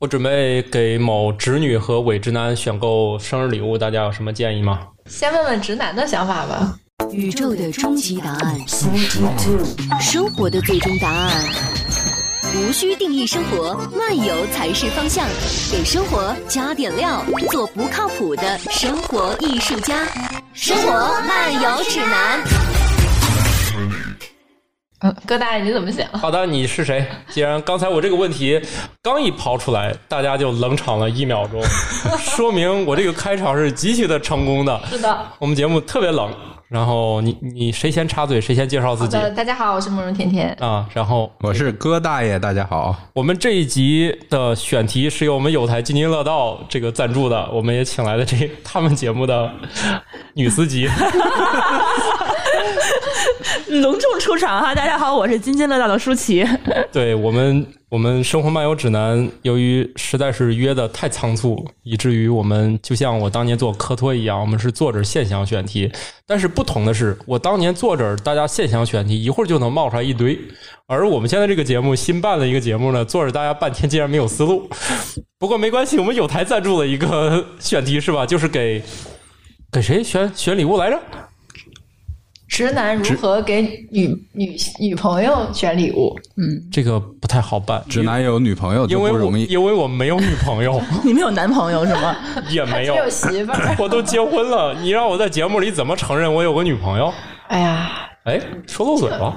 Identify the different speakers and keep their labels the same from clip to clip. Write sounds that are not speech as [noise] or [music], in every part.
Speaker 1: 我准备给某直女和伪直男选购生日礼物，大家有什么建议吗？
Speaker 2: 先问问直男的想法吧。
Speaker 3: 宇宙的终极答案，生活的最终答案。无需定义生活，漫游才是方向。给生活加点料，做不靠谱的生活艺术家。生活漫游指南。
Speaker 2: 嗯，哥大爷你怎么想？
Speaker 1: 好的，你是谁？既然刚才我这个问题刚一抛出来，大家就冷场了一秒钟，说明我这个开场是极其的成功的。
Speaker 2: 是的，
Speaker 1: 我们节目特别冷，然后你你谁先插嘴，谁先介绍自己
Speaker 2: 呃，大家好，我是慕容甜甜。
Speaker 1: 啊？然后
Speaker 4: 我是哥大爷，大家好。
Speaker 1: 我们这一集的选题是由我们有台津津乐道这个赞助的，我们也请来了这他们节目的女司机。
Speaker 5: 隆重出场哈！大家好，我是津津乐道的舒淇。
Speaker 1: 对我们，我们《生活漫游指南》由于实在是约的太仓促，以至于我们就像我当年做科托一样，我们是坐着现象选题。但是不同的是，我当年坐着大家现象选题，一会儿就能冒出来一堆，而我们现在这个节目新办的一个节目呢，坐着大家半天竟然没有思路。不过没关系，我们有台赞助了一个 [laughs] 选题是吧？就是给给谁选选礼物来着？
Speaker 2: 直男如何给女女女朋友选礼物？
Speaker 1: 这个不太好办，
Speaker 4: 直男有女朋友就
Speaker 1: 因为
Speaker 4: 不
Speaker 1: 我
Speaker 4: 容易，
Speaker 1: 因为我没有女朋
Speaker 4: [laughs]
Speaker 1: 友，
Speaker 5: 你们有男朋友是吗？
Speaker 1: 也没有
Speaker 2: 只有媳妇
Speaker 1: [laughs]
Speaker 2: 儿。
Speaker 1: 我都结婚了，你让我在节目里怎么承认我有个女朋友？
Speaker 2: 哎呀，
Speaker 1: 哎，说漏嘴了，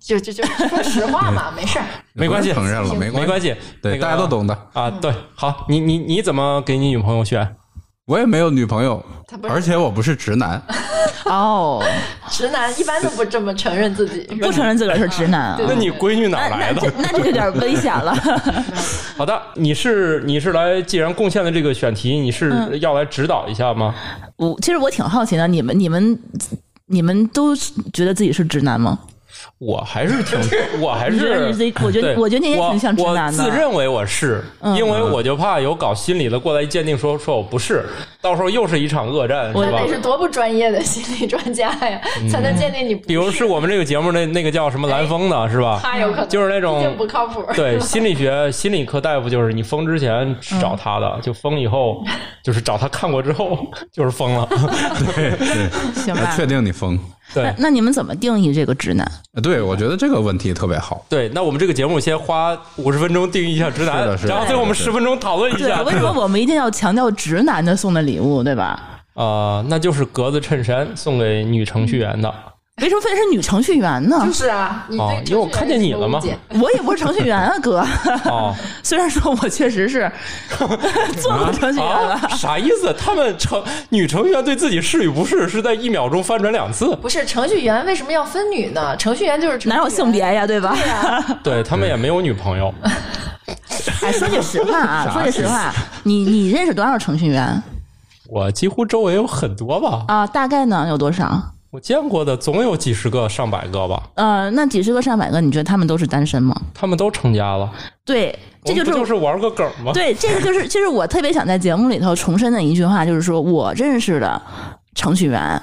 Speaker 2: 就就就说实话
Speaker 1: 嗯
Speaker 2: 嘛，没事儿。
Speaker 1: 没关系，
Speaker 4: 承认了，没
Speaker 1: 没关
Speaker 4: 系，
Speaker 1: 系，
Speaker 4: 对，
Speaker 1: 那个
Speaker 4: 大家都懂的。
Speaker 1: 啊。对，好，你你你怎么给你女朋友选？
Speaker 4: 我也没有女朋友
Speaker 2: 他，不是
Speaker 4: 而且我不是直男，
Speaker 5: 哦，
Speaker 2: 直男一般都不这么承认
Speaker 1: [laughs]
Speaker 2: 自己。
Speaker 5: 不承认自个儿是直男啊
Speaker 2: 对？
Speaker 1: 那你闺女哪来
Speaker 5: 那这
Speaker 1: 的？
Speaker 5: 那这有点危险了。
Speaker 1: [laughs] 好的，你是你是来，既然贡献了这个选题，你
Speaker 5: 嗯
Speaker 1: 是要来指导一下吗？
Speaker 5: [laughs] 我其实我挺好奇的，你们你们你们都是觉得自己是直男吗？
Speaker 1: 我还是
Speaker 5: [laughs]
Speaker 1: 挺，我还
Speaker 5: 你觉得
Speaker 1: 是
Speaker 5: 你自己我觉得
Speaker 1: 对
Speaker 5: 我觉得你也挺像直
Speaker 1: 我
Speaker 5: 男的嗯
Speaker 1: 我自认为我是，因为我就怕有搞心理的过来鉴定说说我不是，到时候又是一场恶战，
Speaker 5: 我
Speaker 1: 是吧嗯
Speaker 2: 那？是多不专业的心理专家呀，才能鉴定你不是。
Speaker 1: 比如是我们这个节目那那个叫什么蓝峰的是吧？
Speaker 2: 他有可能
Speaker 1: 就是那种
Speaker 2: 一定不靠谱。
Speaker 5: [laughs]
Speaker 1: 对，心理学心理科大夫就是你疯之前是
Speaker 5: 嗯
Speaker 1: 找他的，就疯以后就是找他看过之后就是疯
Speaker 5: [laughs]
Speaker 1: 了。
Speaker 4: [laughs]
Speaker 5: 行
Speaker 4: 呃
Speaker 5: 吧
Speaker 4: 确？定你疯。
Speaker 1: 对
Speaker 5: 那那你们怎么定义这个直男？
Speaker 4: 呃对，我觉得这个问题特别好。
Speaker 1: 对，那我们这个节目先花五十分钟定义一下直男，
Speaker 4: 是的是的
Speaker 1: 然后最后我们
Speaker 4: 是
Speaker 1: 十
Speaker 4: 的
Speaker 1: 分钟讨论一
Speaker 5: 对啊
Speaker 1: 下。，
Speaker 5: 为什么我们一定要强调直男的送的礼物，对吧？
Speaker 1: 啊、那就是格子衬衫送给女程序员的。
Speaker 5: 为什么非得是女程序员呢
Speaker 2: 就？是啊，你对
Speaker 1: 哦
Speaker 2: 程序
Speaker 1: 因为我
Speaker 2: 员
Speaker 1: 看见
Speaker 2: 有
Speaker 1: 你
Speaker 2: 什
Speaker 1: 了吗
Speaker 2: 么误解
Speaker 5: 我也不是程序员啊，哥。 [laughs]
Speaker 1: 哦
Speaker 5: 虽然说我确实是做过程序员了，
Speaker 1: 啊，啥意思？他们程女程序员对自己是与不是是在一秒钟翻转两次，
Speaker 2: 不是程序员为什么要分女呢？程序员啊就是程序
Speaker 5: 哪有性别
Speaker 2: 员？
Speaker 5: 呀，对吧？
Speaker 2: 对呀，
Speaker 1: 对他们也没有女朋友。
Speaker 5: 哎，说句实话啊，说句实话，你你认识多少程序员
Speaker 1: 我几乎周围有很多吧，
Speaker 5: 啊？大概呢有多少？
Speaker 1: 我见过的总有几十个、上百个吧，
Speaker 5: 呃，那几十个、上百个，你觉得他们都是单身吗？
Speaker 1: 他们都成家了。
Speaker 5: 对，这
Speaker 1: 我们
Speaker 5: 就
Speaker 1: 不
Speaker 5: 是
Speaker 1: 就是玩个梗吗？
Speaker 5: 对，这个就是就是我特别想在节目里头重申的一句话，就是说我认识的程序员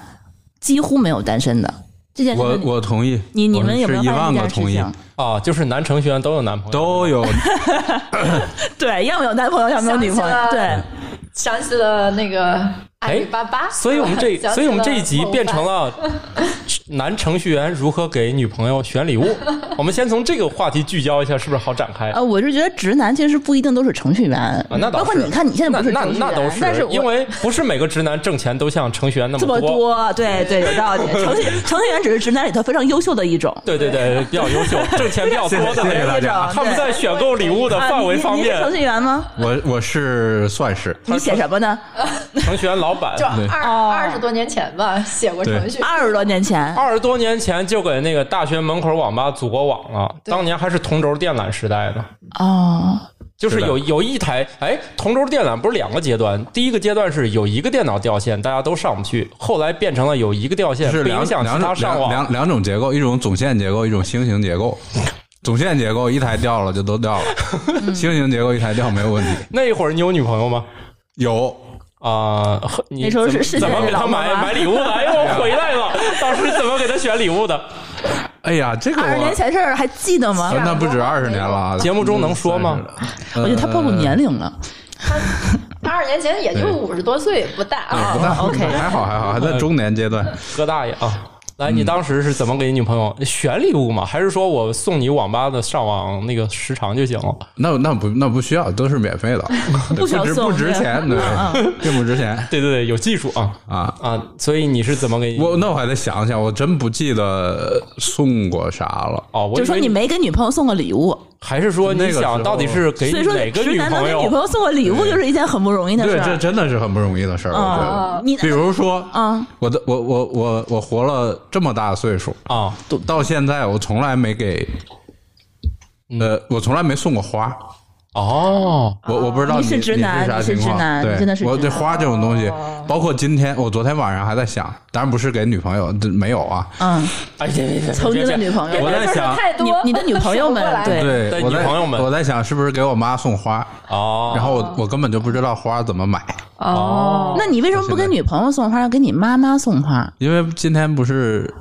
Speaker 5: 几乎没有单身的这件事
Speaker 4: 我
Speaker 5: 情。
Speaker 4: 我同意，
Speaker 5: 你你们有
Speaker 4: 我
Speaker 5: 没有
Speaker 4: 是一
Speaker 5: 发
Speaker 4: 万
Speaker 5: 现
Speaker 4: 个
Speaker 5: 这件事
Speaker 4: 同意
Speaker 5: 情？？
Speaker 1: [laughs] 啊，就是男程序员都有男朋友，
Speaker 5: [laughs]
Speaker 4: 都有
Speaker 5: 对，要么有男朋友，要么有女朋友
Speaker 2: 想。起
Speaker 5: 对
Speaker 1: 嗯
Speaker 2: 了，想起了那个阿里巴巴，
Speaker 1: 哎所以我们这，
Speaker 2: [laughs] 想
Speaker 5: 啊
Speaker 2: 起了
Speaker 1: 所以我们这一集
Speaker 2: 某
Speaker 1: 变成
Speaker 2: 饭
Speaker 1: 了
Speaker 5: [laughs]
Speaker 1: 男程序员如何给女朋友选礼物。我们先从这个话题聚焦一下，是不是好展开？
Speaker 5: 呃，我是觉得直男其实不一定都是程序员，
Speaker 1: 啊那倒
Speaker 5: 呃包括
Speaker 1: 是
Speaker 5: 你看你现在
Speaker 1: 那
Speaker 5: 不是
Speaker 1: 那
Speaker 5: 程序员，
Speaker 1: 那都
Speaker 5: 但是
Speaker 1: 因
Speaker 5: 我
Speaker 1: 为不是每个直男挣钱都像程序员那
Speaker 5: 这么
Speaker 1: 多。
Speaker 5: 多，对对，有
Speaker 1: [laughs]
Speaker 5: 道理。程序程序员只是直男里头非常优秀的一种。
Speaker 1: 对对对，比较优秀，挣钱比较多的
Speaker 4: 谢谢
Speaker 1: 那
Speaker 4: 谢谢
Speaker 1: 个
Speaker 4: 大家
Speaker 1: 他们在选购礼物的
Speaker 5: 啊
Speaker 1: 范围
Speaker 5: 你
Speaker 1: 方
Speaker 5: 你是
Speaker 1: 面，
Speaker 5: 程序员吗？
Speaker 4: 我我是算是
Speaker 5: 你写什么呢？
Speaker 4: 呃
Speaker 1: 程序员老板
Speaker 2: 就二
Speaker 5: 哦
Speaker 2: 二十多年前吧，写过程序。
Speaker 5: 二十多年前，
Speaker 1: [laughs] 二十多年前就给那个大学门口网吧祖国网了，当年还是同轴电缆时代呢。
Speaker 5: 哦，
Speaker 1: 就是
Speaker 4: 是的
Speaker 1: 有有一台，哎，同轴电缆不是两个阶段，第一个阶段是有一个电脑掉线，大家都上不去，后来变成了有一个掉线，
Speaker 4: 是
Speaker 1: 不影
Speaker 4: 两
Speaker 1: 响
Speaker 4: 两
Speaker 1: 其
Speaker 4: 种
Speaker 1: 他上
Speaker 4: 两
Speaker 1: 网。
Speaker 4: 两两种结构，一种总线结构，一种星形结构。总线结构一台掉了就都掉
Speaker 5: [laughs]
Speaker 4: 了，星形结构一台掉没有问题。
Speaker 1: 那一会儿你有女朋友吗？
Speaker 4: 有
Speaker 1: 啊、呵你
Speaker 5: 那时候
Speaker 1: 怎么
Speaker 5: 是是
Speaker 1: 怎么
Speaker 5: 现在
Speaker 1: 给她
Speaker 5: 老妈
Speaker 1: 买
Speaker 5: 妈 [laughs]
Speaker 1: 买礼物的？哎呦，我回来了，当时怎么给她选礼物的？
Speaker 4: 哎呀，这个
Speaker 5: 二十年
Speaker 4: 我啊呃
Speaker 5: 前事儿还记得吗？
Speaker 4: 那不止二十年了啊，
Speaker 1: 节目中能说吗
Speaker 4: 嗯？
Speaker 5: 啊我觉得他暴露年龄了。
Speaker 2: 二十年前也就五十多岁，也不大
Speaker 4: 呃。
Speaker 2: 啊。[laughs]
Speaker 4: 不大
Speaker 5: OK
Speaker 4: 还好还好，还在中年阶段。
Speaker 1: 哥大爷啊！来，你当时是怎么给你女朋
Speaker 5: 嗯
Speaker 1: 友选礼物吗？还是说我送你网吧的上网那个时长就行了？
Speaker 4: 那那不那不需要，都是免费的，
Speaker 5: [laughs]
Speaker 4: 对
Speaker 5: 不
Speaker 4: 不
Speaker 5: 需要
Speaker 4: 值
Speaker 5: 送嗯
Speaker 4: 不值
Speaker 5: 对
Speaker 4: 钱，对， [laughs] 并不值钱
Speaker 1: [laughs] 对对对，有技术啊
Speaker 4: 啊。
Speaker 1: 啊！所以你是怎么给你
Speaker 4: 我那我还得想想，我真不记得送过啥了。
Speaker 1: 哦，我
Speaker 5: 就是说
Speaker 1: 以为
Speaker 5: 你没给女朋友送过礼物，
Speaker 1: 还是说
Speaker 4: 那
Speaker 1: 你
Speaker 4: 个时候
Speaker 1: 想到底是给
Speaker 5: 所以说
Speaker 1: 哪个
Speaker 5: 直
Speaker 1: 女
Speaker 5: 男能
Speaker 1: 朋
Speaker 5: 给
Speaker 1: 友
Speaker 5: 女朋？友送过礼物就是一啊件很不容易的
Speaker 4: 对
Speaker 5: 事，
Speaker 4: 这
Speaker 5: 儿。
Speaker 4: 真的是很不容易的事儿，我觉
Speaker 5: 啊
Speaker 4: 得。，
Speaker 5: 你
Speaker 4: 比如说，
Speaker 5: 啊，
Speaker 4: 我的我我我我活了这么大岁数，
Speaker 1: 啊，
Speaker 4: 都到现在我从来没给，呃，我从来没送过花。
Speaker 1: 哦，
Speaker 4: 我我不知道
Speaker 5: 你是直男
Speaker 4: 你啥
Speaker 5: 你是
Speaker 4: 情况
Speaker 5: 直男
Speaker 4: 对，
Speaker 5: 你真的是
Speaker 4: 我
Speaker 5: 直
Speaker 4: 对
Speaker 5: 男
Speaker 4: 花这种东西，
Speaker 1: 哦
Speaker 4: 包括今天，我昨天晚上还在想，当然不是给女朋友，这没有啊。
Speaker 5: 嗯，
Speaker 1: 哎，别别别，
Speaker 5: 曾经的女朋友
Speaker 1: 我
Speaker 2: [laughs]
Speaker 1: 在想，
Speaker 2: 太多
Speaker 5: 你你的女
Speaker 2: [laughs]
Speaker 5: 朋友们
Speaker 2: 数不过来
Speaker 5: 对
Speaker 4: 对
Speaker 1: 但，
Speaker 4: 我
Speaker 1: 女
Speaker 4: 在
Speaker 1: 朋友们
Speaker 4: 我在想是不是给我妈送花，
Speaker 1: 哦，
Speaker 4: 然后我我根本就不知道花怎么买，
Speaker 2: 哦，
Speaker 5: 那你为什么不给女朋友送花，要给你妈妈送花啊？
Speaker 4: 因为今天不是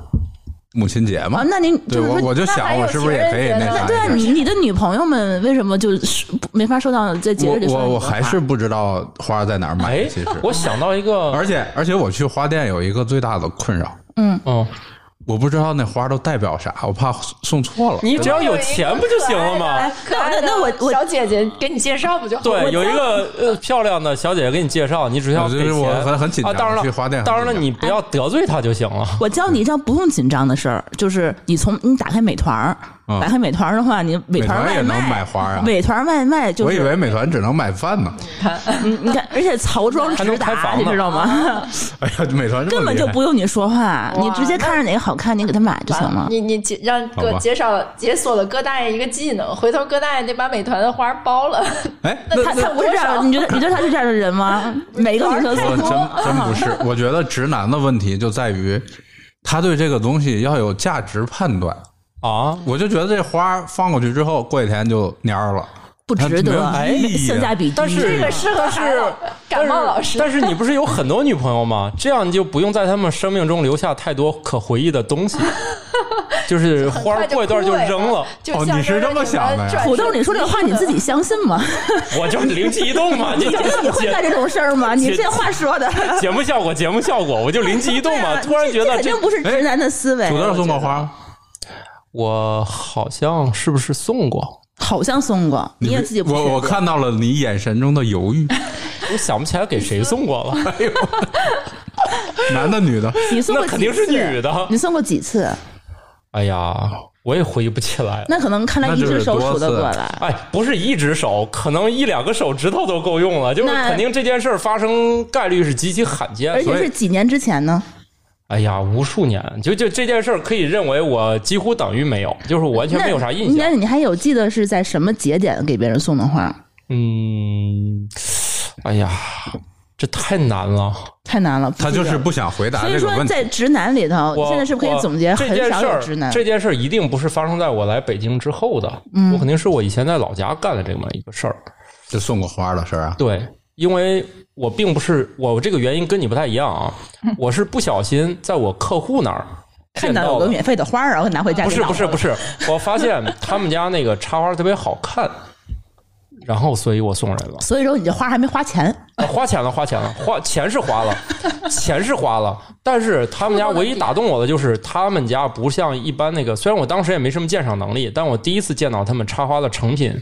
Speaker 4: 母亲节嘛。
Speaker 5: 哦那您
Speaker 4: 对
Speaker 5: 就是
Speaker 4: 我
Speaker 5: 说。
Speaker 4: 我就想我是不是也可以那啥一
Speaker 5: 对啊，
Speaker 4: 下？
Speaker 5: 你你的女朋友们为什么就是不没法收到在节日里收
Speaker 4: 我
Speaker 5: 到
Speaker 4: 我
Speaker 5: 你
Speaker 4: 我
Speaker 5: 的花
Speaker 4: 还是不知道花在哪儿买，
Speaker 1: 哎
Speaker 4: 其实，
Speaker 1: 我想到一个，
Speaker 4: 而且而且我去花店有一个最大的困扰，
Speaker 1: 嗯，
Speaker 4: 我不知道那花都代表啥，我怕送错了。
Speaker 1: 你只要有钱不就行了吗？
Speaker 2: 可爱的
Speaker 5: 哦那我我
Speaker 2: 小姐姐给你介绍不就好？
Speaker 1: 对，有一个呃漂亮的小姐姐给你介绍，你只需要
Speaker 4: 我
Speaker 1: 给
Speaker 4: 觉
Speaker 1: 钱
Speaker 4: 得我很很紧
Speaker 1: 啊。
Speaker 4: 张
Speaker 1: 当然
Speaker 4: 去
Speaker 1: 了，
Speaker 4: 花店很
Speaker 1: 当然了，
Speaker 4: 紧张
Speaker 1: 你不要得罪她就行了。
Speaker 5: 我教你一件不用紧张的事儿，就是你从你打开美团儿，
Speaker 4: 嗯
Speaker 5: 打开美团儿的话，你美
Speaker 4: 美
Speaker 5: 团儿
Speaker 4: 团
Speaker 5: 外
Speaker 4: 也能
Speaker 5: 卖
Speaker 4: 买花啊？
Speaker 5: 美团外卖就
Speaker 4: 我
Speaker 5: 是
Speaker 4: 以为美团只能买饭呢。
Speaker 5: 嗯你看，而且曹庄
Speaker 1: 还能
Speaker 5: 直
Speaker 1: 开
Speaker 5: 达，
Speaker 4: 啊
Speaker 1: 房
Speaker 5: 你
Speaker 1: 呢
Speaker 5: 知道
Speaker 4: [laughs]
Speaker 5: 吗？
Speaker 4: 哎呀，美团这
Speaker 5: 根
Speaker 4: 么
Speaker 5: 本
Speaker 4: 厉
Speaker 5: 就
Speaker 4: 害
Speaker 5: 不用你说话，你
Speaker 2: 哇
Speaker 5: 直接看着哪个好看，你给他买就行
Speaker 1: 啊
Speaker 5: 了。
Speaker 2: 你你解让
Speaker 4: 好
Speaker 2: 哥
Speaker 4: 吧
Speaker 2: 介绍解锁了哥大爷一个技能，回头哥大爷得把美团的花
Speaker 1: [laughs]
Speaker 2: 包了。
Speaker 4: 哎，那
Speaker 5: 他他不是这样，
Speaker 2: 多少
Speaker 5: 你觉得你觉得他是这样的人吗？每个女生
Speaker 4: [laughs] 我
Speaker 5: 送
Speaker 4: 哦真真不
Speaker 5: [laughs]
Speaker 4: 是，我觉得直男的问题就在于他对这个东西要有价值判断。
Speaker 1: 啊，
Speaker 4: 我就觉得这花放过去之后，过几天就蔫儿了。
Speaker 5: 不值
Speaker 4: 没有
Speaker 5: 得啊
Speaker 4: 哎，呀
Speaker 5: 性价比低。
Speaker 1: 但是
Speaker 2: 这个适合孩子感冒老师，
Speaker 1: [laughs] 但是你不是有很多女朋友吗？
Speaker 5: [laughs]
Speaker 1: 这样你就不用在她们生命中留下太多可回忆的东
Speaker 5: [laughs]
Speaker 1: 西，就是花儿
Speaker 2: 快就
Speaker 1: 过一段就
Speaker 2: 枯萎
Speaker 1: 扔
Speaker 5: 哎
Speaker 1: 了，
Speaker 2: [laughs] 就
Speaker 4: 哦
Speaker 2: 象
Speaker 4: 你是
Speaker 2: 征着
Speaker 4: 这么
Speaker 2: 你
Speaker 4: 想
Speaker 2: 们
Speaker 4: 的呀
Speaker 2: 转
Speaker 5: 土豆，你说这个话你
Speaker 2: [laughs]
Speaker 5: 自己相信
Speaker 4: [laughs]
Speaker 5: 吗？
Speaker 1: 我就是灵机一动
Speaker 5: [laughs]
Speaker 1: 嘛，你
Speaker 5: 你觉得你会干这种事儿吗？
Speaker 1: 姐
Speaker 5: 你这话说的，
Speaker 1: 节目效果，节目效果，我就灵机一动
Speaker 5: [laughs]
Speaker 1: 嘛，突然觉得
Speaker 5: 啊肯定不是直男的思维。
Speaker 4: 土豆送过花吗，
Speaker 1: 我好像是不是送过？
Speaker 5: 好像送过，你也
Speaker 4: 别
Speaker 5: 自己不确
Speaker 4: 我我
Speaker 5: 定
Speaker 4: 看到了你眼神中的犹豫。
Speaker 1: 我想不起来给谁送过了，
Speaker 4: 男的女的，
Speaker 5: [laughs] 你 [laughs] 送过
Speaker 1: 那肯定是
Speaker 5: 几次
Speaker 1: 女的
Speaker 5: 你送过几次？
Speaker 1: 哎呀，我也回忆不起来了。
Speaker 5: 那可能看来
Speaker 4: 那
Speaker 5: 一
Speaker 4: 就是
Speaker 5: 只手
Speaker 4: 多
Speaker 5: 数得
Speaker 4: 次
Speaker 5: 过来。
Speaker 1: 哎，不是一只手，可能一两个手指头都够用了。就是
Speaker 5: 那
Speaker 1: 肯定这件事儿发生概率是极其罕见，
Speaker 5: 而
Speaker 1: 哎所
Speaker 5: 且
Speaker 1: 以
Speaker 5: 是几年之前呢？
Speaker 1: 哎呀，无数年，就就这件事儿可以认为我几乎等于没有，就是完全
Speaker 5: 那
Speaker 1: 没有啥印象
Speaker 5: 那。你还有记得是在什么节点给别人送的花？
Speaker 1: 嗯，哎呀，这太难了。
Speaker 5: 太难了，
Speaker 4: 他
Speaker 5: 不记
Speaker 4: 就
Speaker 5: 得
Speaker 4: 是不想回答
Speaker 5: 所以
Speaker 4: 这个
Speaker 5: 说
Speaker 4: 问题。
Speaker 5: 在直男里头，
Speaker 1: 我
Speaker 5: 现在是不是可以总结
Speaker 1: 我
Speaker 5: 很
Speaker 1: 这件
Speaker 5: 少
Speaker 1: 事
Speaker 5: 有
Speaker 1: 儿
Speaker 5: 直男？
Speaker 1: 这件事儿一定不是发生在我来北京之后的，
Speaker 5: 嗯
Speaker 1: 我肯定是我以前在老家干的这么一个事儿。
Speaker 4: 就送过花的事儿啊，
Speaker 1: 对，因为我并不是我这个原因跟你不太一样
Speaker 5: [laughs]
Speaker 1: 啊，我是不小心在我客户那儿
Speaker 5: 看
Speaker 1: 见
Speaker 5: 到有
Speaker 1: 了
Speaker 5: 个免费的花儿，然后拿回家
Speaker 1: 不
Speaker 5: 给
Speaker 1: 是
Speaker 5: 老
Speaker 1: 不
Speaker 5: 婆
Speaker 1: 是不是，我发现他们家那个插花特别好看，然后所以我送人了。
Speaker 5: 所以说你这花还没花钱，
Speaker 1: 啊花钱了，花钱了，花钱是花了，钱是花了，但是他们家唯一打动我的就是他们家不像一般那个，虽然我当时也没什么鉴赏能力，但我第一次见到他们插花的成品，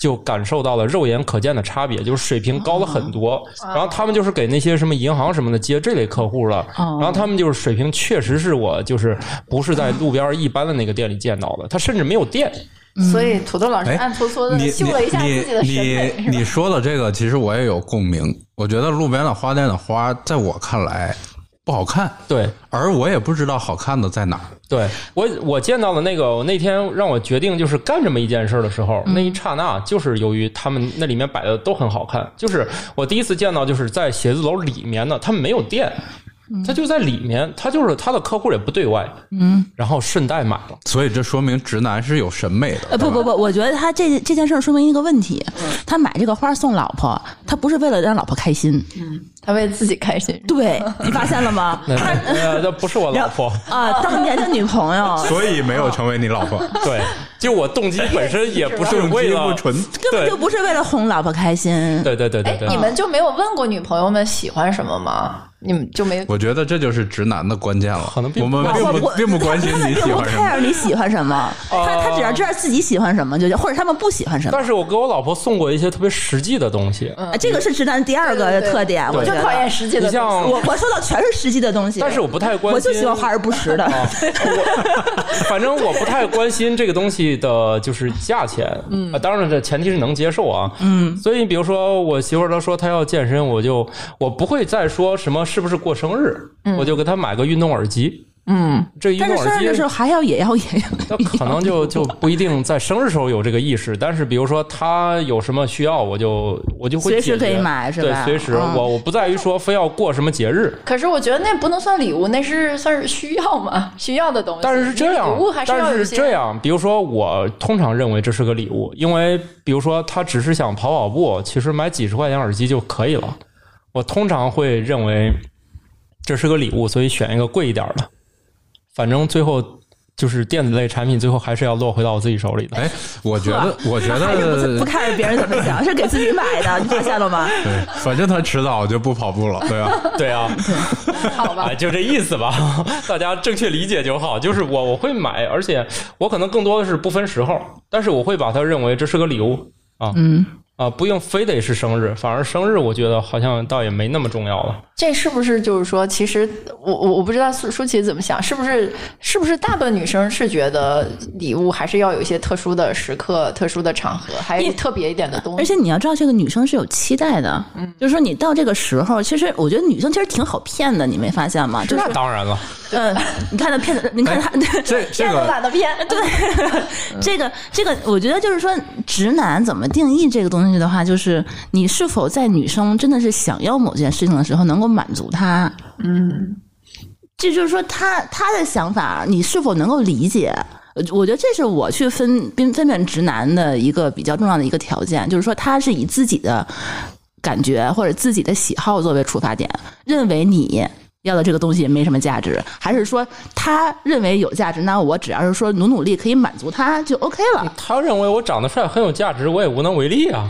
Speaker 1: 就感受到了肉眼可见的差别，就是水平高了很多。然后他们就是给那些什么银行什么的接这类客户了，
Speaker 5: 哦
Speaker 1: 然后他们就是水平确实是我就是不是在路边一般的那个店里见到的，他甚至没有店。
Speaker 5: 嗯
Speaker 2: 所以土豆老师
Speaker 5: [laughs]
Speaker 4: 哎
Speaker 2: 暗搓搓
Speaker 4: 你
Speaker 2: 的秀了一下自己的审
Speaker 4: 你
Speaker 2: 美，
Speaker 4: 你你说的这个，其实我也有共鸣。我觉得路边的花店的花，在我看来不好看，
Speaker 1: 对，
Speaker 4: 而我也不知道好看的在哪儿。
Speaker 1: 对我，我见到的那个，我那天让我决定就是干这么一件事儿的时候，那一
Speaker 5: 嗯
Speaker 1: 刹那就是由于他们那里面摆的都很好看，就是我第一次见到就是在写字楼里面呢，他们没有店，
Speaker 5: 嗯
Speaker 1: 他就在里面，他就是他的客户也不对外，嗯，然后顺带买了，
Speaker 4: 所以这说明直男是有审美的。
Speaker 1: 嗯
Speaker 5: 呃呃，不不不，我觉得他这这件事儿说明一个问题，他买这个花送老婆，他他不是为了让老婆开心，
Speaker 1: 嗯
Speaker 2: 他为自己开心。
Speaker 5: 对你发现了吗？
Speaker 1: [laughs] 那呃那那不是我老婆，
Speaker 5: 啊，当年的女朋友
Speaker 4: [laughs] 所以没有成为你
Speaker 5: [laughs]
Speaker 4: 老婆，
Speaker 1: 对，就我动机本身也不是
Speaker 4: 动
Speaker 1: 为
Speaker 4: 机
Speaker 1: 了
Speaker 4: 不，纯。
Speaker 5: 根本就不是为了哄老婆开心。
Speaker 1: 对对对对
Speaker 2: 哎，
Speaker 1: 对
Speaker 4: 啊
Speaker 2: 你，们就没有问过女朋友们喜欢什么吗？你们就没
Speaker 4: 我觉得这就是直男的关键了。
Speaker 1: 可能并
Speaker 4: 我
Speaker 1: 不
Speaker 4: 们并
Speaker 5: 我
Speaker 4: 不
Speaker 5: 我
Speaker 4: 并不
Speaker 5: [laughs]
Speaker 4: 关心
Speaker 5: 他们
Speaker 4: 你
Speaker 5: 并
Speaker 4: 喜
Speaker 5: 不
Speaker 4: 欢什么，哦
Speaker 5: care 你喜欢什么，他他只要知道自己喜欢什么就行，或者他们不喜欢什么。
Speaker 1: 但是我给我老婆送过一些特别实际的东西，
Speaker 5: 啊这个是直男的第二个
Speaker 2: 对对对
Speaker 5: 特点，我
Speaker 2: 就
Speaker 5: 觉
Speaker 2: 讨
Speaker 4: 哦
Speaker 5: 得。
Speaker 2: 厌实际
Speaker 1: 你
Speaker 2: 的东西。
Speaker 1: 像
Speaker 5: 我我收到全是实际的东西，
Speaker 1: 但是我不太关心
Speaker 5: 我就喜欢华而不实的。
Speaker 1: 啊，我反正我不太关心这个东西的，就是价钱。嗯、啊，当然这前提是能接受啊。嗯，所以比如说我媳妇儿她说她要健身，我就我不会再说什么是不是过生日，我就给她买个运动耳机。嗯，这运
Speaker 5: [laughs] 但
Speaker 1: 动
Speaker 5: 是嗯生
Speaker 1: 耳
Speaker 5: 日的时
Speaker 1: 机
Speaker 5: 候。还要也要也
Speaker 1: 那
Speaker 5: 要，
Speaker 4: [laughs]
Speaker 1: 可能就就不一定在生日时候有这个意识，但是比如说她有什么需要，我就我就会
Speaker 5: 随时
Speaker 1: 解决
Speaker 5: 可以买是吧
Speaker 1: 对，随时、
Speaker 5: 嗯
Speaker 1: 我我不在于说非要过什么节日，
Speaker 2: 可是我觉得那不能算礼物，那是算是需要嘛，需要的东西。
Speaker 1: 但是是这样
Speaker 2: 礼物还，是要
Speaker 1: 但
Speaker 2: 有
Speaker 1: 是
Speaker 2: 一些
Speaker 1: 这样，比如说我通常认为这是个礼物，因为比如说他只是想跑跑步，其实买几十块钱耳机就可以了。我通常会认为这是个礼物，所以选一个贵一点的。反正最后就是电子类产品，最后还是要落回到我自己手里的。
Speaker 4: 哎，我觉得，我
Speaker 5: [laughs]
Speaker 4: 觉
Speaker 5: 还是不不
Speaker 4: 得，
Speaker 5: 看别人怎么想，是给自己买的，你发现了
Speaker 4: [laughs]
Speaker 5: 吗？
Speaker 4: 对，反正他迟早就不跑步了，对吧？
Speaker 1: [laughs] 对啊，
Speaker 2: [laughs] 好吧
Speaker 1: 哎，？就这意思吧， [laughs] 大家正确理解就好。就是我我会买，而且我可能更多的是不分时候，但是我会把它认为这是个礼物啊。
Speaker 5: 嗯
Speaker 1: 啊，不用非得是生日，反而生日我觉得好像倒也没那么重要了。
Speaker 2: 这是不是就是说，其实我我我不知道舒舒淇怎么想，是不是是不是大部分女生是觉得礼物还是要有一些特殊的时刻、特殊的场合，还有特别一点的东
Speaker 5: 而
Speaker 2: 西？
Speaker 5: 且你要知道，这个女生是有期待的，
Speaker 4: 嗯
Speaker 5: 就是说你到这个时候，其实我觉得女生其实挺好骗的，你没发现吗？就是
Speaker 1: 那当然了，
Speaker 5: 嗯，你看她骗的，你看她 [laughs]
Speaker 4: 这这
Speaker 2: 骗都
Speaker 4: 个
Speaker 2: 懒得骗，对，
Speaker 5: 这个这个，我觉得就是说，直男怎么定义这个东西的话，就是你是否在女生真的是想要某件事情的时候能够满足她。嗯，这就是说他他的想法，你是否能够理解？我我觉得这是我去分分分辨直男的一个比较重要的一个条件，就是说他是以自己的感觉或者自己的喜好作为出发点，认为你要的这个东西没什么价值，还是说他认为有价值？那我只要是说努努力可以满足他就 OK 了。
Speaker 1: 他认为我长得帅很有价值，我也无能为力啊。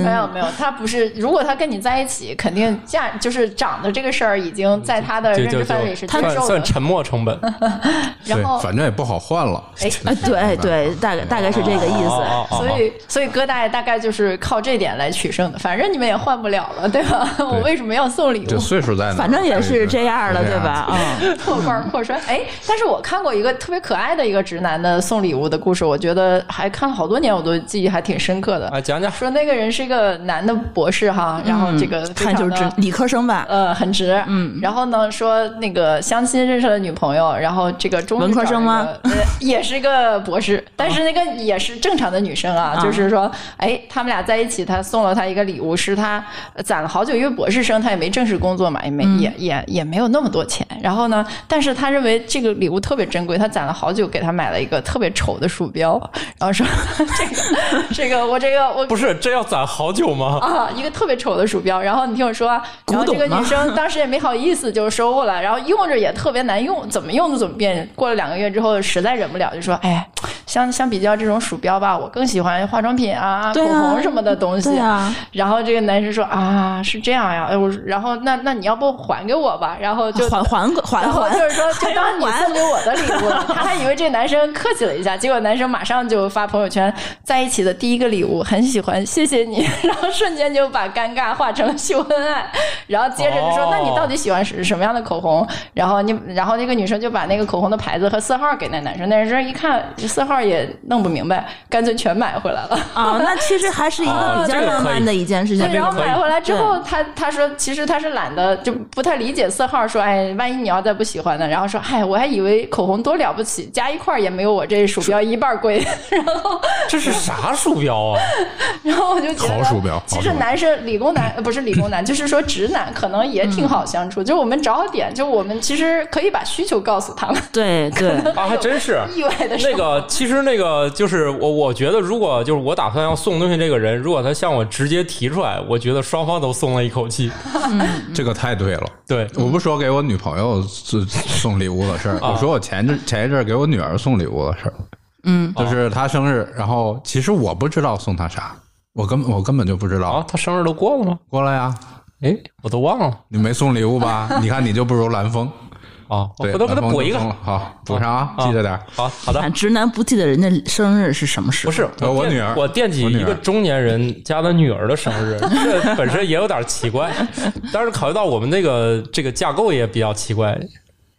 Speaker 2: [laughs] 没，有没有，他不是，如果他跟你在一起，肯定价就是长的这个事儿已经在他的
Speaker 1: 就
Speaker 2: 认
Speaker 1: 就
Speaker 2: 知
Speaker 1: 就
Speaker 2: 范围是接
Speaker 1: 算
Speaker 2: 受的
Speaker 1: 算，沉没成本。
Speaker 2: 然后
Speaker 4: 对，反正也不好换了。
Speaker 2: 哎。
Speaker 5: 啊，对对，大概大 [laughs] 概是这个意思。
Speaker 1: 哦
Speaker 2: 所以，所以哥大爷大概就是靠这点来取胜的，反正你们也换不了了，对吧？我为什么要送礼
Speaker 4: 这
Speaker 2: 物？
Speaker 4: 岁数在哪儿？
Speaker 5: 反正也是这样的，
Speaker 4: 是
Speaker 5: 对吧？？嗯，
Speaker 2: [laughs] 破罐儿破摔。哎，但是我看过一个特别可爱的一个直男的送礼物的故事，我觉得还看了好多年，我都记忆还挺深刻的。
Speaker 1: 啊，讲讲
Speaker 2: 说那个人是一个男的博士哈，然
Speaker 5: 嗯
Speaker 2: 后这个非
Speaker 5: 看就
Speaker 2: 常
Speaker 5: 是
Speaker 2: 的
Speaker 5: 直理科生吧，
Speaker 2: 呃，很直，嗯。然后呢，说那个相亲认识了女朋友，然后这个中
Speaker 5: 文科生吗？
Speaker 2: 呃，也是个博士，
Speaker 5: [laughs]
Speaker 2: 但是那个也是正常的女生啊，
Speaker 5: 啊
Speaker 2: 就是说，哎，他们俩在一起，他送了她一个礼物，是他攒了好久，因为博士生他也没正式工作嘛，也没、
Speaker 5: 嗯
Speaker 2: 也也也没有那么多钱。然后呢，但是他认为这个礼物特别珍贵，他攒了好久，给他买了一个特别丑的鼠标，然后说 [laughs] 这个这个我这个我
Speaker 1: 不是这要攒好久吗？
Speaker 2: 啊，一个特别丑的鼠标。然后你听我说啊，然后
Speaker 5: 古
Speaker 2: 这
Speaker 5: 董
Speaker 2: 个
Speaker 5: 吗
Speaker 2: 女生当时也没好意思，就是收过来，然后用着也特别难用，怎么用都怎么变。过了两个月之后，实在忍不了，就说：“哎，相相比较这种鼠标吧，我更喜欢化妆品啊、
Speaker 5: 对
Speaker 2: 口
Speaker 5: 啊
Speaker 2: 红什么的东西。
Speaker 5: 对啊，
Speaker 2: 然后这个男生说：“啊，是这样呀。”哎，我说然后那那你要不还给我吧？然后就
Speaker 5: 还还还
Speaker 2: 然后就
Speaker 5: 还
Speaker 2: 是说，就当你
Speaker 5: 还
Speaker 2: 送给我的礼物
Speaker 5: [laughs]
Speaker 2: 了。他还以为这男生客气了一下，结果男生马上就发朋友圈，在一起的第一个礼物，很喜欢，谢谢你。 [laughs] 然后瞬间就把尴尬化成了秀恩爱，然后接着就说，
Speaker 1: 哦
Speaker 2: 那你到底喜欢是什么样的口红？然后你，然后那个女生就把那个口红的牌子和色号给那男生，那男生一看色号也弄不明白，干脆全买回来了。
Speaker 5: [laughs] 啊，那其实还是一个比较浪漫的一件事情
Speaker 2: 对，。然后
Speaker 1: 可以嗯
Speaker 2: 买回来之
Speaker 5: 对
Speaker 2: 后，他他说其实他是懒得，就不太理解色号，说哎，万一你要再不喜欢呢？然后说哎，我还以为口红多了不起，加一块儿也没有我这鼠标一半儿贵。 [laughs] 然后
Speaker 1: 这是啥鼠标啊？
Speaker 2: 然后我就觉得，
Speaker 4: 好鼠标
Speaker 2: 其
Speaker 4: 好
Speaker 2: 实
Speaker 4: 鼠标
Speaker 2: 男生理工男呃不是理工男，就是说直男可能也
Speaker 1: 嗯
Speaker 2: 挺好相处，就是我们找好点，就我们其实可以把需求告诉他们， [laughs]
Speaker 5: 对对，
Speaker 1: [laughs] 啊，还真是
Speaker 2: 意外的
Speaker 1: 那
Speaker 2: 是
Speaker 1: [laughs] 个，其实实那个就是我，我觉得如果就是我打算要送东西这个人，如果他向我直接提出来，我觉得双方都松了一口气。嗯
Speaker 4: 这个太对了。
Speaker 1: 对，
Speaker 4: 我不说给我女朋友
Speaker 1: [laughs]
Speaker 4: 送送礼物的事儿，
Speaker 1: 啊
Speaker 4: 我说我前阵前一阵儿给我女儿送礼物的事儿，
Speaker 5: 嗯，
Speaker 4: 就是她生日，然后其实我不知道送她啥，我根我根本就不知
Speaker 1: 啊
Speaker 4: 道。，
Speaker 1: 他生日都过了吗？
Speaker 4: 过来呀，
Speaker 1: 哎，我都忘了
Speaker 4: 你没送礼物
Speaker 1: [laughs]
Speaker 4: 吧？你看你就不如蓝峰，
Speaker 1: 啊，我
Speaker 4: 对，
Speaker 1: 回头给他
Speaker 4: 蓝峰就
Speaker 1: 补一个
Speaker 4: 送。了好，补上啊，记着点儿。
Speaker 1: 好好的
Speaker 5: 啊，，直男不记得人家生日是什么时候，
Speaker 1: 不是
Speaker 4: 呃我
Speaker 1: 惦
Speaker 4: 女儿
Speaker 1: 我惦记
Speaker 4: 我女儿
Speaker 1: 一个中年人家的女儿的生
Speaker 4: [laughs]
Speaker 1: 日，这本身也有点奇怪。但是考虑到我们这个这个架构也比较奇怪，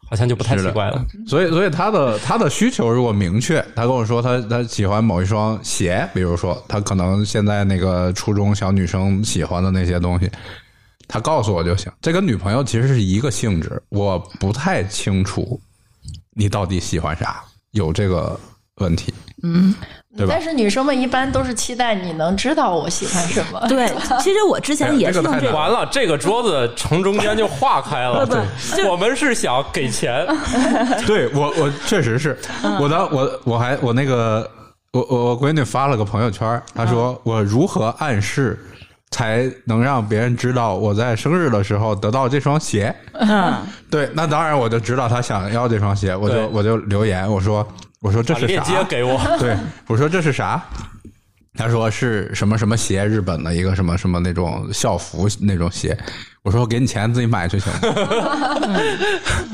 Speaker 1: 好像就不太
Speaker 4: 是
Speaker 1: 奇
Speaker 4: 的
Speaker 1: 怪了。
Speaker 4: 所以，所以他的他的需求如果明确，他跟我说他他喜欢某一双鞋，比如说他可能现在那个初中小女生喜欢的那些东西，他告诉我就行。这跟女朋友其实是一个性质，我不太清楚你到底喜欢啥，有这个问题。对吧
Speaker 2: 但是女生们一般都是期待你能知道我喜欢什么。
Speaker 5: 对，其实我之前也是用
Speaker 4: 哎呀这个太
Speaker 5: 这
Speaker 4: 难
Speaker 5: 个。
Speaker 1: 完了，这个桌子从中间就化开
Speaker 4: [laughs]
Speaker 1: 了。对，我们是想给钱，
Speaker 4: 对我，我确实是，我当我我还我那个我我我闺女发了个朋友圈，她说我如何暗示才能让别人知道我在生日的时候得到这双鞋？
Speaker 5: 嗯，
Speaker 4: 对，那当然我就知道她想要这双鞋，我就
Speaker 1: 对
Speaker 4: 我就留言我说我说这
Speaker 1: 把
Speaker 4: 是
Speaker 1: 链
Speaker 4: 啥？
Speaker 1: 接给 [laughs] 我。
Speaker 4: [laughs] 对，我说这是啥？他说是什么什么鞋，日本的一个什么什么那种校服那种鞋。我说给你钱自己买去行吗？ [laughs]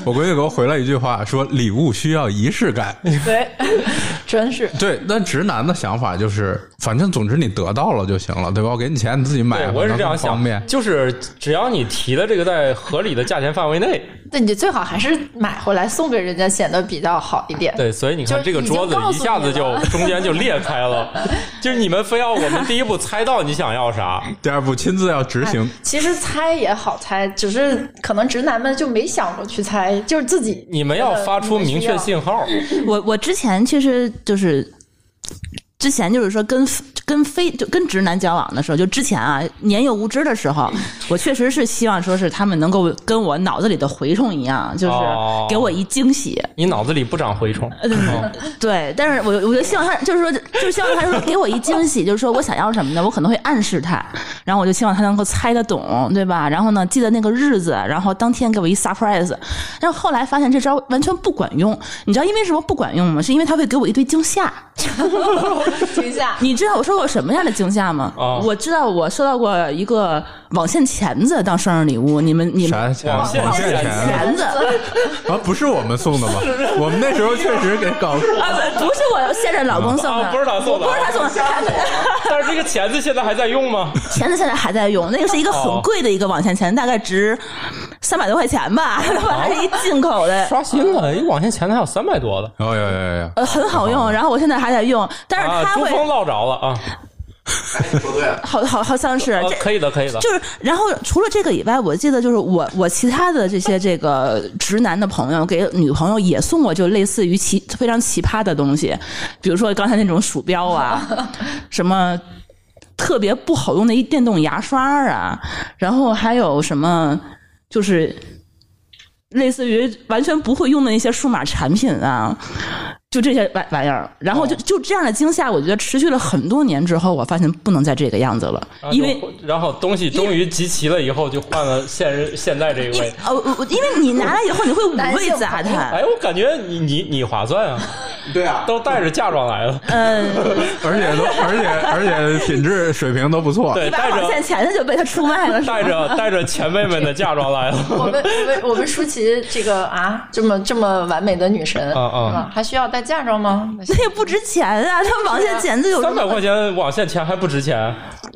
Speaker 4: 我闺女给我回了一句话，说礼物需要仪式感。 [laughs]
Speaker 2: [laughs] 对，真是。
Speaker 4: 对，那直男的想法就是，反正总之你得到了就行了，对吧？我给你钱你自己买
Speaker 1: 对，，
Speaker 4: 反
Speaker 1: 我也
Speaker 4: 正
Speaker 1: 是这样
Speaker 4: 更方便
Speaker 1: 想，。就是只要你提的这个在合理的价钱范围内，
Speaker 2: 那你最好还是买回来送给人家，显得比较好一
Speaker 5: 哎
Speaker 2: 点。
Speaker 1: 对，所以你看
Speaker 2: 就
Speaker 1: 这个桌子一下子
Speaker 2: 已经
Speaker 1: 就
Speaker 5: [laughs]
Speaker 2: 告诉你了
Speaker 1: 中间就裂开了，就是你们非要我们第一步猜到你想要
Speaker 5: [laughs]
Speaker 1: 啥，
Speaker 4: 第二步亲自要执行，
Speaker 2: 其实猜也好猜，只是可能直男们就没想过去猜，就是自己 [laughs]
Speaker 1: 你们要发出明确信号。
Speaker 5: [laughs] 我我之前其实就是。之前就是说跟跟非就跟直男交往的时候，就之前啊年幼无知的时候，我确实是希望说是他们能够跟我脑子里的蛔虫一样，就是
Speaker 1: 哦
Speaker 5: 给我一惊喜。
Speaker 1: 你脑子里不长蛔虫，
Speaker 5: 呃对，但是我我就希望他，就是说，就是希望他说给我一惊喜，就是说我想要什么呢？我可能会暗示他，然后我就希望他能够猜得懂，对吧？然后呢，记得那个日子，然后当天给我一 surprise。但是后来发现这招完全不管用，你知道因为什么不管用吗？是因为他会给我一堆惊吓。
Speaker 2: 惊吓。
Speaker 5: 你知道我受过什么样的惊吓吗？
Speaker 1: 啊
Speaker 5: 我知道我收到过一个网线钳子当生日礼物，你们你们
Speaker 4: 啥钱？
Speaker 1: 网线
Speaker 4: 网线
Speaker 1: 钱
Speaker 4: 钱
Speaker 5: 钳子。
Speaker 4: 啊，不是我们送的吧？我们那时候确实给
Speaker 1: [laughs]
Speaker 4: 搞
Speaker 5: 啊，不不是我现任老公送的，
Speaker 1: 啊不是他送的
Speaker 5: 不是他送的，
Speaker 1: [laughs] 但是这个钳子现在还在用吗？
Speaker 5: 钳子现在还在用，那个是一个很贵的一个网线钳，大概值三百多块钱吧， [laughs] 还是一进口的。
Speaker 1: [laughs] 刷新了，哎一网线钳子还有三百多的。
Speaker 4: 哦，有有有有，
Speaker 5: 呃，很好用，然后我现在还在用，但是
Speaker 1: 啊，
Speaker 5: 它
Speaker 1: 珠
Speaker 5: 会
Speaker 1: 峰落着了啊！
Speaker 5: [laughs] 好好好像是
Speaker 1: 啊
Speaker 5: 这，
Speaker 1: 可以的，可以的。
Speaker 5: 就是，然后除了这个以外，我记得就是我我其他的这些这个直男的朋友给女朋友也送过，就类似于奇非常奇葩的东西，比如说刚才那种鼠标
Speaker 1: [laughs]
Speaker 5: 啊，什么特别不好用的一电动牙刷啊，然后还有什么就是类似于完全不会用的一些数码产品啊。就这些玩玩意儿，然
Speaker 1: 哦
Speaker 5: 后就就这样的惊吓，我觉得持续了很多年之后，我发现不能再这个样子了，
Speaker 1: 啊
Speaker 5: 因为
Speaker 1: 就然后东西终于集齐了以后，就换了现任现在这一
Speaker 5: 因
Speaker 1: 位
Speaker 5: 为。呃，我我因为你拿来以后你会五味杂
Speaker 1: [laughs] 哎，
Speaker 5: 谈，
Speaker 1: 我感觉你你你划算
Speaker 5: [laughs]
Speaker 1: 啊！对啊，都带着嫁妆来了，
Speaker 5: 嗯，
Speaker 4: 而且都而且而且品质水平都不错。
Speaker 1: 对，
Speaker 5: 一把
Speaker 1: 带
Speaker 5: 网
Speaker 1: 着
Speaker 5: 线钳子就被他出卖了，是吧 [laughs]
Speaker 1: 带着 [laughs] 带着前辈们的嫁妆来了。
Speaker 2: [laughs] 我们我们我们舒淇这个啊，这么这么完美的女神，
Speaker 1: 啊啊
Speaker 2: 是吧还需要带嫁妆吗？那
Speaker 5: 那也不值钱啊，他网线钳子有什
Speaker 1: 三
Speaker 5: 么
Speaker 1: 百块钱网线钱还不值钱，
Speaker 2: [laughs]
Speaker 5: 哎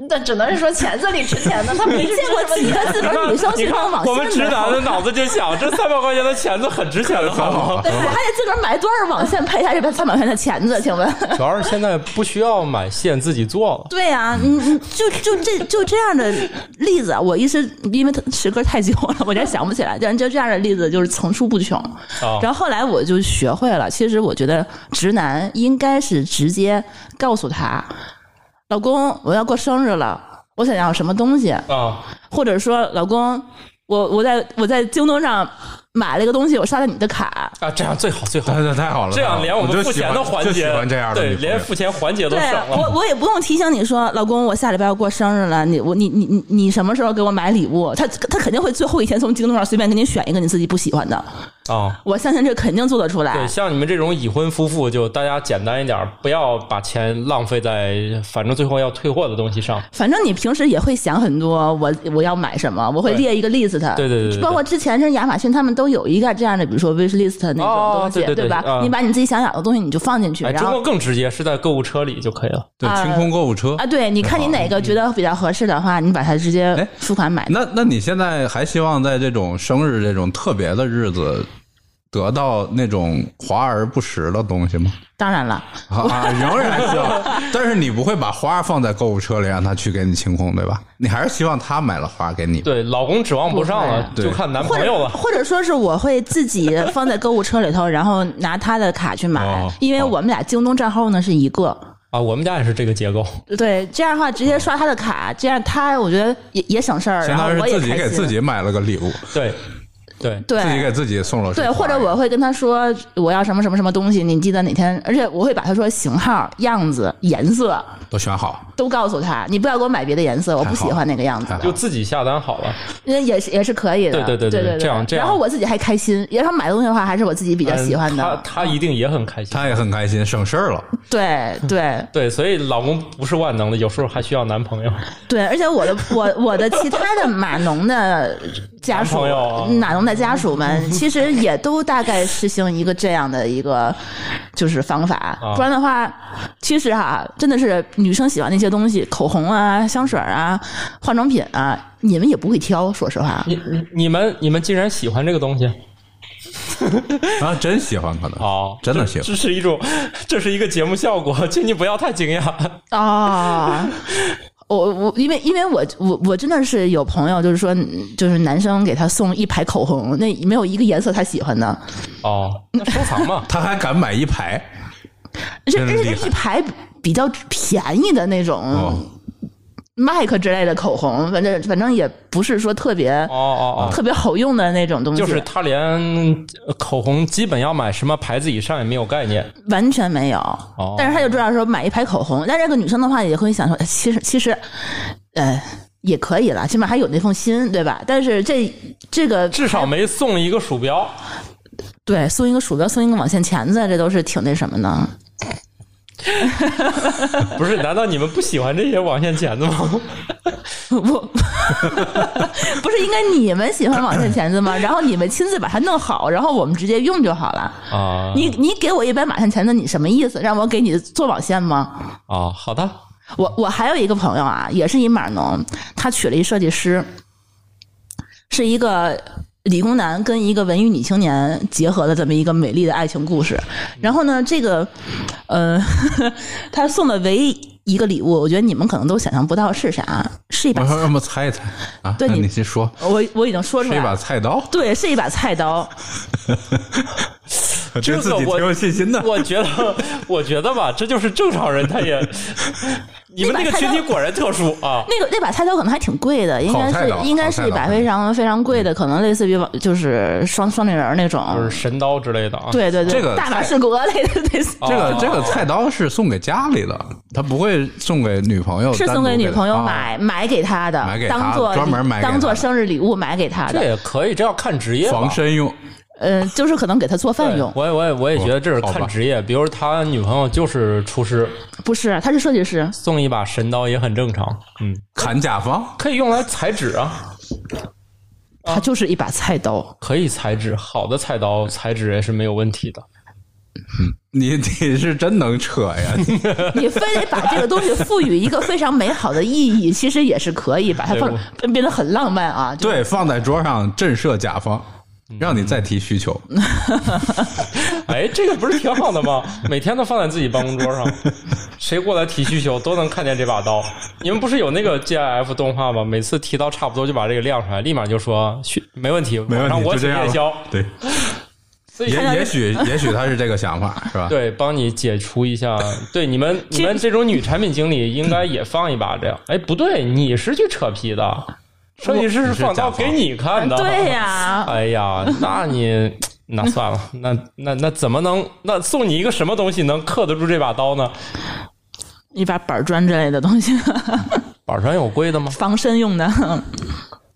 Speaker 2: 那只能是说钳子里值钱 [laughs] 的，他没
Speaker 5: 没见过几个自个儿女生
Speaker 1: 你
Speaker 5: 去
Speaker 1: 看
Speaker 5: 当网
Speaker 1: 我们直
Speaker 5: 线
Speaker 1: 男的
Speaker 5: 的。
Speaker 1: 脑子就想，
Speaker 5: [laughs]
Speaker 1: 这三百块钱的钳子很值钱的，好吗？
Speaker 5: 我还得自个儿买多少网线配下这把三百块钱的钳子？请问？ [laughs]
Speaker 1: 主要是现在不需要买线自己做了。
Speaker 5: 对呀、你你就就这就这样的例子啊，我一时因为它时隔太久了，我有点想不起来。但就这样的例子就是层出不穷。
Speaker 1: 啊
Speaker 5: 然后后来我就学会了，其实我觉得直男应该是直接告诉他，老公，我要过生日了，我想要什么东西，
Speaker 1: 啊，
Speaker 5: 或者说老公，我我在我在京东上买了一个东西，我刷了你的卡，
Speaker 1: 啊，这样最好最好
Speaker 4: 对，对，太好了，
Speaker 1: 这样连
Speaker 4: 我
Speaker 1: 我们
Speaker 4: 就
Speaker 1: 付
Speaker 4: 喜
Speaker 1: 钱的
Speaker 4: 欢
Speaker 1: 环
Speaker 4: 就喜
Speaker 1: 节
Speaker 4: 欢这样，的
Speaker 1: 对，
Speaker 4: 女朋友，
Speaker 1: 连付钱环节都
Speaker 5: 对
Speaker 1: 省
Speaker 5: 我
Speaker 1: 了。
Speaker 5: 我也不用提醒你说，老公，我下礼拜要过生日了，你我你你你你什么时候给我买礼物？他他肯定会最后一天从京东上随便给你选一个你自己不喜欢的，
Speaker 1: 啊，
Speaker 5: 我相信这肯定做得出
Speaker 1: 对，
Speaker 5: 来。
Speaker 1: 像你们这种已婚夫妇，就大家简单一点，不要把钱浪费在反正最后要退货的东西上。
Speaker 5: 反正你平时也会想很多，我我要买什么，我会
Speaker 1: 对
Speaker 5: 列一个 list 的。
Speaker 1: 对对对对对
Speaker 5: 包括之前是亚马逊，他们都有一个这样的，比如说 wish list 那
Speaker 1: 哦
Speaker 5: 种东西，
Speaker 1: 对对对
Speaker 5: 吧、
Speaker 1: 啊
Speaker 5: 你把你自己想要的东西你就放进去，
Speaker 1: 哎，
Speaker 5: 然
Speaker 1: 中
Speaker 5: 后
Speaker 1: 国更直接，是在购物车里就可以了。
Speaker 5: 呃
Speaker 4: 对清空购物车
Speaker 5: 啊，对，你看你
Speaker 1: 嗯
Speaker 5: 哪个觉得比较合适的话，你把它直接
Speaker 4: 哎
Speaker 5: 付款买。
Speaker 4: 那那你现在还希望在这种生日这种特别的日子得到那种华而不实的
Speaker 1: [laughs]
Speaker 4: 东西吗？
Speaker 5: 当
Speaker 1: 哎
Speaker 5: 然了，
Speaker 4: 啊，仍然希望， [laughs] 但是你不会把花放在购物车里让他去给你清空，对吧？你还是希望他买了花给你。
Speaker 1: 对，老公指望不上了，
Speaker 4: 不会
Speaker 1: 就看男朋友啊了。
Speaker 5: 啊或者说是我会自己放在购物车里头，然后拿他的卡去买，
Speaker 4: 哦
Speaker 5: 因为我们俩京东账号呢是一个。
Speaker 1: 啊，我们家也是这个结构。
Speaker 5: 对，这样的话直接刷他的卡，这样他我觉得也也省事儿，
Speaker 4: 相
Speaker 5: 然后
Speaker 4: 当于
Speaker 5: 我也
Speaker 4: 是自己
Speaker 5: 开
Speaker 4: 给
Speaker 5: 心
Speaker 4: 自己买了个礼物，
Speaker 1: 对，对，
Speaker 5: 对
Speaker 4: 自己给自己送了束
Speaker 5: 对，
Speaker 4: 花
Speaker 5: 或者我会跟他说我要什么什么什么东西，你记得哪天，而且我会把他说型号、样子、颜色
Speaker 4: 都选好，
Speaker 5: 都告诉他，你不要给我买别的颜色，我不喜欢那个样子
Speaker 4: 太好
Speaker 5: 的
Speaker 1: 就，自己下单好了。
Speaker 5: 那也是也是可以的，
Speaker 1: 对对对
Speaker 5: 啊对
Speaker 1: 对
Speaker 5: 对，
Speaker 1: 这样这样
Speaker 5: 然后我自己还开心，然后买东西的话还是我自己比较喜欢
Speaker 1: 嗯
Speaker 5: 的，
Speaker 1: 他他一定也很开心。
Speaker 4: 他也很开心，省事儿了。
Speaker 5: 对对，
Speaker 1: 对，所以老公不是万能的，有时候还需要男朋友。
Speaker 5: 对，而且我的我我的其他的码农的家属
Speaker 1: 男朋友啊，
Speaker 5: 码农的家属
Speaker 1: [laughs]
Speaker 5: 们，其实也都大概实行一个这样的一个就是方法，
Speaker 1: 啊
Speaker 5: 不然的话，其实哈、真的是女生喜欢那些东西，口红啊、香水啊、化妆品啊，你们也不会挑，说实
Speaker 1: [laughs]
Speaker 5: 话。
Speaker 1: 你你你们你们竟然喜欢这个东西？
Speaker 4: 啊，真喜欢可能，
Speaker 1: 哦，
Speaker 4: 真的喜欢。
Speaker 1: 这是一种，这是一个节目效果，请你不要太惊讶。
Speaker 5: 啊、 [laughs] 我我因为因为我我我真的是有朋友，就是说嗯就是男生给他送一排口红，那没有一个颜色他喜欢的，
Speaker 1: 哦，那收藏嘛
Speaker 4: 他还敢买一排，
Speaker 5: 而且
Speaker 4: 真
Speaker 5: 而且
Speaker 4: 厉
Speaker 5: 是一
Speaker 4: 害
Speaker 5: 排比较便宜的那
Speaker 4: 哦
Speaker 5: 种麦克之类的口红，反正反正也不是说特别、
Speaker 1: 哦哦哦，
Speaker 5: 特别好用的那种
Speaker 4: 嗯
Speaker 5: 东西，
Speaker 1: 就是他连呃口红基本要买什么牌子以上也没有概念。
Speaker 5: 完全没有。
Speaker 1: 哦
Speaker 5: 但是他就知道说买一排口红，但这个女生的话也会想说，哎其实其实，呃。也可以了，起码还有那份心，对吧？但是这这个
Speaker 1: 至少没送一个鼠标，
Speaker 5: 对送一个鼠标，送一个网线钳子，这都是挺那什么的。
Speaker 1: 不是？难道你们不喜欢这些网线钳子吗？
Speaker 5: 我 [laughs] 不是应该你们喜欢网线钳子吗？然后你们亲自把它弄好，然后我们直接用就好了。
Speaker 1: [laughs] 啊
Speaker 5: 你
Speaker 4: 嗯
Speaker 5: 你给我一百马线钳子，你什么意思？让我给你做网线吗？
Speaker 1: 啊，好的，
Speaker 5: 我我还有一个朋友啊，也是一码农，他娶了一设计师，是一个理工男跟一个文艺女青年结合的这么一个美丽的爱情故事。然后呢，这个呃， [laughs] 他送的唯一一个礼物，我觉得你们可能都想象不到是啥，是一把
Speaker 4: 我说让我猜一猜啊，
Speaker 5: 对
Speaker 4: 那
Speaker 5: 你
Speaker 4: 你先说，
Speaker 5: 我我已经说出
Speaker 4: 嗯
Speaker 5: 来
Speaker 4: 是一
Speaker 5: 了，
Speaker 4: 把菜刀，
Speaker 5: 对，是一把菜刀。
Speaker 4: [laughs] 对自己挺有信心
Speaker 1: [laughs]
Speaker 4: 的。
Speaker 1: 我觉得，我觉得吧，这就是正常人，他 [laughs] 也，你们那个群体果然特殊啊。
Speaker 5: 那个那把菜刀可能还挺贵的，应该
Speaker 4: 好菜
Speaker 5: 是
Speaker 4: 刀
Speaker 5: 应该是一
Speaker 4: 好菜
Speaker 5: 把
Speaker 4: 刀嗯
Speaker 5: 非常非常贵的，可能类似于往就是双双立人儿那种。
Speaker 1: 就是神刀之类的啊，，
Speaker 5: 对对对，
Speaker 4: 这个
Speaker 5: 大马士革类的类似。
Speaker 1: 哦
Speaker 4: 这个这个菜刀是送给家里的，他不会送给女朋友，
Speaker 5: 是
Speaker 4: 单
Speaker 5: 送
Speaker 4: 独
Speaker 5: 给
Speaker 4: 给
Speaker 5: 女朋友
Speaker 4: 她啊
Speaker 5: 买买给她的
Speaker 4: 买给，她
Speaker 5: 当做
Speaker 4: 专门买给她
Speaker 5: 当做生日礼物买给她
Speaker 1: 这
Speaker 5: 的。
Speaker 1: 也可以，这要看职业吧
Speaker 4: 防身用。
Speaker 5: 嗯，就是可能给她做饭
Speaker 1: 对
Speaker 5: 用，
Speaker 1: 我也我也我也觉得这是
Speaker 4: 哦好
Speaker 1: 看
Speaker 4: 吧
Speaker 1: 职业，比如他女朋友就是厨师，
Speaker 5: 不是，啊她是设计师。
Speaker 4: 哦
Speaker 1: 送一把神刀也很正常，嗯，
Speaker 4: 砍甲方，
Speaker 1: 可以用来裁纸啊，
Speaker 5: 她就是一把菜刀，
Speaker 1: 可以裁纸，好的菜刀裁纸也是没有问题的。
Speaker 4: 你你是真能扯呀！
Speaker 5: [laughs]
Speaker 4: 你
Speaker 5: 你非得把这个东西赋予一个非常美好的意义，其实也是可以把它放
Speaker 1: 对
Speaker 5: 变得很浪漫啊。就是
Speaker 4: 对，放在桌上震慑甲方，让你再提需求。
Speaker 1: 哎，这个不是挺好的
Speaker 4: [laughs]
Speaker 1: 吗？每天都放在自己办公桌上，谁过来提需求都能看见这把刀。你们不是有那个 GIF 动画吗？每次提到差不多就把这个亮出来，立马就说需没问题，
Speaker 4: 没
Speaker 1: 晚
Speaker 4: 问
Speaker 1: 上
Speaker 4: 题，
Speaker 1: 我
Speaker 4: 就
Speaker 1: 请
Speaker 4: 这样 [laughs]
Speaker 1: 夜
Speaker 4: 吧
Speaker 1: 宵。
Speaker 4: 对，
Speaker 5: [laughs]
Speaker 1: 所以
Speaker 4: 也啊也许也许他是这个想法，是吧？，
Speaker 1: 对，帮你解除一下。对，你们你们这种女产品经理应该也放一把这样。哎，不对，你是去扯皮的。设计师是放大给你看的。
Speaker 5: 对呀、
Speaker 1: [laughs]
Speaker 4: [laughs]
Speaker 1: 哎呀，那你那算了， [laughs] 那那那怎么能那送你一个什么东西能克得住这把刀呢？
Speaker 5: 一把板砖之类的东西， [laughs]
Speaker 1: 板上有贵的吗？
Speaker 5: 防身用的。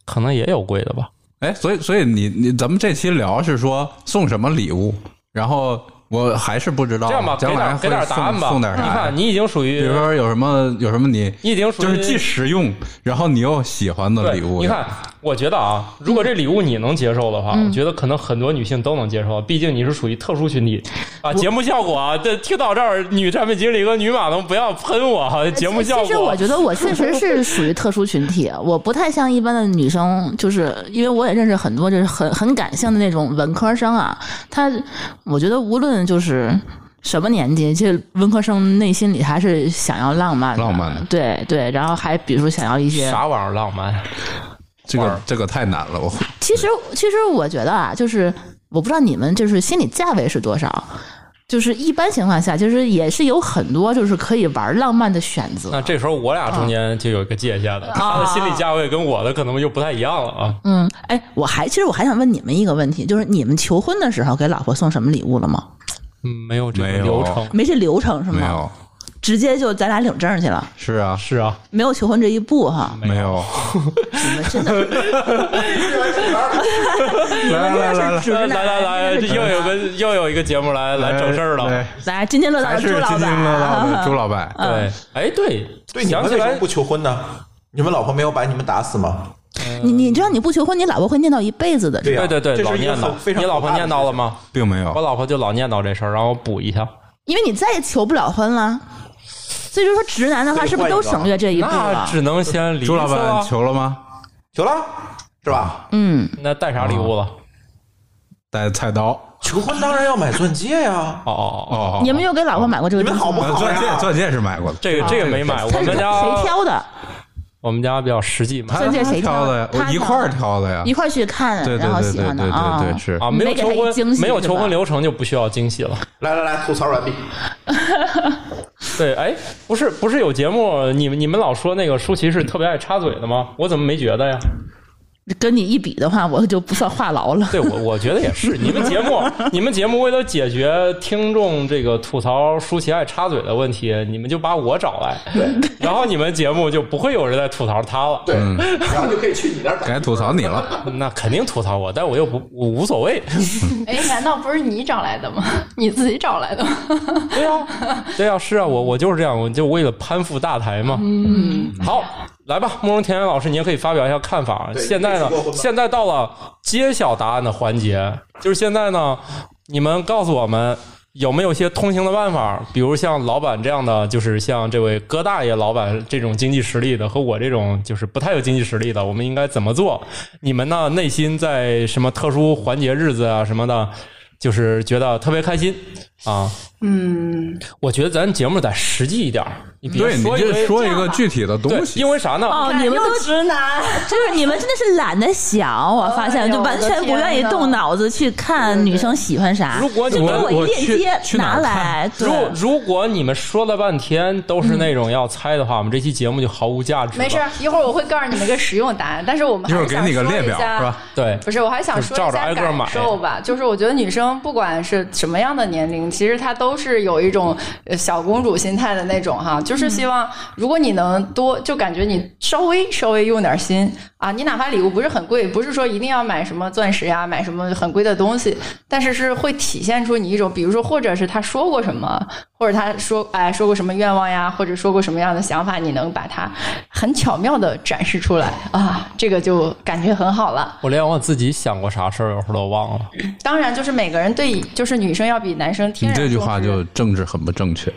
Speaker 1: 可能也有贵的吧。
Speaker 4: 哎，所以所以你你咱们这期聊是说送什么礼物，然后我还是不知道，
Speaker 1: 这样吧，给
Speaker 4: 哦将来
Speaker 1: 点
Speaker 4: 会
Speaker 1: 给点
Speaker 4: 送
Speaker 1: 答案吧。
Speaker 4: 送点
Speaker 1: 你
Speaker 4: 啥
Speaker 1: 看，
Speaker 4: 呀？
Speaker 1: 你已经属于
Speaker 4: 比如说有什么有什么你
Speaker 1: 你已经属于
Speaker 4: 就是既实用，然后你又喜欢的
Speaker 1: 对，
Speaker 4: 礼物。
Speaker 1: 你看，我觉得啊，如果这礼物你能接受的话，
Speaker 5: 嗯
Speaker 1: 我觉得可能很多女性都能接受，毕竟你是属于特殊群体啊。节目效果啊，这听到这儿，女产品经理和女码农不要喷我啊， [laughs] 节目效果。
Speaker 5: 其实我觉得我确
Speaker 1: [laughs]
Speaker 5: 实是属于特殊群体，我不太像一般的女生，就是因为我也认识很多就是很很感性的那种文科生啊。他，我觉得无论就是什么年纪，其实文科生内心里还是想要浪漫的，
Speaker 4: 浪漫的
Speaker 5: 对对，然后还比如说想要一些
Speaker 1: 啥玩意儿浪漫？
Speaker 4: 啊这
Speaker 1: 花
Speaker 4: 个
Speaker 1: 儿
Speaker 4: 这个太难了，我
Speaker 5: 其实，其实我觉得啊，就是我不知道你们就是心理价位是多少，就是一般情况下，就是也是有很多就是可以玩浪漫的选
Speaker 1: 那
Speaker 5: 择。
Speaker 1: 这时候我俩中间就有一个界限了，他的心理价位跟我的可能就不太一样了啊。
Speaker 5: 啊嗯，哎，我还其实我还想问你们一个问题，就是你们求婚的时候给老婆送什么礼物了吗？
Speaker 1: 嗯，没有这
Speaker 4: 没
Speaker 1: 个
Speaker 4: 有
Speaker 1: 流程。
Speaker 5: 没这流程是吗？
Speaker 4: 没有，
Speaker 5: 直接就咱俩领证去了，
Speaker 4: 是啊，
Speaker 1: 是啊，
Speaker 5: 没有求婚这一步哈。
Speaker 4: 没有。
Speaker 5: 你们真的，
Speaker 4: 来来来来
Speaker 5: 直
Speaker 1: 来
Speaker 5: 男
Speaker 1: 来来，
Speaker 5: 真的是直
Speaker 1: 又
Speaker 5: 男 [laughs]
Speaker 1: 有个又有一个节目来来整事儿
Speaker 6: 哎
Speaker 1: 了。
Speaker 4: 来
Speaker 5: 来津津乐道
Speaker 4: 还
Speaker 5: 的
Speaker 4: 是
Speaker 5: 朱老
Speaker 4: 津津乐道的
Speaker 5: 板，啊
Speaker 4: 朱老板。
Speaker 5: 嗯
Speaker 1: 对，哎，对，
Speaker 6: 对，你们
Speaker 1: 想起
Speaker 6: 为什么
Speaker 1: 来
Speaker 6: 不求婚呢？你们老婆没有把你们打死吗？
Speaker 5: 你你知道你不求婚，你老婆会念叨一辈子的。
Speaker 6: 对呀、
Speaker 1: 对对对，
Speaker 6: 啊这
Speaker 1: 老
Speaker 6: 是一
Speaker 1: 念
Speaker 6: 个
Speaker 1: 叨
Speaker 6: 很非，常
Speaker 1: 你老婆
Speaker 6: 可怕的
Speaker 1: 念叨了
Speaker 6: 事情？啊
Speaker 1: 吗？
Speaker 4: 并没
Speaker 1: 我
Speaker 4: 有，
Speaker 1: 老婆就老念叨这事儿，让我补一下。
Speaker 5: 因为你再也求不了婚了。所以就说直男的话，
Speaker 6: 所以
Speaker 5: 是不是都省略这一步啊
Speaker 1: 那
Speaker 5: 了？
Speaker 1: 只能先离啊
Speaker 4: 朱老板
Speaker 1: 了。
Speaker 4: 求了吗？
Speaker 6: 求了是吧？
Speaker 5: 嗯，
Speaker 1: 那带啥礼物
Speaker 6: 啊
Speaker 1: 了？
Speaker 4: 带菜刀。
Speaker 6: 求婚当然要买钻戒呀、
Speaker 1: 哦哦哦，
Speaker 4: 哦，
Speaker 5: 你们有给老婆买过这个
Speaker 6: 你
Speaker 5: 东
Speaker 6: 们
Speaker 5: 西
Speaker 6: 好不
Speaker 5: 吗？
Speaker 4: 呃
Speaker 6: 好
Speaker 4: 钻戒
Speaker 6: 呀？
Speaker 4: 钻戒是买过的，
Speaker 1: 这个
Speaker 6: 啊
Speaker 1: 这个没买，我
Speaker 5: 他是
Speaker 1: 们家
Speaker 5: 谁挑的？
Speaker 1: 我们家比较实际嘛
Speaker 5: 钻戒
Speaker 4: 他
Speaker 5: 谁挑
Speaker 4: 挑的呀？
Speaker 5: 他
Speaker 4: 我一
Speaker 5: 挑
Speaker 4: 块儿挑的呀。
Speaker 5: 一块儿去看，
Speaker 4: 对对
Speaker 5: 然后
Speaker 4: 对
Speaker 5: 喜
Speaker 4: 对
Speaker 5: 欢的
Speaker 4: 对
Speaker 5: 啊
Speaker 4: 对对，是
Speaker 1: 啊，没有
Speaker 5: 没给
Speaker 1: 求
Speaker 5: 他一惊
Speaker 1: 婚，
Speaker 5: 喜
Speaker 1: 没有
Speaker 5: 是
Speaker 1: 求
Speaker 5: 吧
Speaker 1: 婚流程就不需要惊喜了。
Speaker 6: 来来来，吐槽完毕。
Speaker 1: 对，哎，不是不是有节目，你们你们老说那个舒淇是特别爱插嘴的吗？我怎么没觉得呀？
Speaker 5: 跟你一比的话，我就不算话痨了。
Speaker 1: 对我我觉得也是， [laughs] 你们节目你们节目为了解决听众这个吐槽舒淇爱插嘴的问题，你们就把我找来，然后你们节目就不会有人再吐槽他了。
Speaker 6: 对，然后就可以去你那儿打。
Speaker 4: 该吐槽你了。
Speaker 1: 那肯定吐槽我，但我又不我无所谓。
Speaker 2: 哎，难道不是你找来的吗？ [laughs] 你自己找来的吗？ [laughs]
Speaker 1: 对啊，对啊，是啊，我我就是这样，我就为了攀附大台嘛。嗯，好，来吧，慕容田园老师，您可以发表一下看法。
Speaker 6: 对
Speaker 1: 现在呢
Speaker 6: 你可以提过，婚吧
Speaker 1: 现在到了揭晓答案的环节，就是现在呢，你们告诉我们。有没有一些通行的办法？比如像老板这样的，就是像这位戈大爷老板这种经济实力的，和我这种就是不太有经济实力的，我们应该怎么做？你们呢，内心在什么特殊环节、日子啊什么的，就是觉得特别开心啊？
Speaker 2: 嗯，
Speaker 1: 我觉得咱节目得实际一点儿，你别
Speaker 4: [laughs] 对，你
Speaker 1: 说一
Speaker 4: 就
Speaker 1: 堆
Speaker 4: 说一个具体的
Speaker 1: 对
Speaker 4: 东，西。
Speaker 1: 因为啥呢？
Speaker 5: 哦，你们都
Speaker 2: 直男，
Speaker 5: 就是你们真的是懒得
Speaker 2: [laughs]
Speaker 5: 想，我发
Speaker 2: 哎
Speaker 5: 现
Speaker 2: 呦
Speaker 5: 就完全不愿意动脑子去看女生喜欢啥。
Speaker 1: 如果你
Speaker 5: 就给
Speaker 1: 们
Speaker 5: 我一链
Speaker 4: 我去去
Speaker 5: 接
Speaker 4: 哪
Speaker 5: 拿
Speaker 4: 儿看
Speaker 5: 来，对
Speaker 1: 如如果你们说了半天都是那种要猜的话，我们这期节目就毫无价值。
Speaker 2: 嗯没事，，一会儿我会告诉你们一个实用答案，但是我们
Speaker 4: 一
Speaker 2: 还
Speaker 4: 会
Speaker 2: 是
Speaker 4: 儿给
Speaker 2: 想
Speaker 4: 你个
Speaker 2: 说
Speaker 4: 列
Speaker 2: 一
Speaker 4: 表
Speaker 2: 下
Speaker 4: 是吧？？
Speaker 1: 对，
Speaker 2: 不是，我还想
Speaker 1: 就是
Speaker 2: 说
Speaker 1: 照
Speaker 2: 一
Speaker 1: 着挨
Speaker 2: 下
Speaker 1: 个儿买
Speaker 2: 感受吧。就是我觉得女生不管是什么样的年龄，其实她都是有一种呃小公主心态的那种哈，就是希望如果你能多，就感觉你稍微稍微用点心啊，你哪怕礼物不是很贵，不是说一定要买什么钻石呀，买什么很贵的东西，但是是会体现出你一种，比如说或者是她说过什么，或者她说哎说过什么愿望呀，或者说过什么样的想法，你能把它很巧妙的展示出来啊，这个就感觉很好了。
Speaker 1: 我连我自己想过啥事儿，有时候都忘了。
Speaker 2: 当然，就是每个人对，就是女生要比男生
Speaker 4: 你
Speaker 2: 天然
Speaker 4: 这句
Speaker 2: 重视
Speaker 4: 话就政治很不正确。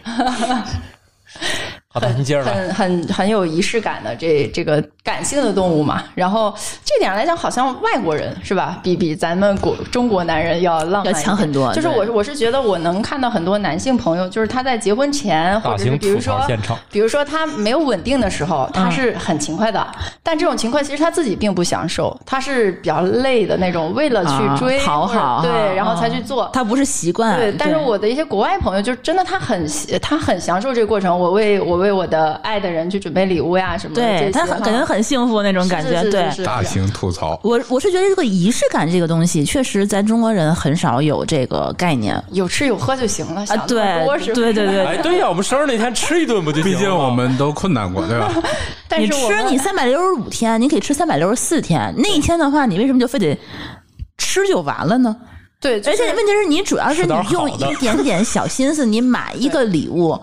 Speaker 1: 好的，您接着来。
Speaker 2: 很很很有仪式感的这这个感性的动物嘛。然后这点来讲，好像外国人是吧，比比咱们国中国男人要浪漫一点
Speaker 5: 要强很多
Speaker 2: 就是
Speaker 5: 对
Speaker 2: 我我是觉得我能看到很多男性朋友，就是他在结婚前或
Speaker 1: 大
Speaker 2: 者是
Speaker 1: 型
Speaker 2: 比
Speaker 1: 吐
Speaker 2: 如说
Speaker 1: 槽现场，
Speaker 2: 比如说他没有稳定的时候，他是很勤快的，但这种勤快其实他自己并不享受，他是比较累的那种，为了去追、
Speaker 5: 啊讨好
Speaker 2: 或者
Speaker 5: 啊
Speaker 2: 对，然后才去做。
Speaker 5: 他不是习惯。
Speaker 2: 对，但是我的一些国外朋友，就真的他很喜他很享受这个过程。我为我为我的爱的人去准备礼物呀什么的这
Speaker 5: 对
Speaker 2: 些
Speaker 5: 他很
Speaker 2: 哈
Speaker 5: 感觉很幸福那种
Speaker 2: 是
Speaker 5: 感
Speaker 2: 是
Speaker 5: 觉，
Speaker 2: 是
Speaker 5: 对
Speaker 2: 是。是
Speaker 4: 大型吐槽。
Speaker 5: 我我是觉得这个仪式感这个东西，确实咱中国人很少有这个概念啊，
Speaker 2: 有吃有喝就行了，想那么
Speaker 5: 对
Speaker 2: 多是吧
Speaker 5: 对对对，
Speaker 1: 哎，对呀，我们生日那天吃一顿不就行
Speaker 4: [laughs] 毕
Speaker 1: 了吗？
Speaker 4: 竟我们都困难过，对吧？
Speaker 2: [laughs] 但
Speaker 5: 你
Speaker 2: 是我
Speaker 5: 吃
Speaker 2: 们
Speaker 5: 你三百六十五天，你可以吃三百六十四天，那一天的话，你为什么就非得吃就完了呢？
Speaker 2: 对，就
Speaker 5: 而且
Speaker 2: 是
Speaker 5: 问题是你主要是
Speaker 1: 吃
Speaker 5: 你
Speaker 1: 点儿
Speaker 5: 用
Speaker 1: 好的
Speaker 5: 一点点小心思，你买一个礼物，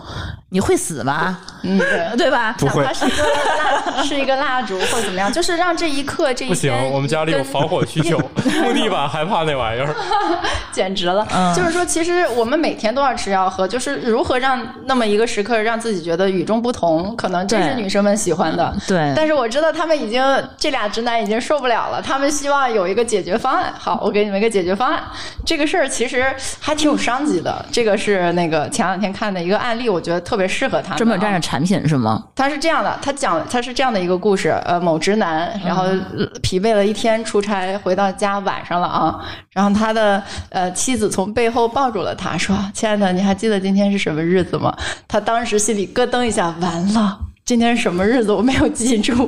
Speaker 5: 你会死吗？
Speaker 2: 嗯对。
Speaker 5: 对吧？
Speaker 4: 不会
Speaker 2: 它是一个蜡，是一个蜡烛或者怎么样，就是让这一刻这一
Speaker 1: 不行
Speaker 2: 天，
Speaker 1: 我们家里有
Speaker 2: 跟
Speaker 1: 防火需求， [laughs] 木地板害怕那玩意儿。
Speaker 2: [laughs] 简直了！
Speaker 5: 嗯
Speaker 2: 就是说，其实我们每天都要吃要喝，就是如何让那么一个时刻让自己觉得与众不同，可能这是
Speaker 5: 对
Speaker 2: 女生们喜欢的。
Speaker 5: 对
Speaker 2: 但是我知道他们已经这俩直男已经受不了了，他们希望有一个解决方案。好，我给你们一个解决方案。这个事儿其实还挺有商机的，这个是那个前两天看的一个案例，我觉得特别适合他们啊。
Speaker 5: 专门有这样的产品是吗？
Speaker 2: 他是这样的，他讲他是这样的一个故事，呃，某直男，然后呃疲惫了一天出差，回到家晚上了啊，然后他的呃妻子从背后抱住了他，说：“亲爱的，你还记得今天是什么日子吗？”他当时心里咯噔一下，完了。今天是什么日子？我没有记住，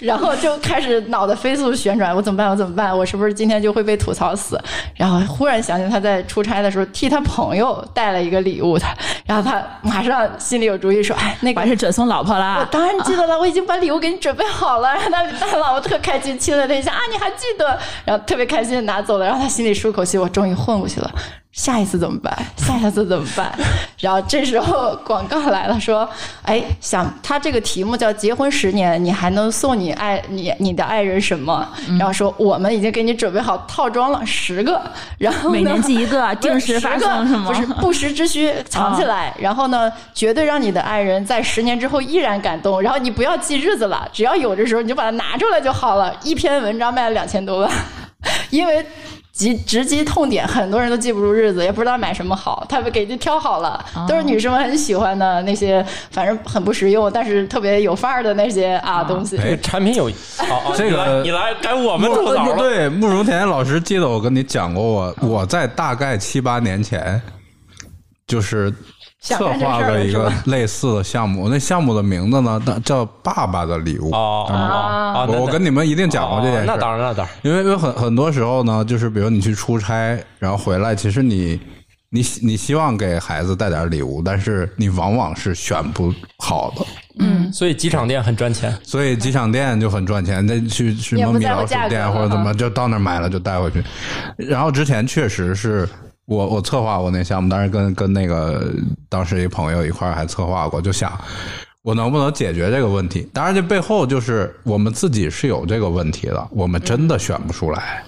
Speaker 2: 然后就开始脑袋飞速旋转，我怎么办？我怎么办？我是不是今天就会被吐槽死？然后忽然想起他在出差的时候替他朋友带了一个礼物，他，然后他马上心里有主意说：“哎，那个
Speaker 5: 我还是转送老婆
Speaker 2: 我
Speaker 5: 啦。
Speaker 2: 当然记得了，我已经把礼物给你准备好了。然 [laughs] 后那大佬我特开心，亲了他一下啊，你还记得？然后特别开心的拿走了，然后他心里舒口气，我终于混过去了。下一次怎么办？ [laughs] 下下次怎么办？然后这时候广告来了，说：“哎，想他这个题目叫‘结婚十年，你还能送你爱你你的爱人什么’，
Speaker 5: 嗯
Speaker 2: 然后说我们已经给你准备好套装了，十个，然后呢
Speaker 5: 每年寄一个，
Speaker 2: 不是
Speaker 5: 定时发
Speaker 2: 十个
Speaker 5: 送是吗？啊
Speaker 2: 不是不时之需，藏起来，然后呢，绝对让你的爱人在十年之后依然感动。然后你不要记日子了，只要有的时候你就把它拿出来就好了。一篇文章卖了两千多万， [laughs] 因为。直直击痛点，很多人都记不住日子，也不知道买什么好。他们给你挑好了，
Speaker 5: 哦
Speaker 2: 都是女生们很喜欢的那些，反正很不实用，但是特别有范儿的那些啊东西。
Speaker 1: 这产品有，哦哦
Speaker 4: 这个
Speaker 1: 你来，你来该 [laughs] 我们
Speaker 4: 慕
Speaker 1: 吐槽了。
Speaker 4: 对，慕容田老师记得我跟你讲过我，我在大概七八年前，就是
Speaker 2: 想
Speaker 4: 策
Speaker 2: 干这
Speaker 4: 划
Speaker 2: 事儿
Speaker 4: 了
Speaker 2: 了
Speaker 4: 一
Speaker 2: 是
Speaker 4: 个
Speaker 2: 吧
Speaker 4: 类似的项目，那项目的名字呢那叫《爸爸的礼物》嗯
Speaker 1: 哦哦哦哦，那
Speaker 4: 我我跟你们一定讲过这件事，
Speaker 1: 哦那当然，那当然。
Speaker 4: 因为因为很很多时候呢，就是比如你去出差，然后回来，其实你你你希望给孩子带点礼物，但是你往往是选不好的，
Speaker 1: 所以机场店很赚钱，
Speaker 4: 所以机场店就很赚钱，那去去什么米
Speaker 2: 也不在乎
Speaker 4: 老鼠
Speaker 2: 价格
Speaker 4: 店
Speaker 2: 了
Speaker 4: 或者怎么，就到那儿买了就带回去。然后之前确实是我我策划过那项目，当时跟跟那个当时一朋友一块儿还策划过，就想我能不能解决这个问题。当然，这背后就是我们自己是有这个问题的，我们真的选不出来。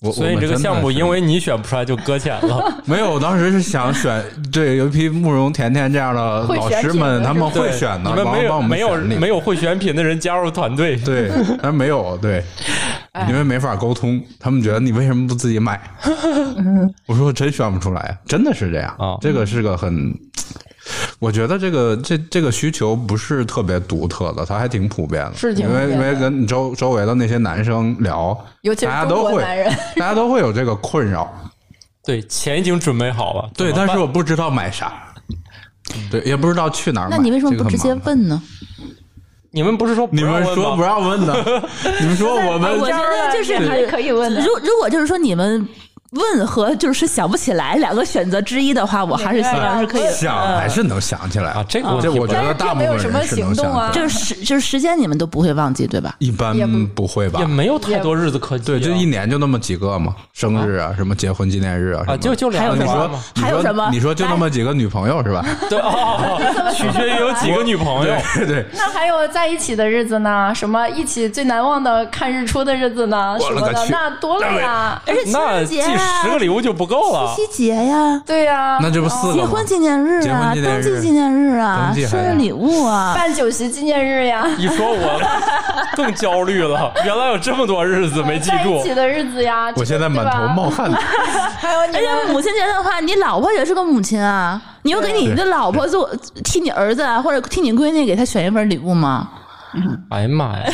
Speaker 4: 我
Speaker 1: 所以这个项目因为你选不出来就搁浅了。
Speaker 4: 没有，我当时是想选，对，有一批慕容甜甜这样的
Speaker 2: 会
Speaker 4: 老
Speaker 2: 选
Speaker 4: 师
Speaker 2: 品的
Speaker 4: 们，他们 [laughs] 会
Speaker 1: 对
Speaker 4: 选的，
Speaker 1: 你们
Speaker 4: 帮
Speaker 1: 没
Speaker 4: 帮
Speaker 1: 有
Speaker 4: 我们
Speaker 1: 没有
Speaker 4: 选那个
Speaker 1: 没有会选品的人加入团队，
Speaker 4: [laughs] 对，但是没有对，因为没法沟通，他们觉得你为什么不自己买？我说我真选不出来，真的是这样。
Speaker 1: 啊
Speaker 4: 这个是个很，我觉得这个这这个需求不是特别独特的，它还挺普遍的。
Speaker 2: 是挺
Speaker 4: 因
Speaker 2: 普
Speaker 4: 为
Speaker 2: 遍
Speaker 4: 因
Speaker 2: 的
Speaker 4: 为跟你周周围的那些男生聊，
Speaker 2: 尤其是
Speaker 4: 大家都
Speaker 2: 中
Speaker 4: 会
Speaker 2: 国男人，
Speaker 4: 大家都会有这个
Speaker 1: [laughs]
Speaker 4: 困扰。
Speaker 1: 对，钱已经准备好了。
Speaker 4: 对，
Speaker 1: 怎么
Speaker 4: 但是
Speaker 1: 办
Speaker 4: 我不知道买啥。对，也不知道去哪儿买。
Speaker 5: 那你为什么
Speaker 4: 这个
Speaker 5: 不
Speaker 4: 很
Speaker 5: 直接
Speaker 4: 麻烦？
Speaker 5: 问呢？
Speaker 1: 你们不是说不
Speaker 4: 你
Speaker 1: 让
Speaker 4: 们
Speaker 1: 问
Speaker 4: 说
Speaker 1: 吗
Speaker 4: 不让问的， [laughs] 你们说
Speaker 2: 啊
Speaker 4: 我们
Speaker 5: 我觉得就是
Speaker 2: 还是可以问的。
Speaker 5: 如如果就是说你们问和就是想不起来两个选择之一的话，我还是希望是可以
Speaker 4: 想还是能想起来
Speaker 1: 啊？这个我
Speaker 4: 这我觉
Speaker 2: 但
Speaker 4: 得
Speaker 2: 是
Speaker 4: 大
Speaker 2: 并
Speaker 4: 部
Speaker 2: 没
Speaker 4: 分
Speaker 2: 有
Speaker 4: 人
Speaker 2: 什么
Speaker 4: 是能
Speaker 2: 行动
Speaker 4: 想
Speaker 2: 啊
Speaker 4: 起来
Speaker 5: 就是时就是时间你们都不会忘记对吧？
Speaker 4: 一般
Speaker 2: 也不
Speaker 4: 不会吧
Speaker 1: 也？没有太多日子可记啊，
Speaker 4: 对，就一年就那么几个嘛，生日啊，什么结婚纪念日啊，什
Speaker 1: 啊，
Speaker 4: 么
Speaker 1: 就就
Speaker 5: 还有
Speaker 1: 两个
Speaker 5: 什
Speaker 4: 你
Speaker 5: 么
Speaker 1: 娃
Speaker 4: 说
Speaker 1: 嘛
Speaker 4: 你
Speaker 5: 还有
Speaker 4: 说
Speaker 5: 什么
Speaker 4: 你说就那么几个女朋友是吧？
Speaker 1: 对哦哦，哦 [laughs] 取决于有几个女朋友。
Speaker 4: 对对，
Speaker 2: 那还有在一起的日子呢？什么一起最难忘的看日出的日子呢？
Speaker 4: 我
Speaker 2: 什
Speaker 4: 勒
Speaker 2: 么
Speaker 4: 个
Speaker 2: 的
Speaker 4: 去，
Speaker 2: 那多了呀。
Speaker 1: [laughs]
Speaker 5: 而哎且情
Speaker 1: 那
Speaker 5: 人节
Speaker 1: 寄
Speaker 5: 啊
Speaker 1: 十个礼物就不够了。
Speaker 5: 七夕节呀、
Speaker 2: 对呀、
Speaker 4: 那这不四个
Speaker 5: 哦结
Speaker 4: 吗
Speaker 5: 婚纪念日啊，
Speaker 4: 结婚
Speaker 5: 登
Speaker 4: 纪念日
Speaker 5: 记纪念日啊，
Speaker 4: 登记还
Speaker 5: 生
Speaker 4: 有
Speaker 5: 日礼物啊，
Speaker 2: 办酒席纪念日呀，
Speaker 1: 一说我 [laughs] 更焦虑了，原来有这么多日子没记
Speaker 2: 在一
Speaker 1: 住。
Speaker 2: 起的日子呀。
Speaker 4: 我现在满头哎冒汗，
Speaker 2: 汗。还有你
Speaker 5: 而且
Speaker 2: 们
Speaker 5: 哎母亲节的话，你老婆也是个母亲啊，你又给你的老婆做替你儿子啊，或者替你闺女给她选一份礼物吗？
Speaker 1: 哎呀妈呀，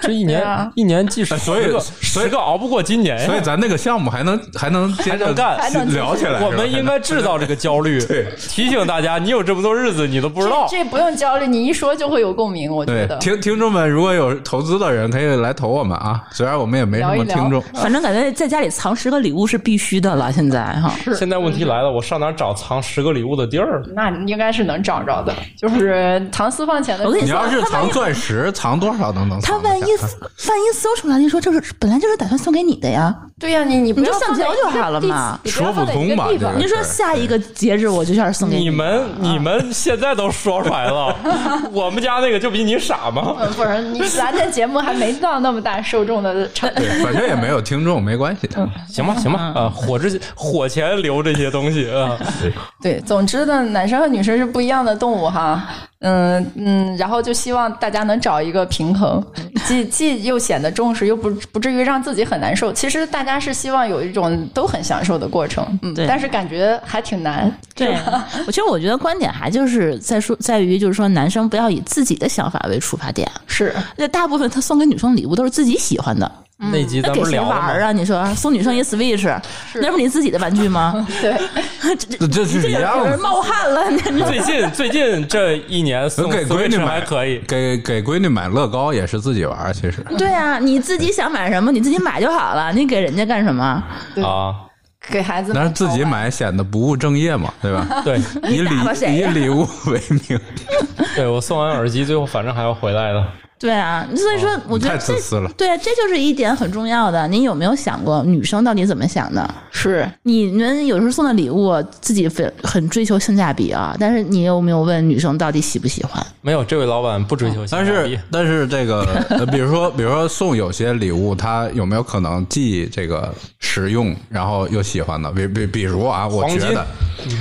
Speaker 1: 这一
Speaker 5: [laughs]
Speaker 1: 年、
Speaker 2: 对啊
Speaker 1: 一年即使
Speaker 4: 哎所以
Speaker 1: 十个
Speaker 4: 所以
Speaker 1: 十个熬不过今年呀，
Speaker 4: 所以咱那个项目还能还能接
Speaker 1: 还
Speaker 4: 着
Speaker 1: 能干还
Speaker 2: 能
Speaker 4: 聊起来，
Speaker 1: 我们应该制造这个焦 [laughs] 虑，
Speaker 4: 对
Speaker 1: 提醒大家，你有这么多日子你都不知道。
Speaker 2: 这这不用焦虑，你一说就会有共鸣，我觉
Speaker 4: 哦对
Speaker 2: 得。
Speaker 4: 听听众们，如果有投资的人可以来投我们啊，虽然我们也没什
Speaker 2: 聊
Speaker 4: 么
Speaker 2: 一聊
Speaker 4: 听众，
Speaker 5: 反正感觉在家里藏十个礼物是必须的了，现在哈。
Speaker 1: 现在问题来了，我上哪儿找藏十个礼物的地儿？
Speaker 2: 那你应该是能找着的，就是藏私房钱的。
Speaker 5: 我跟
Speaker 4: 你
Speaker 5: 说
Speaker 4: 要是藏钻石，藏多少都能
Speaker 5: 他
Speaker 4: 藏得
Speaker 5: 万
Speaker 4: 下。
Speaker 5: 一万一搜出来，你说这是本来就是打算送给你的呀。
Speaker 2: 对呀、你你不
Speaker 5: 你就
Speaker 2: 要
Speaker 5: 橡
Speaker 2: 放在
Speaker 5: 胶
Speaker 2: 一
Speaker 5: 就
Speaker 2: 个
Speaker 5: 好了
Speaker 2: 地
Speaker 5: 嘛
Speaker 2: 你不要放在一个
Speaker 4: 说不通嘛
Speaker 2: 地方
Speaker 4: 这
Speaker 5: 你
Speaker 4: 个
Speaker 5: 说下一个节日我就要是送给
Speaker 1: 你
Speaker 5: 的
Speaker 1: 们你们现在都说出来
Speaker 5: [laughs]
Speaker 1: 了，我们家那个就比你傻吗？
Speaker 2: 嗯，不是你，咱这节目还没到那么大受众的程度。
Speaker 4: 对，反正也没有听众，没关系的。
Speaker 1: 行吧行
Speaker 5: 嗯
Speaker 1: 吧，啊，火之火前留这些东西啊，
Speaker 2: 对，总之呢，男生和女生是不一样的动物哈。嗯嗯，然后就希望大家能找一个平衡，既既又显得重视，又不不至于让自己很难受。其实大家是希望有一种都很享受的过程，嗯，
Speaker 5: 对
Speaker 2: 但是感觉还挺难。
Speaker 5: 对，我其实我觉得观点还就是在说，在于就是说，男生不要以自己的想法为出发点。
Speaker 2: 是，
Speaker 5: 那大部分他送给女生礼物都是自己喜欢的，
Speaker 1: 那集
Speaker 5: 嗯那
Speaker 1: 咱
Speaker 5: 给
Speaker 1: 不是
Speaker 5: 谁
Speaker 1: 聊了
Speaker 5: 玩
Speaker 1: 吗
Speaker 5: 儿？啊？你说送女生一 Switch，那不是你自己的玩具
Speaker 4: [laughs]
Speaker 5: 吗？
Speaker 2: 对，
Speaker 4: 这这是一样
Speaker 5: 有人
Speaker 4: 的。
Speaker 5: 冒汗了，你
Speaker 1: [laughs]
Speaker 4: [laughs]
Speaker 1: 最近最近这一年送
Speaker 4: 给闺
Speaker 1: Switch
Speaker 4: 女买
Speaker 1: 还可以，
Speaker 4: 给给闺女买乐高也是自己玩儿，其实
Speaker 5: 对啊，你自己想买什么你自己买就好了，你给人家干什么？
Speaker 2: 对
Speaker 1: 啊，
Speaker 2: 给孩子们
Speaker 4: 但是自己
Speaker 2: 好玩
Speaker 4: 买显得不务正业嘛，
Speaker 5: [laughs]
Speaker 4: 对吧？
Speaker 1: 对
Speaker 4: 以礼
Speaker 5: 打发谁
Speaker 4: 以
Speaker 5: 呀
Speaker 4: 礼物为名，
Speaker 1: 对，我送完耳机，最后反正还要回来的。
Speaker 5: 对啊，所以说我觉
Speaker 4: 哦太
Speaker 5: 得这
Speaker 4: 自。私了。
Speaker 5: 对啊，这就是一点很重要的。你有没有想过女生到底怎么想的？
Speaker 2: 是
Speaker 5: 你们有时候送的礼物自己很很追求性价比啊，但是你有没有问女生到底喜不喜欢？
Speaker 1: 没有，这位老板不追求性价
Speaker 4: 哦但
Speaker 1: 比，
Speaker 4: 是但是
Speaker 1: [laughs]
Speaker 4: 这个，呃比如说比如说送有些礼物，它有没有可能既这个实用，然后又喜欢的？比比比如啊，我
Speaker 1: 黄金
Speaker 4: 觉得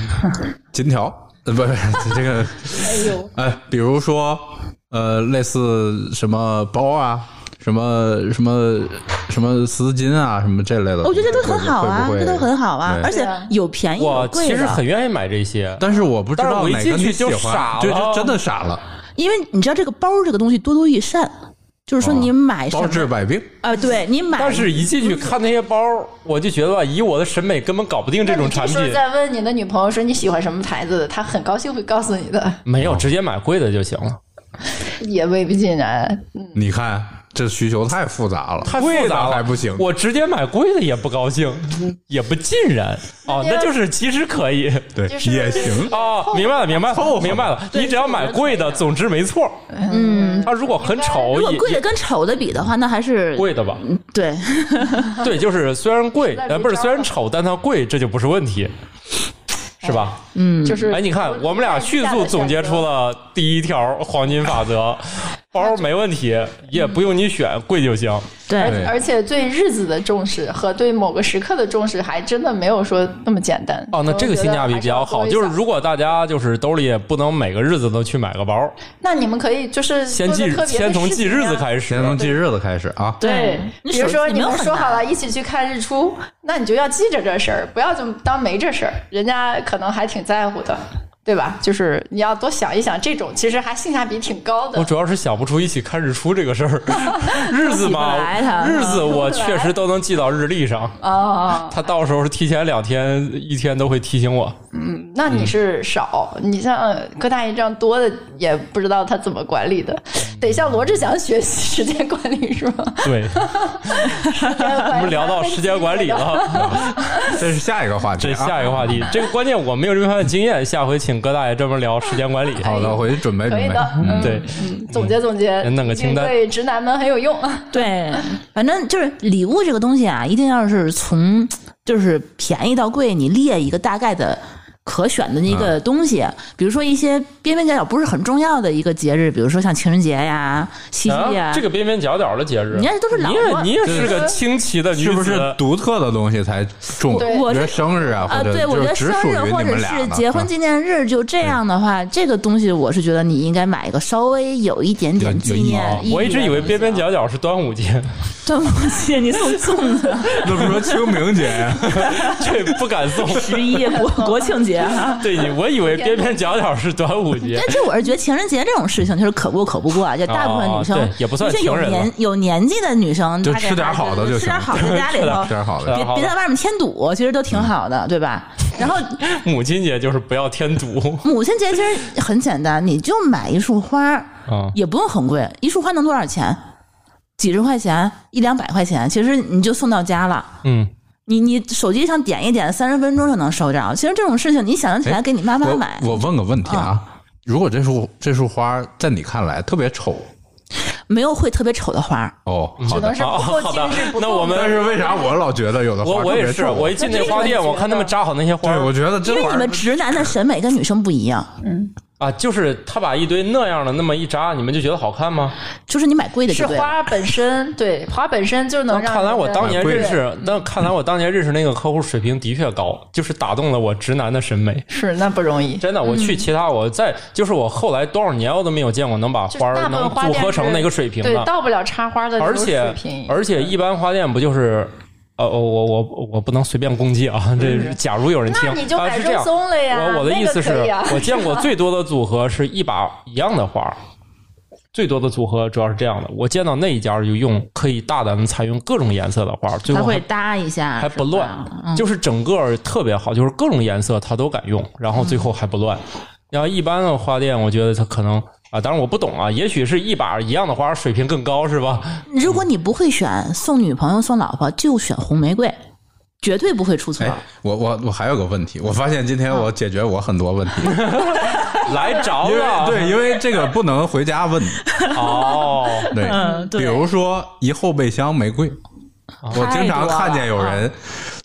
Speaker 4: [laughs] 金条，呃，不是这个， [laughs] 哎，比如说呃，类似什么包啊。什么什么什么丝巾啊，什么这类的，
Speaker 5: 哦我觉得这都很好啊，
Speaker 4: 会不会
Speaker 5: 这都很好啊
Speaker 4: 对，
Speaker 5: 而且
Speaker 2: 对啊
Speaker 5: 有便宜
Speaker 1: 我
Speaker 5: 有贵
Speaker 1: 其实很
Speaker 5: 的。
Speaker 1: 愿意买这些，
Speaker 4: 但是我不知
Speaker 1: 但是
Speaker 4: 道
Speaker 1: 我一
Speaker 4: 哪
Speaker 1: 进
Speaker 4: 个你
Speaker 1: 去
Speaker 4: 喜
Speaker 1: 就
Speaker 4: 欢，
Speaker 1: 傻
Speaker 4: 对，
Speaker 1: 了
Speaker 4: 就真的傻了，
Speaker 5: 因为你知道这个包这个东西多多益善，就是
Speaker 1: 啊
Speaker 5: 说你买什
Speaker 4: 包
Speaker 5: 么
Speaker 4: 治百病。
Speaker 5: 啊，对你买，
Speaker 1: 但是一进
Speaker 2: 嗯
Speaker 1: 去看那些包，我就觉得吧，以我的审美根本搞不定这种产
Speaker 2: 那你这
Speaker 1: 品
Speaker 2: 时候。再问你的女朋友说你喜欢什么牌子的，她很高兴会告诉你的，
Speaker 1: 没有，直接买贵的就行了。
Speaker 2: 也未必尽然。嗯
Speaker 4: 你看这需求太复杂了，
Speaker 1: 太
Speaker 4: 贵
Speaker 1: 复
Speaker 4: 的
Speaker 1: 杂了，
Speaker 4: 还不行。
Speaker 1: 我直接买贵的也不高兴，
Speaker 2: [laughs]
Speaker 1: 也不尽然哦，
Speaker 2: 那
Speaker 1: 那
Speaker 2: 要
Speaker 1: 就是其实可以
Speaker 4: 对
Speaker 2: 就是
Speaker 4: 也
Speaker 5: [laughs]
Speaker 4: 行，
Speaker 1: 哦，明白了，明白了，明白了。你只要买贵的，总之没错。
Speaker 5: 嗯，
Speaker 1: 它如果很
Speaker 5: 如
Speaker 1: 丑，
Speaker 5: 果
Speaker 1: 也
Speaker 5: 贵的嗯跟丑的比的话，那还是
Speaker 1: 贵的吧？
Speaker 5: 对，
Speaker 1: [laughs] 对，就是虽然贵，呃，不是虽然丑，但它贵，这就不是问题，是吧？
Speaker 2: 就是
Speaker 1: 哎，你看，我们俩迅速总结出了第一条黄金法则：包没问题，也不用你选，贵就行。
Speaker 5: 对
Speaker 4: 对
Speaker 2: 而且对日子的重视和对某个时刻的重视，还真的没有说那么简单。
Speaker 1: 哦，那这个性价比比较好。就是如果大家就是兜里也不能每个日子都去买个包，
Speaker 2: 那你们可以就是
Speaker 1: 先
Speaker 2: 做
Speaker 1: 记
Speaker 2: 个特别的
Speaker 1: 先从记日子
Speaker 2: 事情啊。
Speaker 1: 开始嗯
Speaker 4: 先。从记日子开始啊，
Speaker 2: 对，
Speaker 5: 你
Speaker 2: 比如
Speaker 5: 手
Speaker 2: 说
Speaker 5: 机
Speaker 2: 你
Speaker 5: 没有
Speaker 2: 们
Speaker 5: 很
Speaker 2: 说好
Speaker 5: 大
Speaker 2: 了一起去看日出，那你就要记着这事儿，不要就当没这事儿，人家可能还挺在乎的，对吧？就是你要多想一想，这种其实还性价比挺高的。
Speaker 1: 我主要是想不出一起看日出这个事
Speaker 5: [laughs]
Speaker 1: 儿，日子嘛
Speaker 5: 起不来哦他，
Speaker 1: 日子我确实都能记到日历上。
Speaker 2: 啊，
Speaker 1: 他到时候提前两天、一天都会提醒我。
Speaker 2: 那
Speaker 1: 嗯
Speaker 2: 你是少，你像柯大爷这样多的，也不知道他怎么管理的，
Speaker 1: 嗯
Speaker 2: 得向罗志祥学习时间管理是吗？
Speaker 5: [laughs]
Speaker 1: 对，我
Speaker 2: 我
Speaker 1: 们聊到时间管理。了。
Speaker 5: 啊
Speaker 4: 这是下一个话题
Speaker 1: 这
Speaker 4: 啊。
Speaker 1: 下一个话题，这个关键我没有这方面的经验，下回请葛大爷专门聊时间管
Speaker 5: 哎
Speaker 1: 理。
Speaker 4: 好的，回去准备
Speaker 2: 可
Speaker 4: 准
Speaker 2: 以
Speaker 4: 备。
Speaker 2: 的，
Speaker 4: 嗯
Speaker 2: 嗯
Speaker 1: 对，
Speaker 2: 嗯总结总结，
Speaker 1: 嗯弄个清单
Speaker 2: 一定对直男们很有用。啊
Speaker 5: 对，反正就是礼物这个东西啊，一定要是从就是便宜到贵，你列一个大概的。可选的那个东西，啊
Speaker 1: 啊
Speaker 5: 比如说一些边边角角不是很重要的一个节日，比如说像情人节呀、七夕哎呀，
Speaker 1: 啊，这个边边角角的节日，
Speaker 5: 你看都是老
Speaker 1: 你也你也是个清奇的女
Speaker 4: 是不是
Speaker 1: 子，
Speaker 4: 独特的东西才重？
Speaker 2: 对
Speaker 5: 我
Speaker 4: 觉得生日啊，
Speaker 5: 啊，
Speaker 4: 或者
Speaker 5: 对，我
Speaker 4: 就
Speaker 5: 觉
Speaker 4: 是
Speaker 5: 得
Speaker 4: 只
Speaker 5: 生
Speaker 4: 属
Speaker 5: 日
Speaker 4: 于
Speaker 5: 或
Speaker 4: 你
Speaker 5: 者
Speaker 4: 们俩
Speaker 5: 是
Speaker 4: 的
Speaker 5: 结婚
Speaker 4: 啊
Speaker 5: 纪念日，就这样的话，这个东西我是觉得你应该买一个稍微有一点点
Speaker 4: 有
Speaker 5: 纪
Speaker 4: 有意义
Speaker 5: 念
Speaker 4: 啊
Speaker 5: 意义的东西啊。
Speaker 1: 我一直以为边边角角是端午
Speaker 5: [laughs]
Speaker 1: 节，
Speaker 5: 端午节你送粽子，
Speaker 4: 啊
Speaker 5: [laughs]
Speaker 4: 那不是说清明节，啊
Speaker 1: 这不敢送。
Speaker 5: 十一国国庆节节啊。
Speaker 1: 对，我以为边边角角是端午节
Speaker 5: [laughs] 但。这我是觉得情人节这种事情就是可过可不过啊，就大部分女生
Speaker 1: 哦对也不算
Speaker 5: 就是有
Speaker 1: 情人了
Speaker 5: 年有年纪的女生，
Speaker 4: 就
Speaker 5: 大概
Speaker 4: 吃点
Speaker 5: 还是
Speaker 4: 好的就
Speaker 5: 吃点
Speaker 4: 行
Speaker 5: 好的，在家里
Speaker 4: [laughs]
Speaker 5: 头
Speaker 4: 这样好
Speaker 1: 对
Speaker 4: 了，
Speaker 5: 别
Speaker 1: 好
Speaker 5: 别
Speaker 1: 的
Speaker 5: 在外面添堵，其实都挺好的，对吧？然后
Speaker 1: [laughs] 母亲节就是不要添堵
Speaker 5: 母亲节其实很简单，你就买一束花，
Speaker 1: 啊。
Speaker 5: 也不用很贵，一束花能多少钱？几十块钱，一两百块钱，其实你就送到家了。
Speaker 1: 嗯，
Speaker 5: 你你手机上点一点，三十分钟就能收着。其实这种事情，你想得起来
Speaker 4: 哎
Speaker 5: 给你妈妈
Speaker 4: 我
Speaker 5: 买，
Speaker 4: 我问个问题啊，如果这束这束花在你看来特别丑
Speaker 5: 没有会特别丑的花儿。
Speaker 4: 哦，好
Speaker 1: 嗯
Speaker 2: 只能
Speaker 4: 的。
Speaker 2: 是不
Speaker 1: 好
Speaker 2: 够
Speaker 1: 好
Speaker 2: 精致，
Speaker 1: 的
Speaker 2: 不，
Speaker 1: 那
Speaker 2: 够
Speaker 1: 我们
Speaker 4: 但是为啥我老觉得有的花
Speaker 1: 我我
Speaker 4: 特
Speaker 1: 也
Speaker 4: 别
Speaker 1: 是，
Speaker 4: 丑啊
Speaker 1: 我一进那花店，我看他们扎好那些花
Speaker 4: 对，我
Speaker 1: 儿
Speaker 4: 觉得这
Speaker 5: 因为
Speaker 4: 花
Speaker 5: 你们直男的审美跟女生不一样，
Speaker 1: 啊，就是他把一堆那样的那么一扎，你们就觉得好看吗？
Speaker 5: 就是你买贵的
Speaker 2: 是
Speaker 5: 就对了。
Speaker 2: 花本身，对花本身就能
Speaker 1: 那
Speaker 2: 让。
Speaker 1: 看来我当年
Speaker 4: 贵
Speaker 1: 认识，那看来我当年认识那个客户水平的确高，就是打动了我直男的审美。
Speaker 2: 是那不容易，
Speaker 1: 真的，我去其他，我再就是我后来多少年我都没有见过能把
Speaker 2: 就
Speaker 1: 花
Speaker 2: 大
Speaker 1: 儿
Speaker 2: 部分
Speaker 1: 能
Speaker 2: 花
Speaker 1: 组
Speaker 2: 店
Speaker 1: 合成
Speaker 2: 是
Speaker 1: 那个水平
Speaker 2: 对，
Speaker 1: 的，
Speaker 2: 到不了插花的那
Speaker 1: 而
Speaker 2: 种
Speaker 1: 且
Speaker 2: 水平。
Speaker 1: 而且一般花店不就是。呃，我我我我不能随便攻击啊！这是假如有人听
Speaker 2: 嗯那你就
Speaker 1: 啊，
Speaker 2: 买
Speaker 1: 是这样
Speaker 2: 肉。松了呀
Speaker 1: 我我的
Speaker 2: 那
Speaker 1: 意
Speaker 2: 个
Speaker 1: 思是
Speaker 2: 可以啊，
Speaker 1: 我见过最多的组合是一把一样的花儿，最多的组合主要是这样的。我见到那一家就用可以大胆的采用各种颜色的花儿，最
Speaker 5: 它
Speaker 1: 后
Speaker 5: 会
Speaker 1: 还
Speaker 5: 搭一下，
Speaker 1: 还不
Speaker 5: 是吧
Speaker 1: 乱，
Speaker 2: 嗯
Speaker 1: 就是整个儿特别好，就是各种颜色它都敢用，然后最后还不乱。
Speaker 2: 嗯
Speaker 1: 然后一般的花店，我觉得它可能啊，当然我不懂啊，也许是一把一样的花儿水平更高是吧？
Speaker 5: 如果你不会选送女朋友、送老婆，就选红玫瑰，绝对不会出错。
Speaker 4: 哎，我我我还有个问题，我发现今
Speaker 5: 嗯
Speaker 4: 天我解决我很多问
Speaker 5: [laughs]
Speaker 4: 题，
Speaker 1: 来着
Speaker 4: 因为
Speaker 5: 啊
Speaker 1: 了，
Speaker 4: 对，因为这个不能回家
Speaker 5: [laughs]
Speaker 4: 问，
Speaker 1: 哦，
Speaker 4: 对，
Speaker 5: 嗯对哦
Speaker 4: 比如说一后备箱玫瑰，我经常看见有人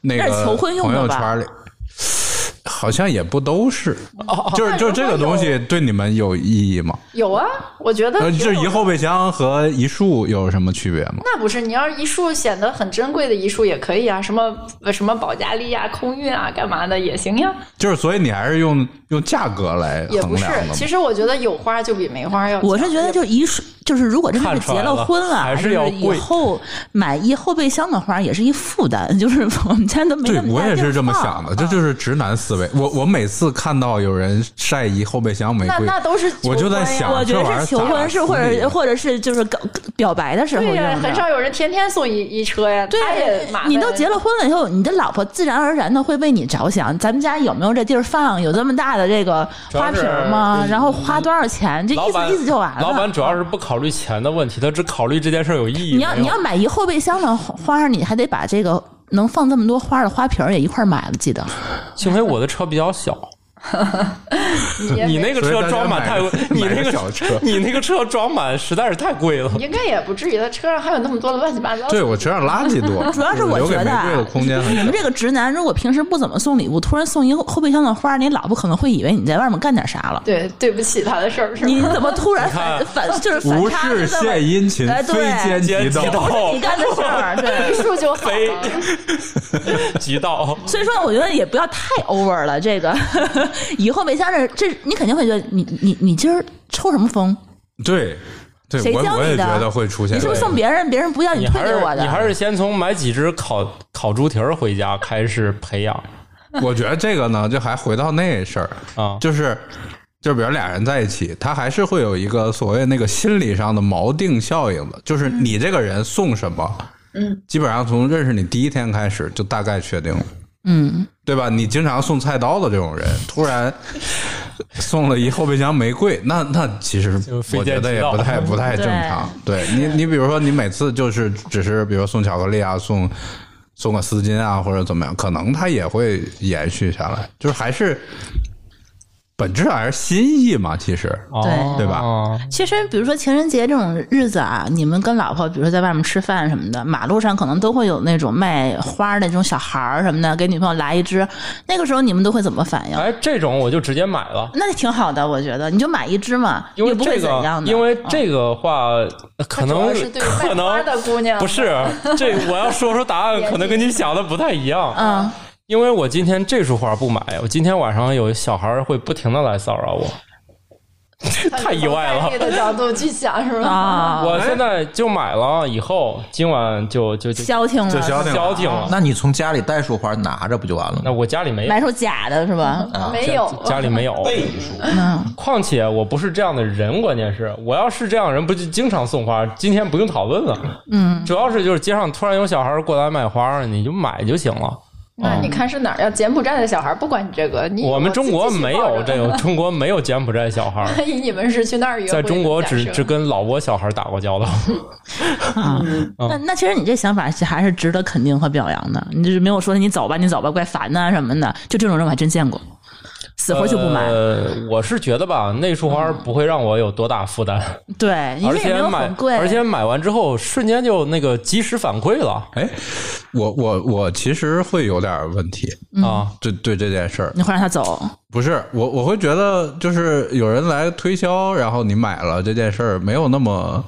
Speaker 4: 那
Speaker 5: 啊那是
Speaker 4: 个
Speaker 5: 求婚用
Speaker 4: 朋
Speaker 5: 的
Speaker 4: 友
Speaker 5: 吧
Speaker 4: 圈里。好像也不都是，
Speaker 5: 哦
Speaker 4: 就是就这个东西对你们有意义吗？
Speaker 2: 有啊，我觉得
Speaker 4: 呃，
Speaker 2: 挺
Speaker 4: 这
Speaker 2: 有
Speaker 4: 一后备箱和一束有什么区别吗？
Speaker 2: 那不是，你要是一束显得很珍贵的一束也可以啊，什么什么保加利亚空运啊，干嘛的也行呀，
Speaker 4: 就是所以你还是用用价格来
Speaker 2: 也
Speaker 4: 衡
Speaker 2: 不是
Speaker 4: 量的。吗？
Speaker 2: 其实我觉得有花就比没花要强。
Speaker 5: 我是觉得，就一束，就是如果真的
Speaker 1: 看
Speaker 5: 是
Speaker 1: 出
Speaker 5: 结
Speaker 1: 来
Speaker 5: 了
Speaker 1: 了
Speaker 5: 婚了，
Speaker 1: 还
Speaker 5: 就是
Speaker 1: 要
Speaker 5: 以
Speaker 1: 贵
Speaker 5: 后买一后备箱的花也是一负担， [laughs] 就是我们家都没
Speaker 4: 对
Speaker 5: 那，么
Speaker 4: 我
Speaker 5: 大
Speaker 4: 也
Speaker 5: 地儿啊
Speaker 4: 是这么
Speaker 5: 放
Speaker 4: 想的，这就是直男思维。我我每次看到有人晒一后备箱玫
Speaker 2: 那
Speaker 4: 瑰，
Speaker 2: 那都是求
Speaker 4: 我就在
Speaker 2: 婚呀
Speaker 4: 想
Speaker 5: 我觉
Speaker 4: 这玩
Speaker 5: 得
Speaker 4: 意儿
Speaker 5: 是求
Speaker 4: 咋
Speaker 5: 婚是或
Speaker 4: 处理
Speaker 5: 者
Speaker 4: 的
Speaker 5: 或者是就是搞表白的时候
Speaker 2: 对
Speaker 5: 用
Speaker 2: 呀、
Speaker 5: 的，
Speaker 2: 很少有人天天送一一车呀，
Speaker 5: 对
Speaker 2: 他也麻烦
Speaker 5: 你都结了婚了以后，你的老婆自然而然的会为你着想。咱们家有没有这地儿放？有这么大的这个花瓶吗？
Speaker 1: 主要是
Speaker 5: 然后花多少钱？这
Speaker 1: 老
Speaker 5: 意
Speaker 1: 板
Speaker 5: 思意思就完了。
Speaker 1: 老板主要是不考虑钱的问题，他只考虑这件事儿有意义
Speaker 5: 你
Speaker 1: 没
Speaker 5: 要
Speaker 1: 有。
Speaker 5: 你要买一后备箱的花儿，你还得把这个能放这么多花儿的花瓶儿也一块儿买了，记得。
Speaker 1: 幸亏我的车比较小，
Speaker 4: [laughs]
Speaker 2: 也
Speaker 1: 你那个
Speaker 4: 所以大
Speaker 1: 车
Speaker 4: 家
Speaker 1: 装满
Speaker 4: 买
Speaker 1: 太
Speaker 4: 个，
Speaker 1: 你
Speaker 4: 买
Speaker 1: 那
Speaker 4: 个
Speaker 1: 个
Speaker 4: 小车
Speaker 1: [laughs] 你那个车装满实在是太贵了。
Speaker 2: 应该也不至于，他车上还有那么多的乱七八糟。
Speaker 4: 对我车上垃圾多，
Speaker 5: [laughs] 主要是我
Speaker 4: 留给
Speaker 5: 觉
Speaker 4: 玫
Speaker 5: 得啊
Speaker 4: 瑰的空间很
Speaker 5: 你
Speaker 4: 小
Speaker 5: 们。这个直男，如果平时不怎么送礼物，突然送一个后备箱的花儿，你老婆可能会以为你在外面干点啥了。
Speaker 2: 对，对不起他的事儿是吧？
Speaker 5: 你怎么突然
Speaker 1: 你
Speaker 5: 反反 [laughs] 就是反
Speaker 4: 无
Speaker 5: 差就
Speaker 4: 事
Speaker 5: 这么
Speaker 4: 献殷勤，
Speaker 5: 哎
Speaker 4: 非
Speaker 5: 对
Speaker 4: 奸即
Speaker 1: 奸即
Speaker 4: 盗。
Speaker 1: 盗
Speaker 5: 你干的事儿？
Speaker 1: [laughs]
Speaker 5: 对。
Speaker 2: 一束就好
Speaker 1: 非
Speaker 2: 了。
Speaker 5: [laughs]
Speaker 1: 急到，
Speaker 5: 所以说，我觉得也不要太 over 了。这个 [laughs] 以后没像这这，你肯定会觉得你你你今儿抽什么风？
Speaker 4: 对，对
Speaker 5: 谁
Speaker 4: 我
Speaker 5: 教
Speaker 4: 我
Speaker 5: 你
Speaker 4: 也
Speaker 5: 的
Speaker 4: 觉得会出现
Speaker 5: 你
Speaker 4: 这
Speaker 5: 是不
Speaker 4: 个。
Speaker 5: 是送别人，别人不要
Speaker 1: 你
Speaker 5: 你退
Speaker 1: 还
Speaker 5: 给
Speaker 1: 是
Speaker 5: 我的？
Speaker 1: 你还是先从买几只烤烤猪蹄儿回家开始培养
Speaker 4: 我觉得这个呢，就还回到那事儿
Speaker 1: 啊
Speaker 4: 就是。就比如俩人在一起，他还是会有一个所谓那个心理上的锚定效应的，就是你这个人送什么，嗯，基本上从认识你第一天开始就大概确定了，
Speaker 5: 嗯，
Speaker 4: 对吧？你经常送菜刀的这种人，突然送了一后备箱玫瑰，那那其实
Speaker 1: 就非
Speaker 4: 我觉
Speaker 1: 奸
Speaker 4: 得
Speaker 1: 即
Speaker 4: 也
Speaker 1: 盗
Speaker 4: 不太哎不太正常。对你，你比如说你每次就是只是比如说送巧克力啊，送送个丝巾啊，或者怎么样，可能它也会延续下来，就是还是本质上还是心意嘛，其实。
Speaker 1: 哦
Speaker 4: 对吧
Speaker 1: 哦
Speaker 5: 其实比如说情人节这种日子啊，你们跟老婆，比如说在外面吃饭什么的，马路上可能都会有那种卖花的那种小孩儿什么的，给女朋友来一支。那个时候你们都会怎么反应？
Speaker 1: 哎，这种我就直接买了。
Speaker 5: 那挺好的，我觉得你就买一支嘛，
Speaker 1: 因为
Speaker 5: 又不会
Speaker 1: 这
Speaker 5: 怎
Speaker 1: 个
Speaker 5: 样，的。
Speaker 1: 因为
Speaker 5: 嗯
Speaker 1: 这个话呃可
Speaker 2: 主
Speaker 1: 能
Speaker 2: 要是对
Speaker 1: 可
Speaker 2: 卖
Speaker 1: 能
Speaker 2: 花的嗯姑娘
Speaker 1: 不是 [laughs] 这，我要说出答案
Speaker 2: 年纪
Speaker 1: 可能跟你想的不太一样。
Speaker 5: 嗯，
Speaker 1: 因为我今天这束花不买，我今天晚上有小孩会不停的来骚扰我。太意外了
Speaker 2: 从。概率的角度去想是吧？
Speaker 5: 啊，
Speaker 2: 哎
Speaker 1: 我现在就买了，以后今晚就就就
Speaker 5: 消停
Speaker 4: 就
Speaker 5: 了，啊
Speaker 4: 消停
Speaker 1: 消停了。
Speaker 7: 那你从家里带束花拿着不就完了吗？
Speaker 1: 那我家里没有
Speaker 5: 买，首假的是吧？
Speaker 1: 嗯
Speaker 2: 没有，
Speaker 1: 啊家里没有。
Speaker 6: [laughs] 背书，
Speaker 5: 嗯
Speaker 1: 况且我不是这样的人，关键是我要是这样的人，不就经常送花？今天不用讨论了。嗯，主要是就是街上突然有小孩过来买花，你就买就行了。
Speaker 2: 那
Speaker 1: 嗯
Speaker 2: 你看是哪儿？要柬埔寨的小孩不管你这个，
Speaker 5: 嗯
Speaker 2: 你
Speaker 1: 我们中国没有这
Speaker 2: 个。 [laughs]
Speaker 1: 个，中国没有柬埔寨小
Speaker 5: [laughs]
Speaker 1: 孩。
Speaker 2: 万一你们是去那儿约会
Speaker 1: 在
Speaker 2: 的，
Speaker 1: 中国只
Speaker 2: 假设
Speaker 1: 只跟老挝小孩打过
Speaker 5: [laughs]
Speaker 1: 交道，
Speaker 5: 啊，那那其实你这想法是还是值得肯定和表扬的。你就是没有说你走吧，你走吧，怪烦呐、什么的，就这种人我还真见过，死活就不买。
Speaker 1: 呃，我是觉得吧，那束花不会让我有多大负担，
Speaker 5: 对，因
Speaker 1: 而
Speaker 5: 为也没
Speaker 1: 且
Speaker 5: 有
Speaker 1: 买
Speaker 5: 很贵，
Speaker 1: 而且买完之后瞬间就那个及时反馈了
Speaker 4: 哎，我我我其实会有点问题，
Speaker 5: 嗯
Speaker 1: 啊。
Speaker 4: 对对这件事儿，
Speaker 5: 你会让他走，
Speaker 4: 不是我我会觉得就是有人来推销，然后你买了这件事儿没有那么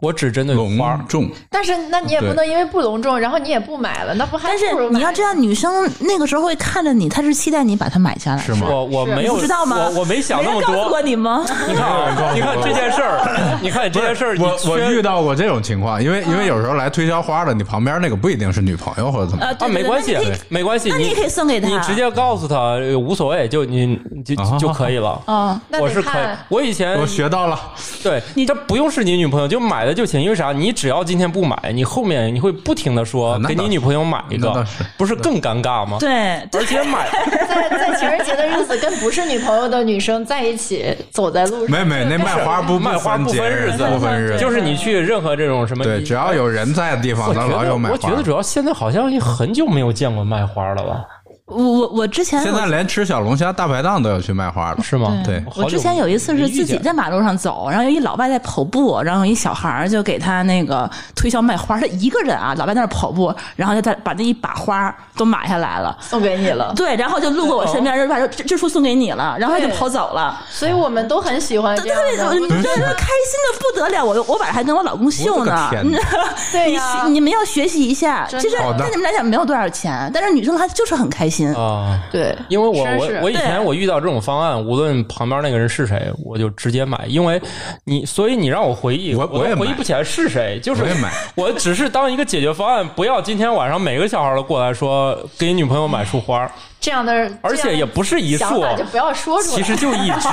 Speaker 1: 我只针对
Speaker 4: 隆
Speaker 1: 花，
Speaker 4: 重，
Speaker 2: 但是那你也不能因为不隆重，然后你也不买了，那不还
Speaker 5: 但是
Speaker 2: 不如买
Speaker 5: 你要知道，女生那个时候会看着你，她是期待你把它买下来，
Speaker 4: 是吗？
Speaker 1: 我我没有
Speaker 5: 你不知道吗
Speaker 1: 我我没想
Speaker 5: 没
Speaker 1: 那
Speaker 5: 人
Speaker 1: 么
Speaker 5: 告诉
Speaker 1: 多
Speaker 5: 过。你 [laughs] 吗？
Speaker 1: 你看啊，你看这件事儿， [laughs] 你看这件事儿，
Speaker 4: 我
Speaker 1: 你缺
Speaker 4: 啊我遇到过这种情况，因为因为有时候来推销花的，你旁边那个不一定是女朋友或者怎么
Speaker 5: 啊，
Speaker 4: 样，
Speaker 5: 对
Speaker 1: 啊，没关系
Speaker 5: 对对，
Speaker 1: 没关系，
Speaker 5: 那你也可以送给他
Speaker 1: 你直接告诉他呃无所谓，就你你就
Speaker 4: 啊
Speaker 1: 就可以了。
Speaker 5: 哦，
Speaker 2: 那
Speaker 1: 我
Speaker 2: 得
Speaker 1: 是可以
Speaker 2: 看，
Speaker 1: 我以
Speaker 5: 呃
Speaker 1: 前
Speaker 4: 我学到了，
Speaker 1: 对，这不用是你女朋友，就买了就行。因为啥？你只要今天不买，你后面你会不停的说
Speaker 4: 啊那
Speaker 1: 给
Speaker 4: 倒
Speaker 1: 你
Speaker 4: 是
Speaker 1: 女朋友买一
Speaker 4: 那
Speaker 1: 个
Speaker 4: 倒是，
Speaker 1: 不是更尴尬吗？
Speaker 5: 对，
Speaker 1: 而且买
Speaker 2: 在在情人节的日子跟不是女朋友的女生在一起走在路上，
Speaker 4: 没没那卖花不
Speaker 1: 卖花
Speaker 4: 不
Speaker 1: 不
Speaker 4: 节
Speaker 1: 分
Speaker 4: 日
Speaker 1: 日子
Speaker 4: 不分日子，
Speaker 1: 就是你去任何这种什么
Speaker 4: 对，
Speaker 1: 一
Speaker 4: 只要有人在的地
Speaker 1: 我觉
Speaker 4: 方，咱老
Speaker 1: 得
Speaker 4: 有买
Speaker 1: 我
Speaker 4: 花
Speaker 1: 觉得。主要现在好像很久没有见过卖花了吧？
Speaker 5: 我我我之前
Speaker 4: 现在连吃小龙虾大排档都要去卖花了，
Speaker 1: 是吗？
Speaker 4: 对对
Speaker 1: 好久
Speaker 5: 我之前有一次是自己在马路上走，然后有一老外在跑步，然后有一小孩儿就给他那个推销卖花，他一个人啊，老外在那儿跑步，然后就在把那一把花都买下来了。
Speaker 2: 送给你了。
Speaker 5: 对，然后就路过我
Speaker 1: 哎
Speaker 5: 身边，就把这这束送给你了，然后他就
Speaker 2: 对
Speaker 5: 跑走了，
Speaker 2: 所以我们都很喜欢
Speaker 5: 特
Speaker 2: 这样
Speaker 5: 别
Speaker 2: 的
Speaker 5: 我，真是开心的不得了，我我晚上还跟我老公秀呢
Speaker 4: 我的个。天
Speaker 2: [laughs] 对
Speaker 5: 你
Speaker 2: 呀
Speaker 5: 学你们要学习一下，
Speaker 2: 真
Speaker 5: 其实
Speaker 4: 的好的
Speaker 5: 对你们来讲没有多少钱，但是女生她就是很开心。
Speaker 1: 啊。
Speaker 2: 对，
Speaker 1: 因为我
Speaker 2: 真
Speaker 1: 我
Speaker 2: 是
Speaker 1: 我以前
Speaker 5: 对
Speaker 1: 我遇到这种方案，无论旁边那个人是谁，我就直接买，因为你，所以你让我回忆，
Speaker 4: 我
Speaker 1: 我
Speaker 4: 我也
Speaker 1: 都回忆
Speaker 4: 买
Speaker 1: 不起来是谁，就是
Speaker 4: 我也买，
Speaker 1: [laughs] 我只是当一个解决方案，不要今天晚上每个小孩都过来说给你女朋友买束
Speaker 5: [laughs]
Speaker 1: 花，
Speaker 2: 这样的，
Speaker 1: 而且也不是一
Speaker 2: 这样的想
Speaker 1: 束
Speaker 2: 法，就不要说出来。
Speaker 1: 其实就一
Speaker 5: [laughs]
Speaker 1: 支，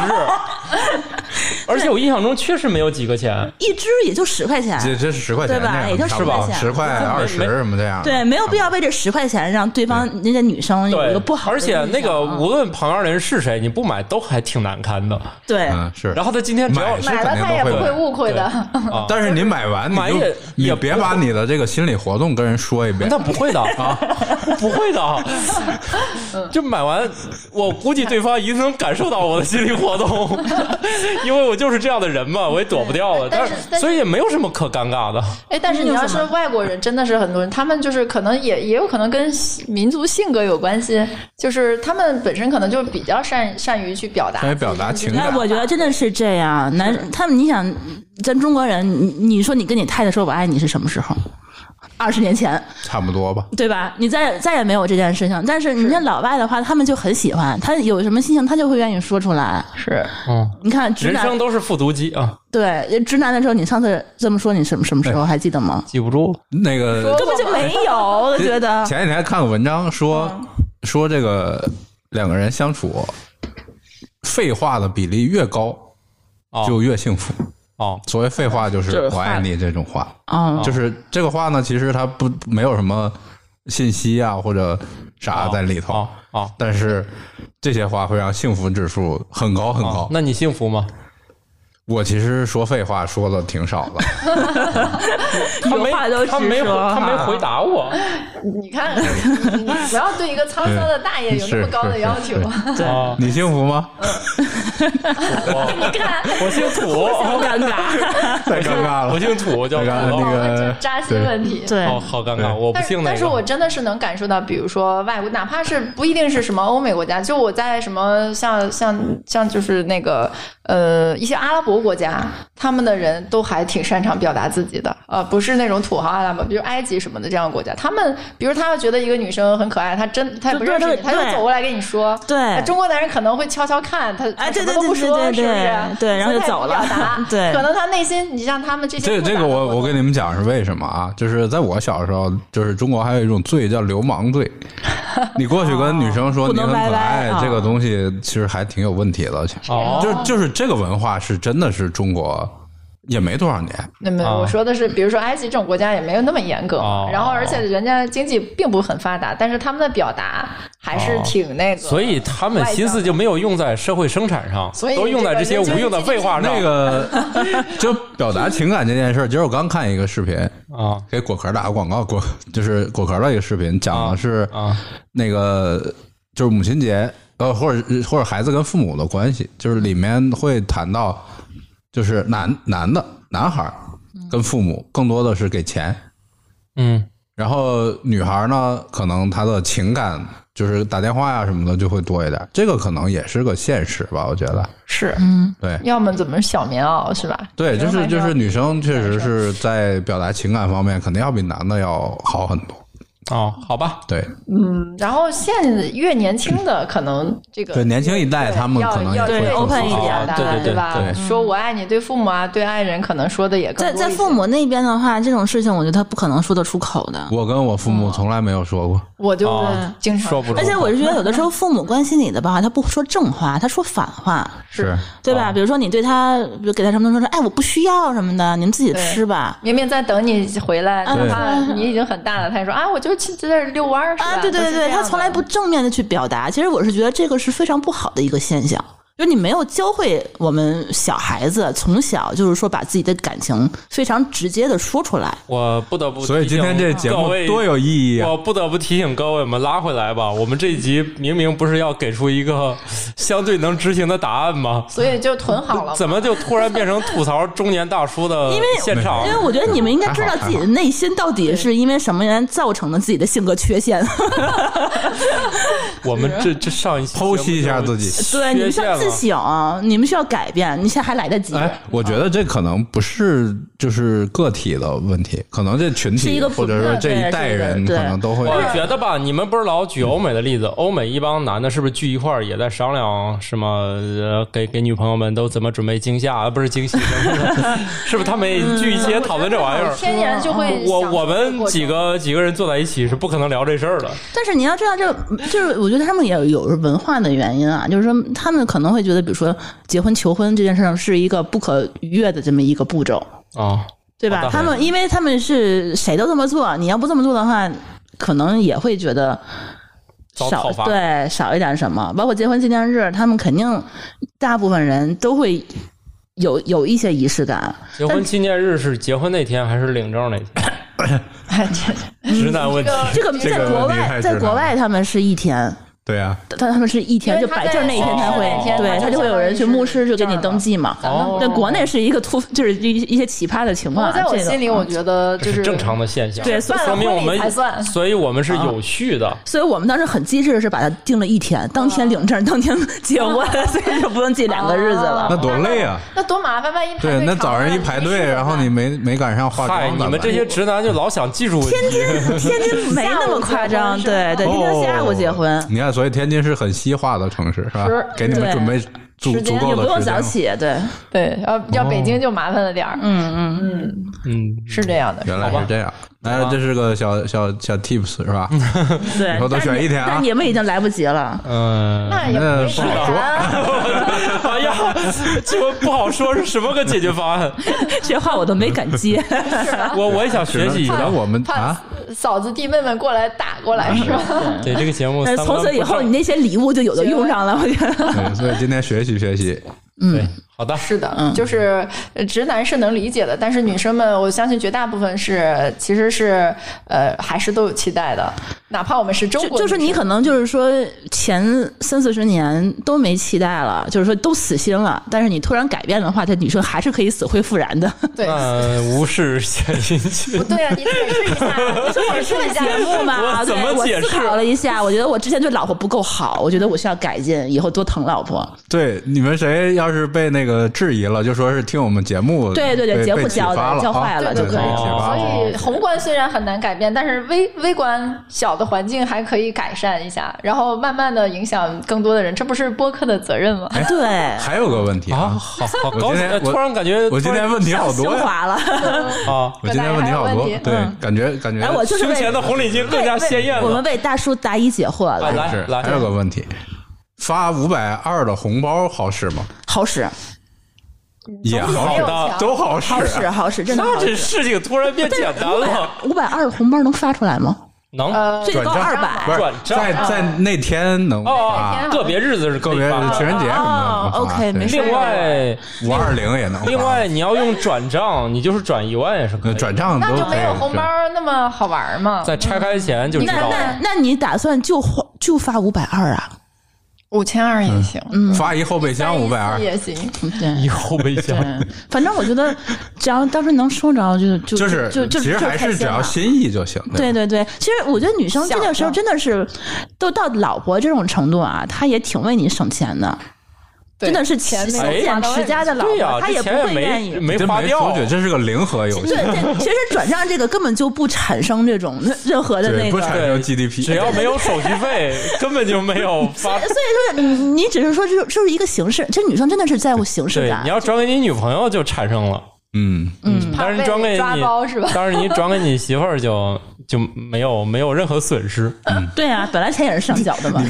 Speaker 1: 而且我印象中确实没有几个钱，
Speaker 5: 一支也就十块钱，
Speaker 4: 这这是十块钱
Speaker 5: 对吧
Speaker 4: 那样
Speaker 5: 也就
Speaker 4: 差不多
Speaker 5: 10块钱
Speaker 4: 十块二十
Speaker 1: 没
Speaker 4: 什么这样。
Speaker 5: 对，没有必要为这十块钱让对方人家女生有一
Speaker 1: 对
Speaker 5: 个不，好的
Speaker 1: 而
Speaker 5: 印象
Speaker 1: 且
Speaker 5: 啊。
Speaker 1: 那个无论旁边的人是谁，你不买都还挺难堪的。
Speaker 5: 对，
Speaker 4: 嗯是。
Speaker 1: 然后他今天只要
Speaker 4: 买是
Speaker 2: 买了
Speaker 4: 肯定
Speaker 2: 他
Speaker 4: 都
Speaker 2: 也
Speaker 4: 会
Speaker 2: 不
Speaker 4: 买
Speaker 2: 会误会的。
Speaker 1: 啊，
Speaker 4: 但是你买完，你
Speaker 1: 买也
Speaker 4: 就你
Speaker 1: 也
Speaker 4: 别
Speaker 1: 不
Speaker 4: 把你的这个心理活动跟人说一遍
Speaker 1: 那。不会的啊， [laughs] 不会
Speaker 4: [laughs]
Speaker 1: 的，
Speaker 5: 嗯
Speaker 1: 就买完，我估计对方一定能感受到我的心理活动，因为我就是这样的人嘛，我也躲不掉了。
Speaker 2: 但
Speaker 1: 但
Speaker 2: 是但是
Speaker 1: 所以也没有什么可尴尬的。
Speaker 2: 哎，但是你
Speaker 5: 那
Speaker 2: 要
Speaker 5: 有什
Speaker 2: 说
Speaker 5: 么
Speaker 2: 外国人，真的是很多人，他们就是可能也也有可能跟民族性格有关系，就是他们本身可能就比较善善于去表达
Speaker 4: 善于表达
Speaker 2: 自己
Speaker 4: 情感
Speaker 5: 哎，我觉得真的是这样。男，他们你想，咱中国人，你你说你跟你太太说我爱你是什么时候？二十年前，
Speaker 4: 差不多吧。
Speaker 5: 对吧？你再再也没有这件事情。但是人家老外的话，他们就很喜欢，他有什么心情，他就会愿意说出来。
Speaker 2: 是
Speaker 1: 嗯，
Speaker 5: 你看直
Speaker 1: 人
Speaker 5: 男，
Speaker 1: 生都是复读机啊，
Speaker 5: 对直男的时候，你上次这么说，你什么什么时候还记得吗？
Speaker 1: 记不住。
Speaker 4: 那个
Speaker 2: 哦
Speaker 5: 根本就没有，我觉得。
Speaker 4: 前几天看个文章说说这个两个人相处，废话的比例越高
Speaker 1: 哦
Speaker 4: 就越幸福。
Speaker 1: 哦，
Speaker 4: 所谓废话就是
Speaker 5: 就是
Speaker 4: “我爱
Speaker 5: 话
Speaker 4: 你”这种话，
Speaker 5: 嗯，
Speaker 4: 就是这个话呢，其实它不没有什么信息啊或者啥在里头
Speaker 1: 哦，哦
Speaker 4: 但是这些话会让幸福指数很高很
Speaker 1: 哦
Speaker 4: 高。
Speaker 1: 那你幸福吗？
Speaker 4: 我其实说废话说的挺少的。
Speaker 1: 他没
Speaker 5: 有话都直
Speaker 1: 他没回
Speaker 5: 说
Speaker 1: 他没回答我。
Speaker 2: 你看，你你不要对一个沧桑的大爷有那么高的要求。
Speaker 1: 对，
Speaker 4: 你幸
Speaker 1: [laughs]
Speaker 4: 福吗？
Speaker 1: 哦
Speaker 5: [laughs]
Speaker 1: 我我姓土，
Speaker 5: 好尴尬。
Speaker 4: 太尴尬
Speaker 1: 我
Speaker 4: 了。
Speaker 1: 姓土，叫
Speaker 4: 太
Speaker 1: 土
Speaker 4: 尴尬那
Speaker 1: 了。
Speaker 2: [laughs]
Speaker 4: 个
Speaker 2: 扎心问题。
Speaker 5: 对，
Speaker 1: 哦，好尴尬，
Speaker 4: 对
Speaker 1: 我不
Speaker 2: 但是
Speaker 1: 姓，那
Speaker 2: 但是我
Speaker 1: 个。
Speaker 2: 真的是能感受到，比如说外国，哪怕是不一定是什么欧美国家，就我在什么像像像就是那个呃一些阿拉伯国国家，他们的人都还挺擅长表达自己的，呃，不是那种土豪阿拉伯，比如埃及什么的这样的国家，他们比如他要觉得一个女生很可爱，他真他也不认识你，
Speaker 5: 对对
Speaker 2: 他就
Speaker 5: 对
Speaker 2: 走过来跟你说。
Speaker 5: 对
Speaker 2: 那中国男人可能会悄悄看他，他
Speaker 5: 哎
Speaker 2: 什
Speaker 5: 对
Speaker 2: 么都
Speaker 5: 对
Speaker 2: 不
Speaker 5: 对对
Speaker 2: 说，
Speaker 5: 对
Speaker 2: 是不是
Speaker 5: 对？对然
Speaker 2: 他
Speaker 5: 后就
Speaker 2: 也不
Speaker 5: 走了
Speaker 2: 表达
Speaker 5: [laughs] 对
Speaker 2: 可能他内心，你像他们这些
Speaker 4: [laughs] 这
Speaker 2: 复杂
Speaker 4: 这
Speaker 2: 的
Speaker 4: 个我
Speaker 2: 活
Speaker 4: 我
Speaker 2: 动
Speaker 4: 跟你们讲是为什么啊？就是在我小时候，就是中国还有一种罪叫流氓
Speaker 5: [laughs]
Speaker 4: 罪。你过去跟女生说
Speaker 5: 不
Speaker 4: 你
Speaker 5: 能
Speaker 4: 很可
Speaker 5: 歪歪
Speaker 4: 爱，
Speaker 5: 啊
Speaker 4: 这个东西其实还挺有问题的。其实
Speaker 1: 哦，
Speaker 4: 就就是这个文化是真的是中国也没多少年，
Speaker 2: 那么
Speaker 1: 啊
Speaker 2: 我说的是，比如说埃及这种国家也没有那么严格嘛，
Speaker 1: 哦
Speaker 2: 然后而且人家经济并不很发达，但是他们的表达还是挺那个，
Speaker 1: 哦所以他们心思就没有用在社会生产上，
Speaker 2: 所以
Speaker 1: 都用在这些无用的废话上。
Speaker 4: 那个
Speaker 5: [laughs]
Speaker 4: 就表达情感这件事儿，今儿我刚看一个视频，
Speaker 1: 啊
Speaker 4: 给果壳打个广告，果就是果壳的一个视频，讲的是
Speaker 1: 啊
Speaker 4: 那个就是母亲节，呃，或者或者孩子跟父母的关系，就是里面会谈到，就是男男的男孩儿跟父母更多的是给钱，
Speaker 1: 嗯
Speaker 4: 然后女孩呢，可能她的情感就是打电话呀、什么的就会多一点，这个可能也是个现实吧，我觉得，
Speaker 2: 是
Speaker 4: 对。
Speaker 2: 嗯要么怎么小棉袄是吧？
Speaker 4: 对，就
Speaker 2: 女生
Speaker 4: 是
Speaker 2: 还是
Speaker 4: 就
Speaker 2: 要
Speaker 4: 是女生确实是在表达情感方面，肯定要比男的要好很多。
Speaker 1: 哦，好吧，
Speaker 4: 对，
Speaker 2: 嗯，然后现越年轻的可能这个
Speaker 4: 对年轻一代他们
Speaker 2: 要
Speaker 4: 可能也
Speaker 2: 要
Speaker 4: 会
Speaker 2: 越
Speaker 5: 更 open
Speaker 2: 自
Speaker 5: 一
Speaker 2: 信表
Speaker 5: 点
Speaker 2: 达
Speaker 1: 对对对
Speaker 2: 吧？
Speaker 4: 对
Speaker 2: 说我爱你，对父母啊，对爱人可能说的也更
Speaker 5: 在
Speaker 2: 多
Speaker 5: 在
Speaker 2: 一些
Speaker 5: 父母那边的话，这种事情我觉得他不可能说得出口
Speaker 1: 嗯
Speaker 5: 的。
Speaker 4: 我跟我
Speaker 5: 嗯
Speaker 4: 父母从来没有说过，
Speaker 2: 我就
Speaker 1: 哦
Speaker 2: 经常
Speaker 1: 说不出
Speaker 5: 而且我是觉得，有的时候父母关心你的吧，他不说正话，他说反话，
Speaker 4: 是
Speaker 5: 对
Speaker 1: 哦
Speaker 5: 吧？比如说你对他，比如给他什么东西，说哎我不需要什么的，你们自己
Speaker 2: 对
Speaker 5: 吃吧。
Speaker 2: 明明在等你回来，哪
Speaker 5: 嗯对
Speaker 2: 怕你已经很大了，他也说啊，我就去在这儿遛弯儿是吧
Speaker 5: 啊，对对
Speaker 2: 都
Speaker 5: 对
Speaker 2: 是这
Speaker 5: 对，
Speaker 2: 样的
Speaker 5: 他从来不正面的去表达。其实我是觉得这个是非常不好的一个现象，就是你没有教会我们小孩子从小就是说把自己的感情非常直接的说出来。
Speaker 1: 我不得不
Speaker 4: 所以今天这节目多有意义啊！
Speaker 1: 我不得不提醒各位，我们拉回来吧。我们这一集明明不是要给出一个相对能执行的答案吗？
Speaker 2: 所以就囤好了嘛。
Speaker 1: 怎么就突然变成吐槽中年大叔的
Speaker 5: 因为
Speaker 1: 现场
Speaker 5: 因？为我觉得你们应该知道自己的内心到底是因为什么原因造成的自己的性格缺陷。 [laughs]
Speaker 1: 我们这这上一期
Speaker 4: 剖析一下自己
Speaker 5: 对，你们需要自省，你们需要改变，你现在还来得及。
Speaker 4: 哎，我觉得这可能不是就是个体的问题，可能这群
Speaker 5: 是一
Speaker 4: 体
Speaker 5: 个普
Speaker 4: 或者说这一代人
Speaker 5: 对对
Speaker 4: 可
Speaker 5: 对
Speaker 4: 能都会
Speaker 1: 我觉得吧，你们不是老举欧美的例子，欧美一帮男的是不是聚一块儿也在商量什么、呃、给给女朋友们都怎么准备惊吓，啊不是惊喜， [laughs] 是不是他们也聚一起也讨论这玩意儿？
Speaker 2: 天然就会
Speaker 1: 嗯我
Speaker 2: 想
Speaker 1: 我们几
Speaker 2: 过
Speaker 1: 个几个人坐在一起是不可能聊这事儿的。
Speaker 5: 但是你要知道这，就是我觉得他们也有文化的原因啊，就是说他们可能会觉得，比如说结婚求婚这件事儿是一个不可逾越的这么一个步骤，
Speaker 1: 啊，
Speaker 5: 对
Speaker 1: 好
Speaker 5: 吧？
Speaker 1: 的
Speaker 5: 他们因为他们是谁都这么做，你要不这么做的话，可能也会觉得
Speaker 1: 遭
Speaker 5: 少
Speaker 1: 讨伐
Speaker 5: 对少一点什么。包括结婚纪念日，他们肯定大部分人都会有有一些仪式感。
Speaker 1: 结婚纪念日是结婚那天还是领证那天？
Speaker 2: 程这
Speaker 1: 直男问题。
Speaker 5: 这个
Speaker 4: 这
Speaker 5: 在
Speaker 4: 个
Speaker 5: 国
Speaker 4: 问题
Speaker 5: 外，
Speaker 4: 太
Speaker 5: 在
Speaker 4: 直
Speaker 5: 国
Speaker 4: 男
Speaker 5: 外他们是一天。
Speaker 4: 对啊，
Speaker 5: 他他们是一天
Speaker 2: 因
Speaker 5: 就
Speaker 2: 为他
Speaker 5: 摆证儿那一天才会
Speaker 2: 在
Speaker 1: 哦，
Speaker 5: 对
Speaker 2: 他
Speaker 5: 他
Speaker 2: 就
Speaker 5: 就会有人去牧师就给你登记嘛。
Speaker 2: 咱们
Speaker 1: 哦
Speaker 5: 在国内是一个突， [laughs] 就是一一些奇葩的情
Speaker 2: 不过
Speaker 5: 况。啊
Speaker 2: 在我
Speaker 5: 这个嗯
Speaker 2: 心里，我觉得
Speaker 1: 这
Speaker 2: 就是是
Speaker 1: 正常的现象，
Speaker 5: 对
Speaker 1: 说
Speaker 5: 算
Speaker 2: 了
Speaker 1: 明我们
Speaker 2: 婚礼才算
Speaker 1: 所以我们是有序的。
Speaker 5: 所以我们当时很机智，是把它定了一天，当天领证，当天结婚，所以就不用记两个日子
Speaker 4: 那
Speaker 5: 了。
Speaker 4: 多累啊！
Speaker 2: 那多麻烦，万一排队
Speaker 4: 对，啊那
Speaker 2: 长
Speaker 4: 早上
Speaker 2: 了
Speaker 4: 一排
Speaker 2: 是
Speaker 4: 队，
Speaker 2: 吧
Speaker 4: 然后你没没赶上化
Speaker 1: 嗨，
Speaker 4: 妆，
Speaker 1: 你们这些直男就老想技术问题，
Speaker 5: 天津没那么夸张，对对，
Speaker 4: 哦
Speaker 5: 天津下午结婚，
Speaker 4: 你看，所以天津是很西化的城市，是吧
Speaker 2: 是？
Speaker 4: 给你们
Speaker 5: 对
Speaker 4: 准备足
Speaker 2: 时间
Speaker 4: 足
Speaker 5: 也
Speaker 4: 够
Speaker 5: 不
Speaker 4: 的
Speaker 5: 用
Speaker 4: 时间
Speaker 5: 早
Speaker 4: 了。
Speaker 5: 起，对，
Speaker 2: 对，要要
Speaker 4: 哦
Speaker 2: 北京就麻烦了点儿，嗯，
Speaker 1: 嗯，
Speaker 2: 是这样的，
Speaker 4: 原来是这样，哎，这是个小小小 tips 是吧？
Speaker 5: 对。
Speaker 4: 以后都
Speaker 5: 嗯但是
Speaker 4: 选一天啊
Speaker 5: 但你们已经来不及了。
Speaker 1: 嗯，
Speaker 2: 那也
Speaker 4: 那
Speaker 2: 没
Speaker 4: 不好
Speaker 2: 必然
Speaker 1: [laughs] 哎呀，就不好说是什么个解决方
Speaker 5: [laughs]
Speaker 1: 案。
Speaker 5: 这话我都没敢接。
Speaker 1: 我我也想学习一
Speaker 4: 只能
Speaker 1: 下。
Speaker 4: 我们
Speaker 2: 怕
Speaker 4: 啊，
Speaker 2: 嫂子弟妹们过来打过来是吧？
Speaker 1: 对这个节目
Speaker 5: 但
Speaker 1: 三
Speaker 5: 是
Speaker 1: 观
Speaker 5: 哎从
Speaker 1: 不正，
Speaker 5: 此以后，你那些礼物就有的用上了，我觉得。
Speaker 4: [laughs] 对，所以今天学习学习，
Speaker 5: 嗯
Speaker 1: 对好的，
Speaker 2: [laughs] 是的，就是呃直男是能理解的，但是女生们，我相信绝大部分是其实是呃还是都有期待的，哪怕我们是中
Speaker 5: 就
Speaker 2: 国
Speaker 5: 就是你
Speaker 2: 女生
Speaker 5: 可能就是说前三四十年都没期待了，就是说都死心了，但是你突然改变的话，这女生还是可以死灰复燃的。
Speaker 2: 对。
Speaker 1: 嗯，无视献殷勤
Speaker 2: 不。
Speaker 5: [laughs]
Speaker 2: 对啊，你解释一下，解释一下
Speaker 5: 节目嘛，
Speaker 1: 我怎
Speaker 5: 对
Speaker 1: 么
Speaker 5: 我
Speaker 1: 解释
Speaker 5: 思考了一下，我觉得我之前对老婆不够好，我觉得我需要改进，以后多疼老婆。
Speaker 4: 对，你们谁要是被那个质疑了，就说是听我们节目被，
Speaker 5: 对对对节目
Speaker 4: 被启
Speaker 5: 教的
Speaker 4: 发了
Speaker 5: 教坏
Speaker 4: 啊
Speaker 5: 了
Speaker 4: 对
Speaker 5: 就可以
Speaker 4: 被启发
Speaker 2: 所
Speaker 4: 了
Speaker 2: 以宏观虽然很难改变，但是微微观小的环境还可以改善一下，然后慢慢的影响更多的人，这不是播客的责任吗？
Speaker 5: [laughs] 对，
Speaker 4: 还有个问题
Speaker 1: 啊，
Speaker 4: 啊，
Speaker 1: 好好
Speaker 4: 我
Speaker 1: 高
Speaker 4: 今
Speaker 1: 兴！
Speaker 4: 天
Speaker 1: 呃
Speaker 4: 我
Speaker 1: 突然感觉
Speaker 4: 我今天问题好多
Speaker 5: 升
Speaker 4: 呀，
Speaker 5: 华了。
Speaker 1: 啊，
Speaker 4: 我今天题好多
Speaker 2: 大家还有问题，
Speaker 4: 对，感觉感觉
Speaker 5: 哎，我就是
Speaker 1: 胸前
Speaker 5: 为
Speaker 1: 的红领巾更加鲜艳了。
Speaker 5: 我们为大叔答疑解惑
Speaker 1: 啊
Speaker 5: 了，
Speaker 1: 来
Speaker 4: 是
Speaker 1: 来
Speaker 4: 还有个问题，发五百二的红包好使吗？
Speaker 5: 好使，
Speaker 4: 也好
Speaker 2: 没有
Speaker 1: 的
Speaker 2: 强
Speaker 4: 都好使啊
Speaker 5: 好使，好使，真的
Speaker 1: 那
Speaker 5: 好
Speaker 1: 这
Speaker 5: 使。
Speaker 1: 事情突然变简单了，
Speaker 5: 五百二红包能发出来吗？
Speaker 1: 能
Speaker 2: 呃，
Speaker 5: 最高
Speaker 4: 转账
Speaker 5: 二
Speaker 1: 不
Speaker 5: 百
Speaker 1: 是。转账啊
Speaker 4: 在在那天能
Speaker 5: 呃
Speaker 1: 哦
Speaker 4: 发，
Speaker 1: 个别日子是可
Speaker 4: 个
Speaker 1: 以
Speaker 4: 别
Speaker 1: 发的
Speaker 4: 情人节什么的能
Speaker 5: 哦
Speaker 4: 发
Speaker 5: ，OK，没事
Speaker 1: 另外，
Speaker 4: 五二零也能发，
Speaker 1: 另外你要用转账，你就是转一万也是可以
Speaker 4: 呃
Speaker 1: 的。
Speaker 4: 转账
Speaker 2: 那
Speaker 4: 都
Speaker 2: 就
Speaker 4: 可
Speaker 2: 没有
Speaker 4: 以
Speaker 2: 红包那么好玩嘛。
Speaker 1: 在拆开前就知
Speaker 5: 那
Speaker 1: 道了。
Speaker 5: 那那你打算就花就发五百二啊？
Speaker 2: 五千二也行，
Speaker 4: 是发一后备箱五百二，
Speaker 2: 也行。
Speaker 5: 嗯对
Speaker 1: 以后备箱
Speaker 5: 对，反正我觉得只要当时能收着，就就
Speaker 4: 就
Speaker 5: 就是就就
Speaker 4: 其
Speaker 5: 就
Speaker 4: 实还
Speaker 5: 开
Speaker 4: 是只
Speaker 5: 心
Speaker 4: 要
Speaker 5: 了
Speaker 4: 心意就行。吧
Speaker 5: 对对对，其实我觉得女生这个时候真的是，都到老婆这种程度啊，她也挺为你省钱的，
Speaker 2: 对
Speaker 5: 真的是
Speaker 2: 钱
Speaker 5: 勤
Speaker 2: 没
Speaker 1: 哎
Speaker 5: 俭持家的老
Speaker 1: 对呀
Speaker 5: 婆，，她
Speaker 1: 这
Speaker 5: 也不
Speaker 1: 钱
Speaker 5: 会愿
Speaker 1: 没
Speaker 5: 意。
Speaker 1: 没
Speaker 4: 真
Speaker 1: 花
Speaker 4: 没
Speaker 1: 掉
Speaker 4: 出，去，这是个零和游
Speaker 5: 对
Speaker 4: 戏，
Speaker 5: 对，其实转账这个根本就不产生这种任任何的那
Speaker 4: 不
Speaker 5: 个。
Speaker 4: 产生 GDP，
Speaker 1: 只要没有手续 [laughs] 费，根本就没有发。
Speaker 5: 所以说，你只是说这就是一个形式，其实女生真的是在乎形式
Speaker 1: 对，
Speaker 5: 感
Speaker 1: 你。要转给你女朋友就产生了，
Speaker 4: 嗯，
Speaker 5: 嗯，
Speaker 1: 但是你转给
Speaker 2: 怕被抓包是
Speaker 1: 你
Speaker 2: 吧，
Speaker 1: 但是你转给你媳妇儿
Speaker 5: [laughs]
Speaker 1: 就就没有没有任何损失。
Speaker 5: 对啊，本来钱也是上缴的嘛。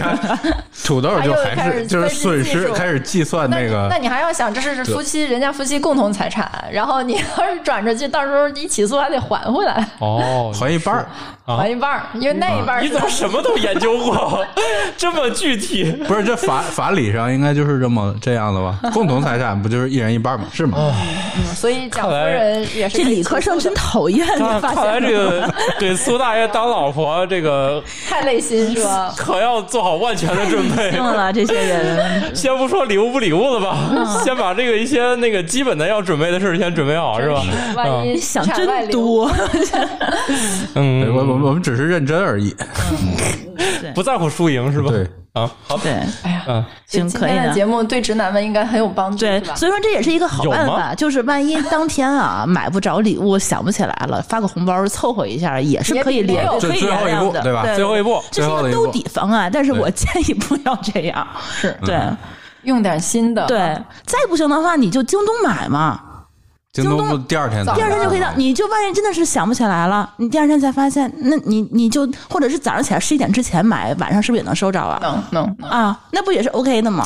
Speaker 4: 土豆就
Speaker 2: 哎
Speaker 4: 还
Speaker 2: 呦开
Speaker 4: 是
Speaker 2: 始
Speaker 4: 就是
Speaker 2: 分析
Speaker 4: 损
Speaker 2: 技
Speaker 4: 失
Speaker 2: 术
Speaker 4: 开始计算
Speaker 2: 那
Speaker 4: 那个
Speaker 2: 那你还要想，这是夫妻，人家夫妻共同财产，然后你要是转出去，到时候一起诉还得还回来，
Speaker 1: 哦， [laughs]
Speaker 4: 还一半儿，
Speaker 1: 啊
Speaker 2: 还一半儿，因为那一半儿
Speaker 1: 你
Speaker 2: 是
Speaker 1: 怎么什么都研究过， [laughs] 这么具体？
Speaker 4: 不是这法法理上应该就是这么这样的吧？共同财产不就是一人一半吗？是
Speaker 1: 哦
Speaker 4: 吗？
Speaker 2: 所以蒋
Speaker 1: 看
Speaker 2: 夫
Speaker 1: 来
Speaker 2: 人也是
Speaker 5: 这
Speaker 2: 可以
Speaker 5: 理科生真讨厌， [laughs] 你
Speaker 1: 看
Speaker 5: 发
Speaker 1: 看来
Speaker 5: 现
Speaker 1: 这个给苏大爷当老婆，这个
Speaker 2: 太累心是吧？
Speaker 1: 可要做好万全的准备。
Speaker 5: 用了这些人， [laughs]
Speaker 1: 先不说礼物不礼物了
Speaker 5: 嗯
Speaker 1: 吧，先把这个一些那个基本的要准备的事儿先准备好，是吧？
Speaker 2: 万一
Speaker 5: 你想
Speaker 2: 产外流
Speaker 5: 真多。
Speaker 1: 嗯
Speaker 4: 对，我我我们只是认真而已。
Speaker 1: 不在乎输赢是吧？
Speaker 4: 对
Speaker 1: 啊，好的，
Speaker 5: 对，
Speaker 1: 嗯，
Speaker 5: 行，
Speaker 2: 今
Speaker 5: 可以
Speaker 2: 天的
Speaker 5: 的
Speaker 2: 节。目对直男们应该很有帮助，
Speaker 5: 对
Speaker 2: 是，吧？
Speaker 5: 所以说这也是一个好
Speaker 1: 有
Speaker 5: 办
Speaker 1: 吗
Speaker 5: 法，就是万一当天啊买不着礼物，想不起来了，发个红包凑合一下也是
Speaker 2: 也
Speaker 5: 可以
Speaker 2: 比没
Speaker 5: 联
Speaker 2: 有
Speaker 5: 可以
Speaker 4: 最
Speaker 5: 原
Speaker 4: 后一
Speaker 5: 谅
Speaker 4: 步
Speaker 5: 的，
Speaker 4: 对吧
Speaker 1: 最后一步，
Speaker 5: 这是一
Speaker 4: 最后的
Speaker 5: 个
Speaker 4: 一步
Speaker 5: 兜底方案，但是
Speaker 4: 对
Speaker 5: 我建议不要这样。是对
Speaker 2: 用点新的，啊
Speaker 5: 对，再不行的话你就京东买嘛，
Speaker 4: 嗯京东不第二天
Speaker 5: 第二天就可以到。你就万一真的是想不起来了，你第二天才发现，那你你就或者是早上起来十一点之前买，晚上是不是也能收着啊？
Speaker 2: 能能能，
Speaker 5: 啊，那不也是 OK 的吗？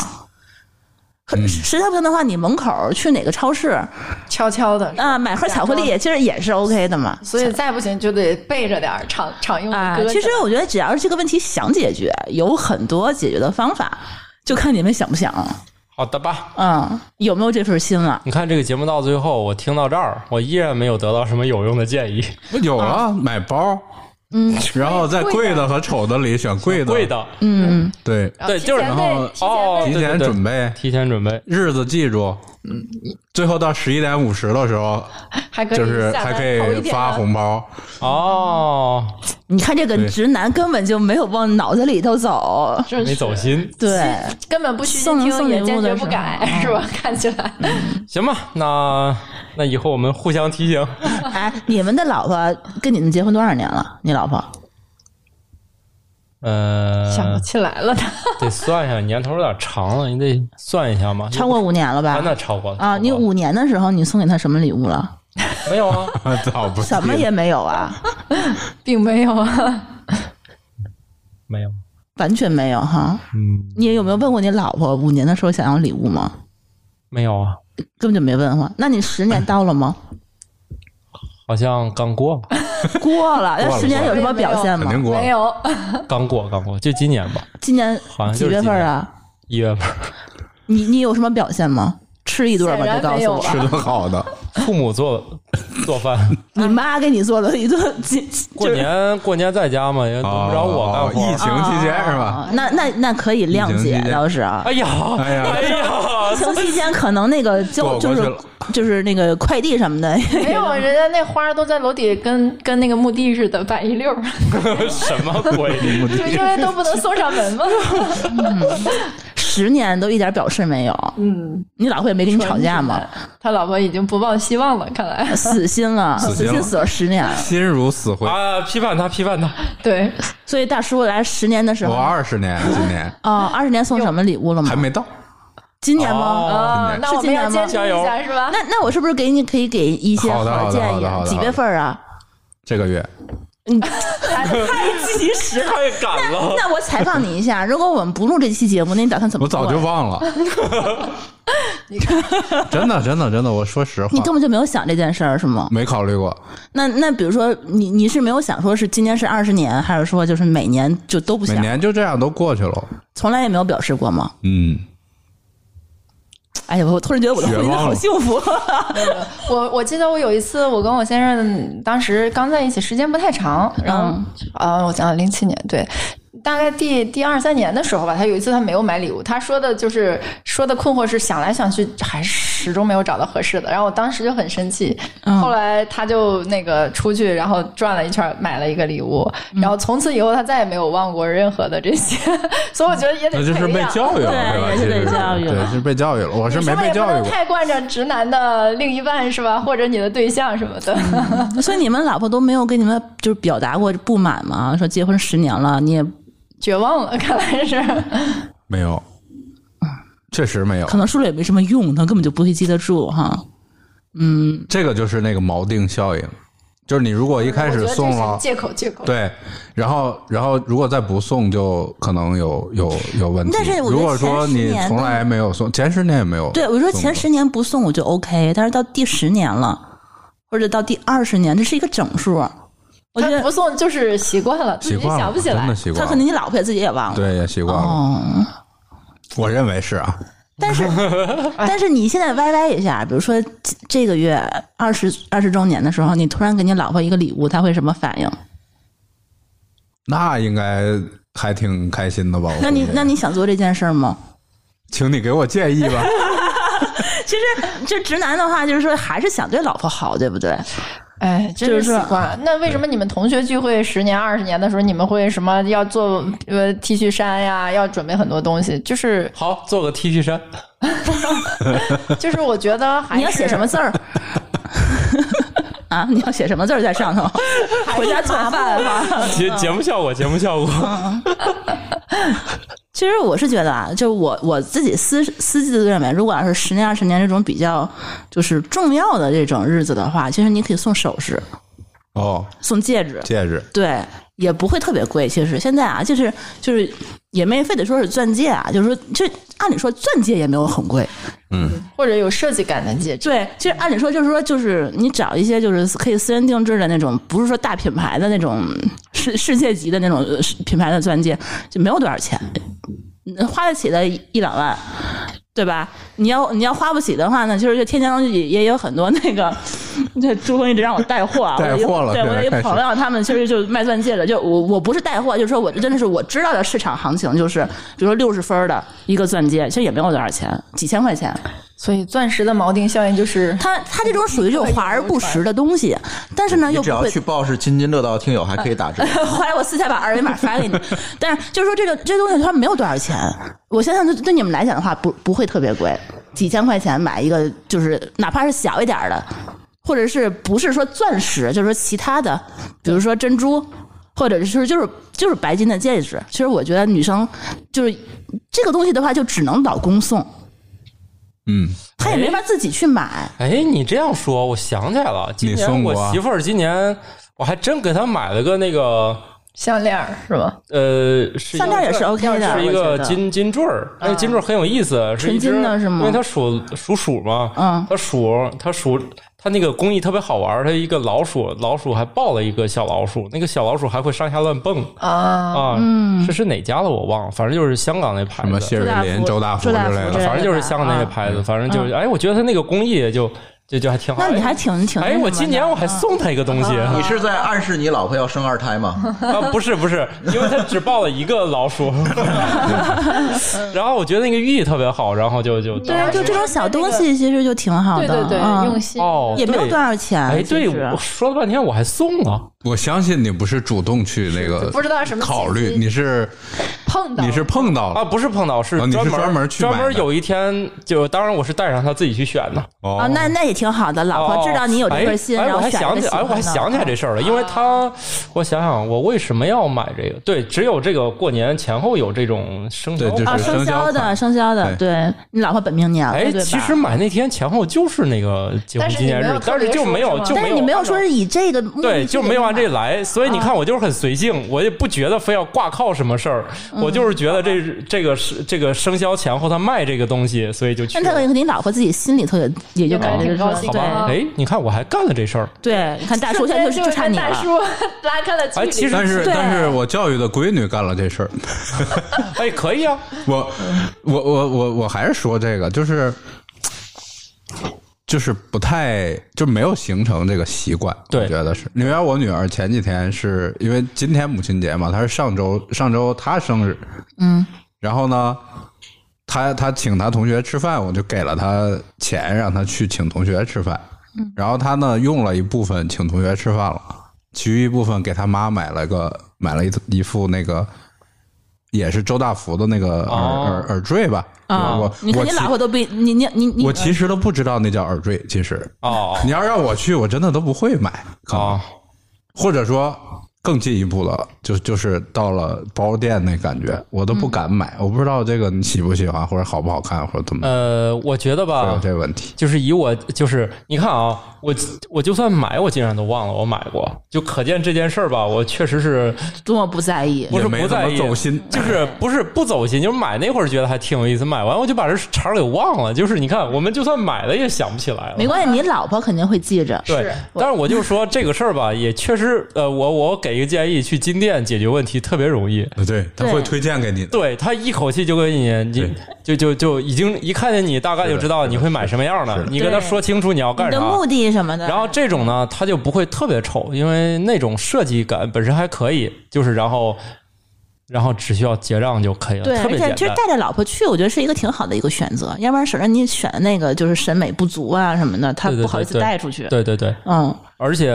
Speaker 5: 可
Speaker 4: 嗯
Speaker 5: 实在不行的话，你门口去哪个超市
Speaker 2: 悄悄的，
Speaker 5: 啊买盒巧克力，其实也是 OK 的嘛。
Speaker 2: 所以再不行就得备着点儿常常用
Speaker 5: 啊
Speaker 2: 的歌，曲。
Speaker 5: 其实我觉得只要是这个问题想解决，有很多解决的方法，就看你们想不想，
Speaker 1: 好的吧。
Speaker 5: 嗯，有没有这份心啊了。
Speaker 1: 你看这个节目到最后，我听到这儿，我依然没有得到什么有用的建议。
Speaker 4: 不有了买包，嗯，然后在贵的和丑的里选贵的，
Speaker 1: 贵的，哦
Speaker 5: 嗯，
Speaker 4: 对，
Speaker 2: 然后
Speaker 1: 对，就是
Speaker 2: 提前
Speaker 4: 然
Speaker 2: 备
Speaker 4: 后
Speaker 2: 提
Speaker 1: 哦
Speaker 2: 前备
Speaker 4: 提前准备
Speaker 1: 提前准备。
Speaker 4: 日子记住，嗯，最后到十一点五十的时候，
Speaker 2: 还可以
Speaker 4: 就是
Speaker 2: 下
Speaker 4: 还
Speaker 2: 单
Speaker 4: 可
Speaker 2: 头一啊
Speaker 4: 以
Speaker 2: 天
Speaker 4: 发
Speaker 2: 的
Speaker 5: [laughs]
Speaker 4: 红包，
Speaker 1: 哦，
Speaker 5: 你看这个
Speaker 4: 对
Speaker 5: 直男根本就没有往脑子里头走，
Speaker 2: 真
Speaker 1: 没
Speaker 2: 是
Speaker 1: 走心。
Speaker 5: 对，
Speaker 2: 根本不虚心
Speaker 5: 送
Speaker 2: 听，
Speaker 5: 送
Speaker 2: 也
Speaker 5: 礼物
Speaker 2: 坚
Speaker 5: 的
Speaker 2: 决
Speaker 5: 时
Speaker 2: 不
Speaker 5: 候
Speaker 2: 改，
Speaker 5: 嗯
Speaker 2: 是吧？看起
Speaker 4: [laughs]
Speaker 2: 来
Speaker 4: 呃
Speaker 1: 行吧，那那以后我们互相提醒。
Speaker 5: 哎，你们的老婆跟你们结婚多少年了？你老婆嗯
Speaker 1: 呃，
Speaker 2: 想不起来了，
Speaker 1: 得算一下，年头有点长了，你得算一下嘛。
Speaker 5: 超过五年了
Speaker 1: 啊，那
Speaker 5: 吧？
Speaker 1: 超过了
Speaker 5: 啊，你
Speaker 1: 超过了
Speaker 5: 五年的时候你送给她什么礼物了？
Speaker 1: 没有
Speaker 5: [laughs]
Speaker 1: 啊？
Speaker 4: 早不
Speaker 5: 什么也没有啊，
Speaker 2: 并没有啊。
Speaker 1: 没有。啊
Speaker 5: 完全没有哈。
Speaker 1: 嗯，
Speaker 5: 你有没有问过你老婆五年的时候想要礼物吗？
Speaker 1: 没有啊，
Speaker 5: 根本就没问哈。那你十年到了吗？
Speaker 1: 好像刚过吧，
Speaker 5: 过了，
Speaker 4: 过
Speaker 5: 那
Speaker 4: 了
Speaker 5: 十年有什么表现
Speaker 4: 肯
Speaker 5: 吗
Speaker 4: 定？过
Speaker 2: 没
Speaker 4: 了，
Speaker 2: 有，
Speaker 1: 刚过，刚过，就今年
Speaker 4: [laughs]
Speaker 1: 吧，
Speaker 5: 今年
Speaker 1: 好像
Speaker 5: 几
Speaker 1: 就是
Speaker 5: 月
Speaker 1: 今
Speaker 5: 份
Speaker 1: 年
Speaker 5: 啊？
Speaker 1: 一月份。
Speaker 5: 你你有什么表现吗？吃一顿
Speaker 2: 显
Speaker 5: 吧，
Speaker 2: 然
Speaker 5: 就告
Speaker 2: 没
Speaker 5: 诉
Speaker 2: 有啊
Speaker 5: 我
Speaker 2: 吧。
Speaker 4: 吃顿好的，
Speaker 1: 父母做做
Speaker 4: [laughs]
Speaker 1: 饭，
Speaker 5: 你妈给你做了一顿， [laughs]
Speaker 1: 过年过年在家嘛，也轮不着我干
Speaker 4: 哦疫
Speaker 1: 活。
Speaker 4: 情期间是吧？
Speaker 5: 啊那那那可以谅
Speaker 4: 疫情
Speaker 5: 解
Speaker 4: 期，间
Speaker 5: 倒是啊
Speaker 4: [laughs]
Speaker 1: 哎。呀，
Speaker 4: 哎呀
Speaker 1: 哎
Speaker 5: 疫
Speaker 1: 呀，
Speaker 5: 情期间可能那个交
Speaker 4: 躲过
Speaker 5: 就
Speaker 4: 去
Speaker 5: 是
Speaker 4: 了
Speaker 5: 就是那个快递什么的， [laughs]
Speaker 2: 没有，啊人家那花儿都在楼底跟跟那个墓地似的摆一
Speaker 4: [laughs]
Speaker 2: 溜儿，
Speaker 1: 什么鬼？
Speaker 5: 啊
Speaker 2: 就因为都不能送上门嘛。
Speaker 5: 十年都一点表示没有，
Speaker 2: 嗯，
Speaker 5: 你老婆也没跟你吵架吗？
Speaker 2: 他老婆已经不抱希望了，看来 [laughs]
Speaker 5: 死心了，
Speaker 4: [laughs] 死
Speaker 5: 死
Speaker 4: 心了
Speaker 5: 心死了十年了。
Speaker 4: 心如死灰。
Speaker 1: 啊，批判他，批判他，
Speaker 2: 对，
Speaker 5: 所以大叔来十年的时候
Speaker 4: 我，二十年，今年
Speaker 5: 哦，二十年送什么礼物了吗
Speaker 4: 还？没到，
Speaker 5: 今年吗？
Speaker 1: 哦
Speaker 2: 啊，那我们要坚持
Speaker 1: 加
Speaker 2: 一
Speaker 1: 油
Speaker 2: 下是吧？
Speaker 5: 那那我是不是给你可以给一些
Speaker 4: 好的
Speaker 5: 好
Speaker 4: 好的
Speaker 5: 建
Speaker 4: 好
Speaker 5: 议
Speaker 4: 的好
Speaker 5: 啊？
Speaker 4: 的
Speaker 5: 几月份 [laughs] 啊？
Speaker 4: 这个月
Speaker 5: 及时了。
Speaker 1: 太赶
Speaker 4: [laughs]
Speaker 1: 了。
Speaker 5: 那我采访你一下，如果我们不录这期节目，那你打算怎么
Speaker 4: 我
Speaker 5: 做呀？
Speaker 4: 早就忘
Speaker 5: [laughs]
Speaker 4: 了。真的，真的，真的，我说实话
Speaker 5: 你，根本就没有想这件事儿，是吗？
Speaker 4: 没考虑过，
Speaker 5: 那那比如说，你你是没有想说是今年是二十年，还是说就是每年就都不
Speaker 4: 每
Speaker 5: 想，
Speaker 4: 年就这样都过去了。
Speaker 5: 从来也没有表示过吗？
Speaker 4: 嗯，
Speaker 5: 哎呀，我突然觉得我的
Speaker 4: 绝
Speaker 5: 婚姻
Speaker 4: 望
Speaker 5: 好
Speaker 4: 了
Speaker 5: 幸福。啊
Speaker 2: 我我记得我有一次，我跟我先生当时刚在一起，时间不太长，然后
Speaker 5: 嗯
Speaker 2: 啊、我想想零七年对。大概第第二三年的时候吧，他有一次他没有买礼物，他说的就是说的困惑是想来想去还是始终没有找到合适的，然后我当时就很生气，
Speaker 5: 嗯
Speaker 2: 后来他就那个出去，然后转了一圈买了一个礼物，
Speaker 5: 嗯
Speaker 2: 然后从此以后他再也没有忘过任何的这些， [laughs] 所以我觉得也得
Speaker 4: 那就是
Speaker 2: 培
Speaker 4: 被
Speaker 2: 养
Speaker 4: 教育了，
Speaker 5: 对
Speaker 4: 对吧？
Speaker 5: 也
Speaker 4: 其
Speaker 5: 是被
Speaker 4: 实
Speaker 5: 教育了
Speaker 4: 对，是被教育了。我是
Speaker 2: 你
Speaker 4: 没
Speaker 2: 是不是也
Speaker 4: 被
Speaker 2: 不
Speaker 4: 教育
Speaker 2: 能
Speaker 4: 过，
Speaker 2: 太惯着直男的另一半是吧？或者你的对象什么的。
Speaker 5: [laughs]
Speaker 4: 嗯
Speaker 5: 所以你们老婆都没有跟你们就是表达过不满吗？说结婚十年了，你也
Speaker 2: [laughs] 绝望了，看来是。
Speaker 4: 没有，确实没有
Speaker 5: 嗯可。能说了也没什么用，她根本就不会记得住哈。嗯，
Speaker 4: 这个就是那个锚定效应，就是你如果一开
Speaker 2: 我觉
Speaker 4: 始
Speaker 2: 得这
Speaker 4: 送
Speaker 2: 是
Speaker 4: 了，
Speaker 2: 借口，借口。
Speaker 4: 对，然后然后如果再不送，就可能有有有问题。
Speaker 5: 但是我觉得
Speaker 4: 如果
Speaker 5: 前
Speaker 4: 说
Speaker 5: 十
Speaker 4: 你
Speaker 5: 年
Speaker 4: 从来没有送，前十年也没有送过。
Speaker 5: 对，我说前十年不送我就 OK，但是到第十年了，或者到第二十年，这是一个整数。我觉
Speaker 2: 他不
Speaker 5: 得
Speaker 2: 送就是习惯了，自
Speaker 4: 习
Speaker 2: 己
Speaker 4: 惯
Speaker 2: 想
Speaker 4: 了，
Speaker 2: 不起
Speaker 4: 真
Speaker 2: 来
Speaker 4: 的。习
Speaker 5: 她
Speaker 4: 惯
Speaker 5: 可
Speaker 4: 了，
Speaker 5: 能你老婆也自己也忘了。
Speaker 4: 对，也习惯了。
Speaker 5: 哦，
Speaker 4: 我认为是啊，
Speaker 5: 但是但是你现在歪歪一下，比如说这这个月二十二十周年的时候，你突然给你老婆一个礼物，她会什么反应？
Speaker 4: 那应该还挺开心的吧？我
Speaker 5: 那你
Speaker 4: 估计
Speaker 5: 那你想做这件事儿吗？ [laughs]
Speaker 4: 请你给我建议吧。
Speaker 5: 其实就直男的话，就是说还是想对老婆好，对不对？
Speaker 2: 哎，真
Speaker 5: 就是是说
Speaker 2: 习惯了。那为什么你们同学聚会十年、二十年的时候，你们会什么要做呃 T 恤衫呀，要准备很多东西？
Speaker 4: [laughs]
Speaker 2: 就是
Speaker 1: 好，做个 T 恤衫，
Speaker 2: 就是，我觉得还
Speaker 5: 你要写什么字儿？ [laughs] 啊，你要写什么字儿在上头？回家做饭啊哈。
Speaker 1: 节
Speaker 4: 啊
Speaker 1: 节目效果，节目效果。
Speaker 5: 其实我是觉得啊，就我我自己私私自认为，如果要是十年、二十年这种比较就是重要的这种日子的话，其实你可以送首饰、
Speaker 4: 哦，
Speaker 5: 送戒指，
Speaker 4: 戒指，
Speaker 5: 对，也不会特别贵。其实现在啊，就是就是也没非得说是钻戒啊，就是说，就按理说钻戒也没有很贵。
Speaker 2: 或者有设计感的戒指？
Speaker 5: 对，其实按理说就是说，就是你找一些就是可以私人定制的那种，不是说大品牌的那种世世界级的那种呃品牌的钻戒，就没有多少钱，嗯花得起的一一两万，对吧？你要你要花不起的话呢，就是天津也也有很多那个，这朱峰一直让我带货啊，
Speaker 4: 带货了
Speaker 5: 我有一对我
Speaker 4: 现在
Speaker 5: 有一
Speaker 4: 开始
Speaker 5: 朋友他们其实就卖钻戒的，就我我不是带货，就是说我真的是我知道的市场行情，就是比如说六十分的一个钻戒，其实也没有多少钱，几千块钱。
Speaker 2: 所以钻石的锚定效应就是
Speaker 5: 它它这种属于这种华而不实的东西，但是呢
Speaker 7: 你
Speaker 5: 又
Speaker 7: 只
Speaker 5: 不
Speaker 7: 要
Speaker 5: 会
Speaker 7: 去。报是津津乐道听友还可以打折。
Speaker 5: 后来我私下把二维码发给你， [laughs] 但是就是说这个这东西它没有多少钱，我想想对对你们来讲的话不不会特别贵，几千块钱买一个就是哪怕是小一点儿的，或者是不是说钻石，就是说其他的，比如说珍珠，或者是就是就是白金的戒指。其实我觉得女生就是这个东西的话，就只能老公送，
Speaker 4: 嗯，
Speaker 5: 她也没法自己去买。
Speaker 1: 哎，你这样说，我想起来了，今
Speaker 4: 你
Speaker 1: 年
Speaker 4: 送过
Speaker 1: 我
Speaker 4: 啊
Speaker 1: 媳妇儿今年我还真给她买了个那个
Speaker 2: 项链儿是吧？
Speaker 1: 呃，是一
Speaker 5: 项链
Speaker 1: 个
Speaker 5: 也是 OK 的，
Speaker 1: 是一
Speaker 5: 我
Speaker 1: 个
Speaker 5: 觉得嗯
Speaker 1: 金金坠儿，那个金坠儿很有意思，是一只
Speaker 5: 纯金的是吗
Speaker 1: 因为它属属鼠嘛，
Speaker 5: 嗯
Speaker 1: 它鼠它鼠它那个工艺特别好玩儿，它一个老鼠，老鼠还抱了一个小老鼠，那个小老鼠还会上下乱蹦
Speaker 5: 哦
Speaker 2: 啊，
Speaker 1: 啊，嗯，这是哪家的我忘了，反正就是香港那牌
Speaker 4: 什么
Speaker 1: 子，
Speaker 4: 谢瑞
Speaker 5: 哎
Speaker 4: 麟、周
Speaker 5: 周
Speaker 4: 大
Speaker 5: 大
Speaker 4: 福
Speaker 5: 福
Speaker 4: 之
Speaker 5: 周
Speaker 4: 类
Speaker 5: 大福之类
Speaker 4: 的
Speaker 5: 的，
Speaker 1: 反正就是香港那个牌子，反正就是哎，我觉得它那个工艺就这就还挺好。
Speaker 5: 嗯那你还挺挺
Speaker 1: 哎，我今年
Speaker 5: 嗯
Speaker 1: 我还送他一个东西，
Speaker 7: 你是在暗示你老婆要生二胎吗？
Speaker 1: [laughs] 啊，不是不是，因为他只抱了一个老鼠，然后我觉得那个寓意特别好，然后就就
Speaker 5: 对啊，就这种小东西其实就挺好的，
Speaker 2: 对对对，
Speaker 5: 嗯
Speaker 2: 用心。
Speaker 1: 哦，
Speaker 5: 也没有
Speaker 1: 对
Speaker 5: 多少钱。
Speaker 1: 哎，对，
Speaker 5: 其实
Speaker 1: 我说了半天我还送啊了，
Speaker 4: 我相信你不是主动去那个，
Speaker 2: 不知道什么
Speaker 4: 考
Speaker 2: 信
Speaker 4: 虑，
Speaker 2: 息
Speaker 4: 你是
Speaker 2: 碰到
Speaker 4: 你是碰到
Speaker 1: 啊，
Speaker 4: 了
Speaker 1: 不是碰到，是
Speaker 4: 哦你是
Speaker 1: 专门、
Speaker 4: 专门去买的
Speaker 1: 有一天就，当然我是带上他自己去选的。
Speaker 4: 哦
Speaker 5: 啊，那那也挺好的，老婆知道你有这份心，
Speaker 1: 哎哎
Speaker 5: 然
Speaker 1: 我
Speaker 5: 后
Speaker 1: 还
Speaker 5: 选了
Speaker 1: 想
Speaker 5: 个
Speaker 1: 起，
Speaker 5: 喜
Speaker 1: 哎，
Speaker 5: 欢
Speaker 1: 我还
Speaker 5: 的
Speaker 1: 想起来这事儿了，因为他，我想想，我为什么要买这个？对，只有这个过年前后有这种生肖
Speaker 4: 对就是
Speaker 5: 啊，
Speaker 2: 哦
Speaker 1: 款。
Speaker 4: 生
Speaker 5: 生
Speaker 4: 肖
Speaker 5: 的，
Speaker 4: 款
Speaker 5: 生肖的，对你老婆本命年了，
Speaker 1: 哎，
Speaker 5: 对吧
Speaker 1: 其实买那天前后就是那个结婚
Speaker 2: 但是
Speaker 1: 纪念
Speaker 2: 你没
Speaker 1: 日
Speaker 2: 有，特
Speaker 1: 但是
Speaker 2: 别
Speaker 1: 就
Speaker 2: 说
Speaker 1: 没有
Speaker 2: 是嗯吗
Speaker 1: 就
Speaker 5: 但是你没有说是以这个目的
Speaker 1: 对，
Speaker 5: 去
Speaker 1: 就没有按这
Speaker 5: 买
Speaker 1: 来，所以你看，我就是很随性，我也不觉得非要挂靠什么事儿，
Speaker 2: 嗯
Speaker 1: 我就是觉得这这个是这个生肖前后他卖这个东西，所以就去
Speaker 5: 但他
Speaker 1: 了。
Speaker 5: 你老婆自己心里头也也就感觉就
Speaker 2: 也
Speaker 5: 是
Speaker 2: 高
Speaker 5: 说
Speaker 2: 兴
Speaker 1: 好吧，
Speaker 5: 对
Speaker 1: 哎，你看我还干了这事儿，
Speaker 5: 对，你看大叔现在就是就差你
Speaker 2: 大
Speaker 5: 了，
Speaker 2: 叔拉开了距离。嗯
Speaker 1: 哎，其实
Speaker 4: 但是
Speaker 5: 对
Speaker 4: 但是我教育的闺女干了这事儿，
Speaker 1: 哎可以啊，
Speaker 4: 我我我我我还是说这个，就是就是不太就没有形成这个习惯，
Speaker 1: 对
Speaker 4: 我觉得是。因为我女儿前几天是因为今天母亲节嘛，她是上周上周她生日，
Speaker 5: 嗯，
Speaker 4: 然后呢，她她请她同学吃饭，我就给了她钱让她去请同学吃饭，然后她呢用了一部分请同学吃饭了，其余一部分给她妈买了个买了一一副那个。也是周大福的那个耳、
Speaker 1: 哦
Speaker 4: 耳耳坠吧，
Speaker 5: 啊
Speaker 4: 我，
Speaker 5: 你看
Speaker 4: 我
Speaker 5: 你
Speaker 4: 其
Speaker 5: 老婆都不你你你你
Speaker 4: 我其实都不知道那叫耳坠，其实
Speaker 1: 哦
Speaker 4: 你要让我去，我真的都不会买。可能
Speaker 1: 哦，
Speaker 4: 或者说更进一步了，就就是到了包店那感觉，我都不敢买，
Speaker 5: 嗯
Speaker 4: 我不知道这个你喜不喜欢，或者好不好看，或者怎么，
Speaker 1: 呃，我觉得
Speaker 4: 会有
Speaker 1: 吧，
Speaker 4: 这个问题。
Speaker 1: 就是以我就是你看啊，我我就算买，我竟然都忘了我买过，就可见这件事儿吧，我确实是
Speaker 5: 多么不在意
Speaker 1: 不是
Speaker 4: 也没
Speaker 1: 不在意
Speaker 4: 怎么走心
Speaker 1: [laughs] 就是不是不走心，就是买那会儿觉得还挺有意思，买完我就把这茬儿给忘了。就是你看，我们就算买了也想不起来了。
Speaker 5: 没关系，你老婆肯定会记着，
Speaker 1: 对，但是我就说这个事儿吧，也确实，呃，我我给一个建议，去金店解决问题特别容易。
Speaker 4: 对，他
Speaker 5: 对
Speaker 4: 会推荐给你的。
Speaker 1: 对他一口气就给你，你就就就已经一看见你大概就知道你会买什么样的，你跟他说清楚你要
Speaker 5: 你
Speaker 1: 干啥
Speaker 5: 的。目的什么的，
Speaker 1: 然后这种呢，它就不会特别丑，因为那种设计感本身还可以，就是然后然后只需要结账就可以了，
Speaker 5: 对，
Speaker 1: 特
Speaker 5: 而
Speaker 1: 别
Speaker 5: 且
Speaker 1: 简
Speaker 5: 其实
Speaker 1: 单。
Speaker 5: 带着老婆去，我觉得是一个挺好的一个选择，要不然省着你选的那个就是审美不足啊什么的，她
Speaker 1: 对对
Speaker 5: 不好意
Speaker 1: 对
Speaker 5: 思
Speaker 1: 对
Speaker 5: 带出去，
Speaker 1: 对对对，
Speaker 5: 嗯，
Speaker 1: 而且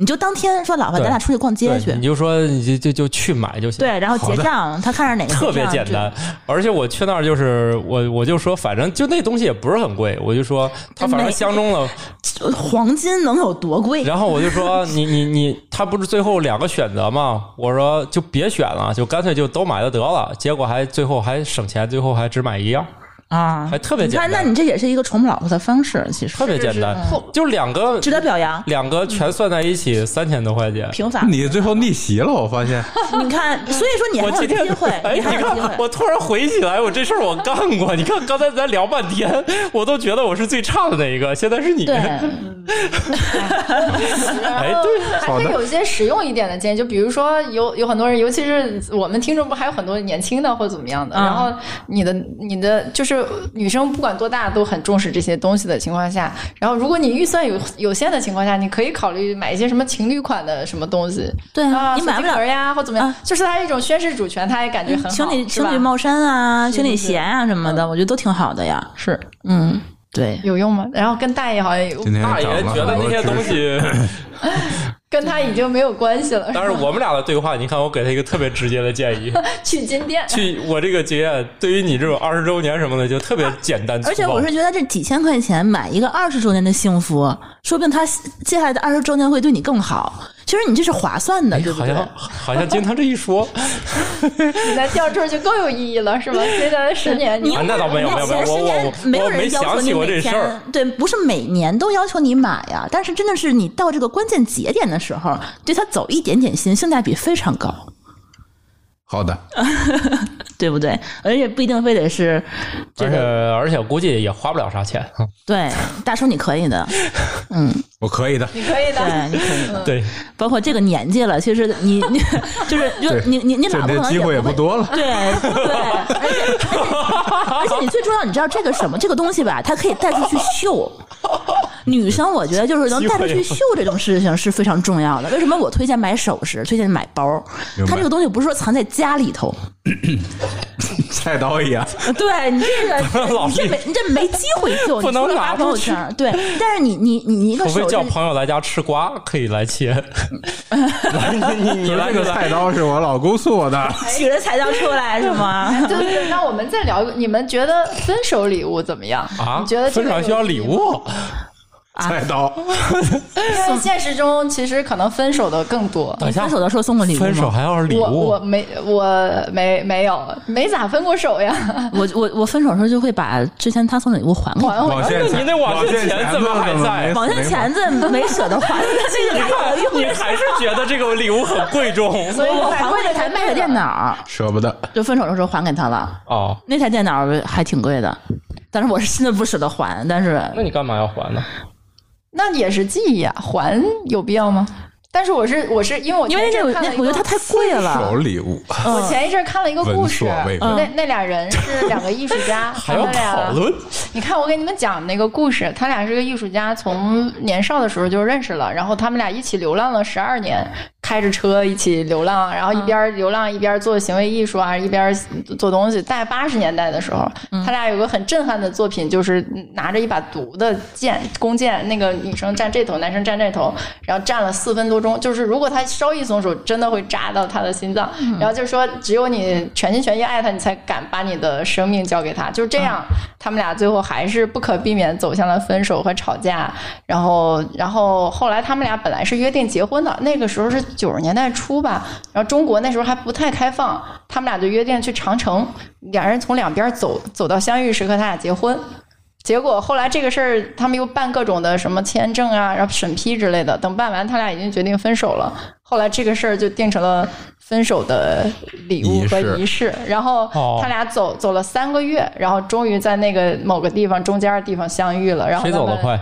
Speaker 5: 你就当天说老婆，
Speaker 1: 对
Speaker 5: 咱俩出去逛街
Speaker 1: 对
Speaker 5: 去
Speaker 1: 你，就说你就就就去买就行。
Speaker 5: 对，然后结账，她看上哪个
Speaker 1: 特别
Speaker 5: 结账
Speaker 1: 简单，而且我去那儿就是我我就说，反正就那东西也不是很贵，我就说它反正相
Speaker 5: [laughs]
Speaker 1: 中
Speaker 5: 哎
Speaker 1: 了，
Speaker 5: 就黄金能有多贵？
Speaker 1: 然后我就说你你你，他不是最后两个选择吗？我说就别选了，就干脆就都买了得了，结果还最后还省钱，最后还只买一样，
Speaker 5: 啊，
Speaker 1: 还特别简单
Speaker 5: 你看，那你这也是一个宠老婆的方式，其实
Speaker 1: 特别简单，就两个
Speaker 5: 值得表扬。
Speaker 1: 两个全算在一起三千多块钱。
Speaker 5: 嗯平反，
Speaker 4: 你最后逆袭了，我发现
Speaker 5: 你看，所以说你
Speaker 1: 我
Speaker 5: 还有
Speaker 1: 今天
Speaker 5: 机会，
Speaker 1: 哎，
Speaker 5: 你还有机
Speaker 1: 看，
Speaker 5: 会。
Speaker 1: 我突然回忆起来，我这事儿我干过。你看刚才咱聊半天，我都觉得我是最差的那一个，现在是你。
Speaker 5: 对，
Speaker 1: 哎，对，
Speaker 2: 还可以有一些实用一点的建议，就比如说有有很多人，尤其是我们听众，不还有很多年轻的或者怎么样的。
Speaker 5: 嗯
Speaker 2: 然后你的你的就是女生，不管多大都很重视这些东西的情况下，然后如果你预算有有限的情况下，你可以考虑买一些什么情侣款的什么东西。
Speaker 5: 对啊
Speaker 2: 啊，
Speaker 5: 你买不了
Speaker 2: 手机壳呀，或怎么样
Speaker 5: 啊，嗯
Speaker 2: 就是它一种宣示主权，它也感觉很好，
Speaker 5: 情侣
Speaker 2: 是吧
Speaker 5: 情侣帽衫啊，情侣
Speaker 2: 是是
Speaker 5: 鞋啊什么的，
Speaker 1: 嗯
Speaker 5: 我觉得都挺好的呀。
Speaker 2: 是
Speaker 5: 嗯，对，
Speaker 2: 有用吗？然后跟大爷好像也有
Speaker 4: 今天
Speaker 1: 大
Speaker 4: 长
Speaker 1: 爷
Speaker 4: 了
Speaker 1: 觉得
Speaker 4: 很
Speaker 1: 那
Speaker 4: 多
Speaker 1: 些
Speaker 4: 知
Speaker 1: 东
Speaker 4: 识。
Speaker 1: 西，
Speaker 2: 跟他已经没有关系了，
Speaker 1: 但是我们俩的对话，你看我给他一个特别直接的建
Speaker 5: [laughs]
Speaker 1: 议，
Speaker 2: 去金店。
Speaker 1: 去我这个经验，对于你这种二十周年什么的，就特别简单粗暴。
Speaker 5: 而且我是觉得这几千块钱买一个二十周年的幸福，说不定他接下来的二十周年会对你更好。其实你这是划算的，对不
Speaker 1: 哎好
Speaker 5: 对？
Speaker 1: 像好像经他这一说，
Speaker 2: 你在吊坠就更有意义了，是吧？接下来十年，
Speaker 5: 你
Speaker 1: 啊那倒没有
Speaker 5: 你
Speaker 1: 没有没有
Speaker 5: 前十
Speaker 1: 我
Speaker 5: 年
Speaker 1: 我
Speaker 5: 没有
Speaker 1: 我没
Speaker 5: 人要求
Speaker 1: 想起
Speaker 5: 你
Speaker 1: 过
Speaker 5: 每
Speaker 1: 这事儿
Speaker 5: 天对，不是每年都要求你买呀。但是真的是你到这个关键节点的时候，对他走一点点心，性价比非常高。
Speaker 4: 好的，
Speaker 5: 对不对？而且不一定非得 [laughs] 是这
Speaker 1: 而且
Speaker 5: 个，
Speaker 1: 而且估计也花不了啥钱。
Speaker 5: 对，大叔你可以的，嗯，
Speaker 4: 我可以的，
Speaker 2: 你可以
Speaker 5: 对，
Speaker 2: 的。
Speaker 5: 你可以的。
Speaker 1: 对，
Speaker 5: 包括这个年纪了，其实你你 [laughs] 就是就
Speaker 4: 对
Speaker 5: 是你你你
Speaker 4: 就
Speaker 5: 哪不可
Speaker 4: 你这
Speaker 5: 能
Speaker 4: 机会也不
Speaker 5: 会
Speaker 4: 多了。
Speaker 5: [laughs]
Speaker 4: [laughs]
Speaker 5: 对对，而且而且你最重要，你知道这个什么这个东西吧，它可以带出去 [laughs] 秀。女生我觉得就是能带出去秀这种事情是非常重要的。为什么我推荐买首饰，推荐买包？
Speaker 4: 明白
Speaker 5: 它这个东西不是说藏在家里 [laughs] 头，
Speaker 4: 菜刀一样，
Speaker 5: 对你这个
Speaker 1: 老
Speaker 5: 你这
Speaker 1: 厉
Speaker 5: 没 [laughs] 你这没机会秀，
Speaker 1: 不能
Speaker 5: 你除了发
Speaker 1: 拿出
Speaker 5: 朋友圈儿。对，但是你你你你一个
Speaker 1: 除非
Speaker 5: 首饰
Speaker 1: 叫，朋友来家吃瓜，可以来切。来，你你你
Speaker 4: 就是
Speaker 1: 来
Speaker 4: [laughs] 这
Speaker 1: 就
Speaker 4: 个
Speaker 1: 来
Speaker 4: 菜。刀是我老公送我的，
Speaker 5: 举着菜刀出来是吗？
Speaker 2: [laughs] 对对对，那我们再聊一个，你们觉得分手礼物怎么样？
Speaker 1: 啊，
Speaker 2: 你觉得这
Speaker 1: 分
Speaker 2: 个
Speaker 1: 手还
Speaker 2: 有
Speaker 1: 需要礼物？
Speaker 4: [laughs] 菜刀
Speaker 2: 因为现实中其实可能分手的更多。
Speaker 1: 等一下
Speaker 5: 分，手的时候送个礼物吗
Speaker 1: 分手还要礼
Speaker 2: 我我
Speaker 1: 物？
Speaker 2: 没我没没有没咋分过手呀，
Speaker 5: [laughs] 我我我分手的时候就会把之前他送的礼物还给
Speaker 2: 还
Speaker 5: 我。
Speaker 2: 我
Speaker 4: 网线
Speaker 1: 哎那
Speaker 4: 钱，
Speaker 1: 你那网线
Speaker 4: 线
Speaker 1: 钱怎么还在啊
Speaker 5: 网线钳子没舍得 [laughs] 还，这个
Speaker 1: 你
Speaker 5: 还好
Speaker 1: 看，你
Speaker 5: 用。
Speaker 1: 还是觉得这个礼物很贵重
Speaker 2: 所以
Speaker 5: 我
Speaker 2: 才
Speaker 5: 哦还过
Speaker 2: 会
Speaker 5: 那台卖的电脑，
Speaker 4: 舍不得，
Speaker 5: 就分手的时候还给他了。
Speaker 1: [laughs] 哦。
Speaker 5: 那台电脑还挺贵的，但是我是真的不舍得还。但是
Speaker 1: 那你干嘛要还呢？
Speaker 2: 那也是记忆啊，还有必要吗？但是我是我是因为我
Speaker 5: 因为
Speaker 2: 前一
Speaker 5: 那
Speaker 2: 阵
Speaker 5: 个
Speaker 2: 看了一
Speaker 5: 那
Speaker 2: 个
Speaker 5: 我觉得它太贵
Speaker 4: 有
Speaker 1: 啊
Speaker 5: 了，
Speaker 4: 礼物，
Speaker 2: 我前一阵看了一个故事，
Speaker 4: 闻所未闻
Speaker 2: 那那俩人是两个艺术
Speaker 1: [laughs]
Speaker 2: 家，
Speaker 1: 还
Speaker 2: 他
Speaker 1: 要
Speaker 2: 们
Speaker 1: 讨
Speaker 2: 俩。
Speaker 1: 论？
Speaker 2: 你看我给你们讲那个故事，他俩是个艺术家，从年少的时候就认识了，然后他们俩一起流浪了十二年，开着车一起流浪，然后一边流浪一边做行为艺术啊，一边做东西。在八十年代的时候，他俩有个很震撼的作品，就是拿着一把毒的剑弓箭，那个女生站这头，男生站这头，然后站了四分多钟。就是如果他稍一松手，真的会扎到他的心脏。然后就说，只有你全心全意爱他，你才敢把你的生命交给他。就这样，他们俩最后还是不可避免走向了分手和吵架。然后，然后后来他们俩本来是约定结婚的，那个时候是九十年代初吧。然后中国那时候还不太开放，他们俩就约定去长城，两人从两边走，走到相遇时刻，他俩结婚。结果后来这个事儿，他们又办各种的什么签证啊，然后审批之类的。等办完，他俩已经决定分手了。后来这个事儿就定成了分手的礼物和
Speaker 4: 仪式
Speaker 2: 仪式。然后
Speaker 1: 哦
Speaker 2: 他俩走走了三个月，然后终于在那个某个地方中间的地方相遇了。然后
Speaker 1: 谁
Speaker 2: 他
Speaker 1: 走
Speaker 2: 们
Speaker 1: 得？快？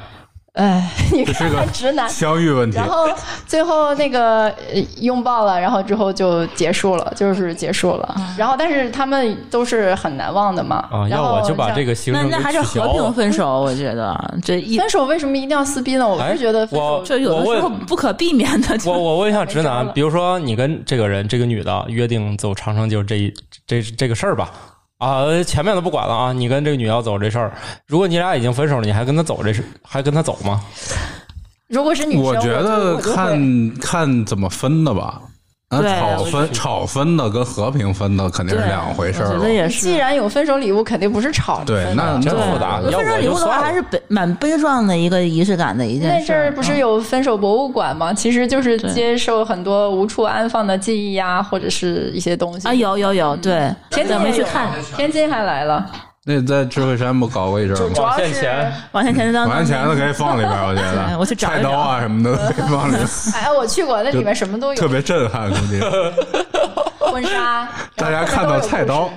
Speaker 2: 哎，你
Speaker 4: [laughs] 这是
Speaker 2: 看
Speaker 4: 个
Speaker 2: 直男。
Speaker 4: 相遇问题
Speaker 2: 然，后最后那个呃拥抱了，然后之后就结束了，就是结束了。然后但是他们都是很难忘的嘛。
Speaker 1: 啊，嗯
Speaker 2: 然
Speaker 1: 要
Speaker 2: 后
Speaker 1: 我就把
Speaker 2: 像
Speaker 1: 这个行
Speaker 5: 那
Speaker 1: 程
Speaker 5: 那还
Speaker 1: 给
Speaker 5: 是
Speaker 1: 取
Speaker 5: 和
Speaker 1: 消
Speaker 5: 平
Speaker 1: 了。
Speaker 5: 分手。我觉得这一
Speaker 2: 分手为什么一定要撕逼呢？我
Speaker 1: 哎
Speaker 2: 是觉得分手
Speaker 1: 我
Speaker 5: 就有的时候
Speaker 1: 问
Speaker 5: 不可避免的
Speaker 1: 我
Speaker 5: 就
Speaker 1: 我问一下直
Speaker 2: 没招
Speaker 1: 男
Speaker 2: 了，
Speaker 1: 啊比如说你跟这个人这个女的约定走长城，就是这一这这个事儿吧。啊，前面的不管了啊，你跟这个女要走这事儿，如果你俩已经分手了，你还跟她走这事，还跟她走吗？
Speaker 2: 如果是女生，
Speaker 4: 我觉
Speaker 2: 我
Speaker 4: 得
Speaker 2: 就会
Speaker 4: 看看怎么分的吧。啊，
Speaker 5: 对
Speaker 4: 吵
Speaker 5: 我
Speaker 4: 分吵分的跟和平分的肯定
Speaker 5: 对
Speaker 4: 是两回事
Speaker 5: 我
Speaker 4: 儿
Speaker 5: 觉得
Speaker 4: 了。
Speaker 5: 也
Speaker 2: 既
Speaker 5: 是。
Speaker 2: 然有分手礼物，肯定不是吵着
Speaker 4: 对，
Speaker 2: 分的
Speaker 4: 那
Speaker 1: 真
Speaker 4: 那
Speaker 1: 复杂
Speaker 4: 对
Speaker 1: 要
Speaker 5: 分手
Speaker 1: 我
Speaker 5: 礼
Speaker 1: 就
Speaker 5: 物的
Speaker 1: 算
Speaker 5: 话
Speaker 1: 了
Speaker 5: 还是悲蛮悲壮的一个仪式感的一件
Speaker 2: 那
Speaker 5: 事
Speaker 2: 阵
Speaker 5: 儿。
Speaker 2: 儿不
Speaker 4: 嗯
Speaker 2: 是有分手博物馆吗？其实就是接受很多无处安放的记忆呀、或者是一些东西
Speaker 5: 啊，。有有有，对，
Speaker 2: 天津
Speaker 5: 我没
Speaker 2: 也
Speaker 5: 去
Speaker 2: 有
Speaker 5: 看。
Speaker 2: 天津还来了，
Speaker 4: 那在智慧山不搞过一阵儿
Speaker 2: 主
Speaker 4: 吗？
Speaker 2: 要
Speaker 1: 网线
Speaker 2: 是
Speaker 1: 钱
Speaker 5: 王千钱当
Speaker 4: 完钱的可以放里边儿，我觉
Speaker 5: 对
Speaker 4: 得。
Speaker 5: 啊 [laughs] 我去找一找
Speaker 4: 菜刀啊什么的都可以放里
Speaker 5: [laughs]
Speaker 4: 边儿，
Speaker 2: 哎，我去过，那里面什么都
Speaker 4: 特
Speaker 2: 有，
Speaker 4: 别震撼，估计
Speaker 2: 婚纱。
Speaker 4: 大
Speaker 2: 然
Speaker 4: 家
Speaker 2: 后
Speaker 4: 看到菜
Speaker 2: 都有
Speaker 4: 刀
Speaker 2: 故事，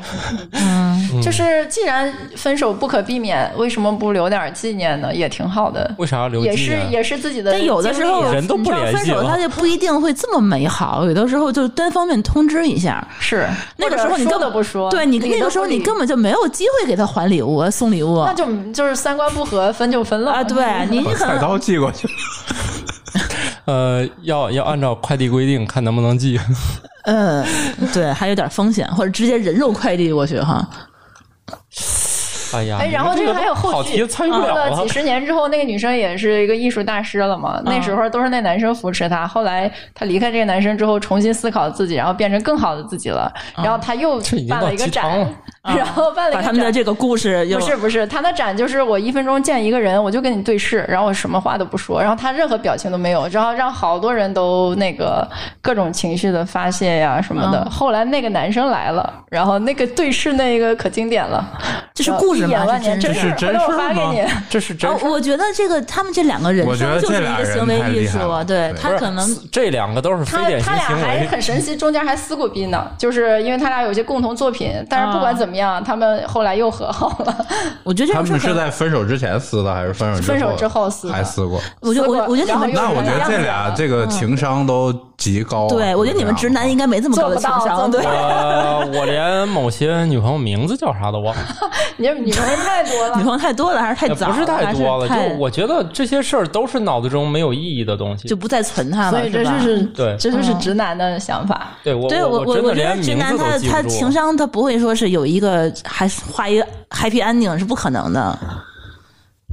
Speaker 4: 嗯
Speaker 2: 就是既然分手不可避免，为什么不留点纪念呢？也挺好的，
Speaker 1: 为啥要留
Speaker 2: 也
Speaker 1: 纪啊
Speaker 2: 是
Speaker 1: 念
Speaker 2: 也是自己的经
Speaker 5: 但
Speaker 2: 历。
Speaker 5: 有的时候
Speaker 1: 人都不
Speaker 5: 你知道
Speaker 1: 联系
Speaker 5: 分手
Speaker 1: 了
Speaker 5: 他就不一定会这么美好，有的时候就单方面通知一下。
Speaker 2: 是
Speaker 5: 那个时候你
Speaker 2: 或者
Speaker 5: 根
Speaker 2: 说
Speaker 5: 本
Speaker 2: 都不说，
Speaker 5: 对你
Speaker 2: 理都
Speaker 5: 那个时候
Speaker 2: 不
Speaker 5: 你
Speaker 2: 理
Speaker 5: 根本就没有机会给他还礼物、啊送礼物
Speaker 2: 那就嗯就是三观不合，分就分了 [laughs]
Speaker 5: 啊！对你
Speaker 4: 把
Speaker 5: 可
Speaker 4: 菜
Speaker 5: 能
Speaker 4: 刀寄
Speaker 5: [laughs]
Speaker 4: 过去。
Speaker 1: 呃，要要按照快递规定看能不能寄。
Speaker 5: 嗯，对，还有点风险，或者直接人肉快递过去哈。
Speaker 1: [laughs] 哎呀，
Speaker 2: 哎，然后
Speaker 1: 你
Speaker 2: 这
Speaker 1: 们个
Speaker 2: 个还有后
Speaker 1: 跑
Speaker 2: 续，
Speaker 1: 题参与不
Speaker 2: 过
Speaker 1: 了啊
Speaker 5: 嗯
Speaker 2: 了
Speaker 1: 了
Speaker 2: 几。十年之后，嗯那个女生也是一个艺术大师了嘛。
Speaker 5: 嗯
Speaker 2: 那时候都是那男生扶持她，后来她离开这个男生之后，重新思考自己，然后变成更好的自己了。然后她又
Speaker 1: 这已经
Speaker 2: 办
Speaker 1: 到
Speaker 2: 了一个
Speaker 1: 鸡汤
Speaker 2: 展
Speaker 1: 了，
Speaker 2: [laughs] 然后办了一
Speaker 5: 嗯把
Speaker 2: 个
Speaker 5: 他们的
Speaker 2: 展。
Speaker 5: 这个故事又
Speaker 2: 不是不是，他的展就是我一分钟见一个人，我就跟你对视，然后我什么话都不说，然后他任何表情都没有，然后让好多人都那个各种情绪的发泄呀
Speaker 5: 嗯
Speaker 2: 什么的。后来那个男生来了，然后那个对视那个可经典了，
Speaker 5: 这是故事
Speaker 2: 呃一眼
Speaker 5: 吗？
Speaker 2: 万
Speaker 5: 是
Speaker 2: 年
Speaker 5: 真
Speaker 2: 这
Speaker 5: 事
Speaker 2: 是
Speaker 5: 儿。
Speaker 1: 真
Speaker 2: 回头
Speaker 1: 事
Speaker 2: 我
Speaker 1: 儿
Speaker 2: 发给
Speaker 1: 吗
Speaker 2: 你？
Speaker 1: [laughs] 这是真
Speaker 5: 啊
Speaker 1: 事儿。
Speaker 5: 我觉得这个他们这两个人
Speaker 4: 我觉
Speaker 5: 生
Speaker 4: 得
Speaker 5: 就是
Speaker 4: 这
Speaker 5: 一
Speaker 4: 俩
Speaker 5: 个
Speaker 4: 人
Speaker 5: 行为
Speaker 4: 太厉
Speaker 5: 艺
Speaker 4: 害
Speaker 5: 术啊
Speaker 4: 了，
Speaker 5: 对
Speaker 4: 对
Speaker 5: 他可能
Speaker 1: 这两个都是非
Speaker 2: 他
Speaker 1: 典型
Speaker 2: 他俩
Speaker 1: 行
Speaker 2: 还
Speaker 1: 为，
Speaker 2: 很神奇，中间还撕过逼呢，就是因为他俩有一些共同作品，但是不
Speaker 5: 啊
Speaker 2: 管怎么样，他们后来又和好了。
Speaker 5: 我觉得这
Speaker 4: 他
Speaker 5: 种事
Speaker 4: 们
Speaker 5: 儿可
Speaker 4: 是
Speaker 5: 能，
Speaker 4: 在分手之前撕的，还是分手
Speaker 2: 分手之后撕的
Speaker 4: 还撕过？
Speaker 5: 我觉得我我觉得你们
Speaker 2: 然
Speaker 5: 嗯
Speaker 4: 那
Speaker 2: 后又
Speaker 4: 我觉得这俩这个情商都极高啊。
Speaker 5: 对我觉得你们直男应该没这么高的情
Speaker 2: 做不到
Speaker 5: 商，
Speaker 2: 做
Speaker 5: 对
Speaker 2: 不到。
Speaker 1: 呃，我连某些女朋友名字叫啥都忘了，
Speaker 2: 你这女朋友太多了
Speaker 5: 女，朋友太多了，还是太
Speaker 1: 也
Speaker 5: [laughs] 早
Speaker 1: 不
Speaker 5: 了，
Speaker 1: 是太多了。
Speaker 5: 还是太
Speaker 1: 就我觉得这些事儿都是脑子中没有意义的东西
Speaker 5: 就。不再存他
Speaker 2: 所
Speaker 5: 了，
Speaker 2: 以这
Speaker 5: 是吧嗯
Speaker 2: 就是
Speaker 1: 对
Speaker 2: 这就是直男的想法。
Speaker 1: 对我，
Speaker 5: 对
Speaker 1: 我
Speaker 5: 我
Speaker 1: 真的
Speaker 5: 我觉
Speaker 1: 连
Speaker 5: 得
Speaker 1: 名
Speaker 5: 直
Speaker 1: 字都
Speaker 5: 男他
Speaker 1: 记
Speaker 5: 他
Speaker 1: 不
Speaker 5: 情
Speaker 1: 住。
Speaker 5: 商他不会说是有一个还是画一个 happy ending 是不可能的。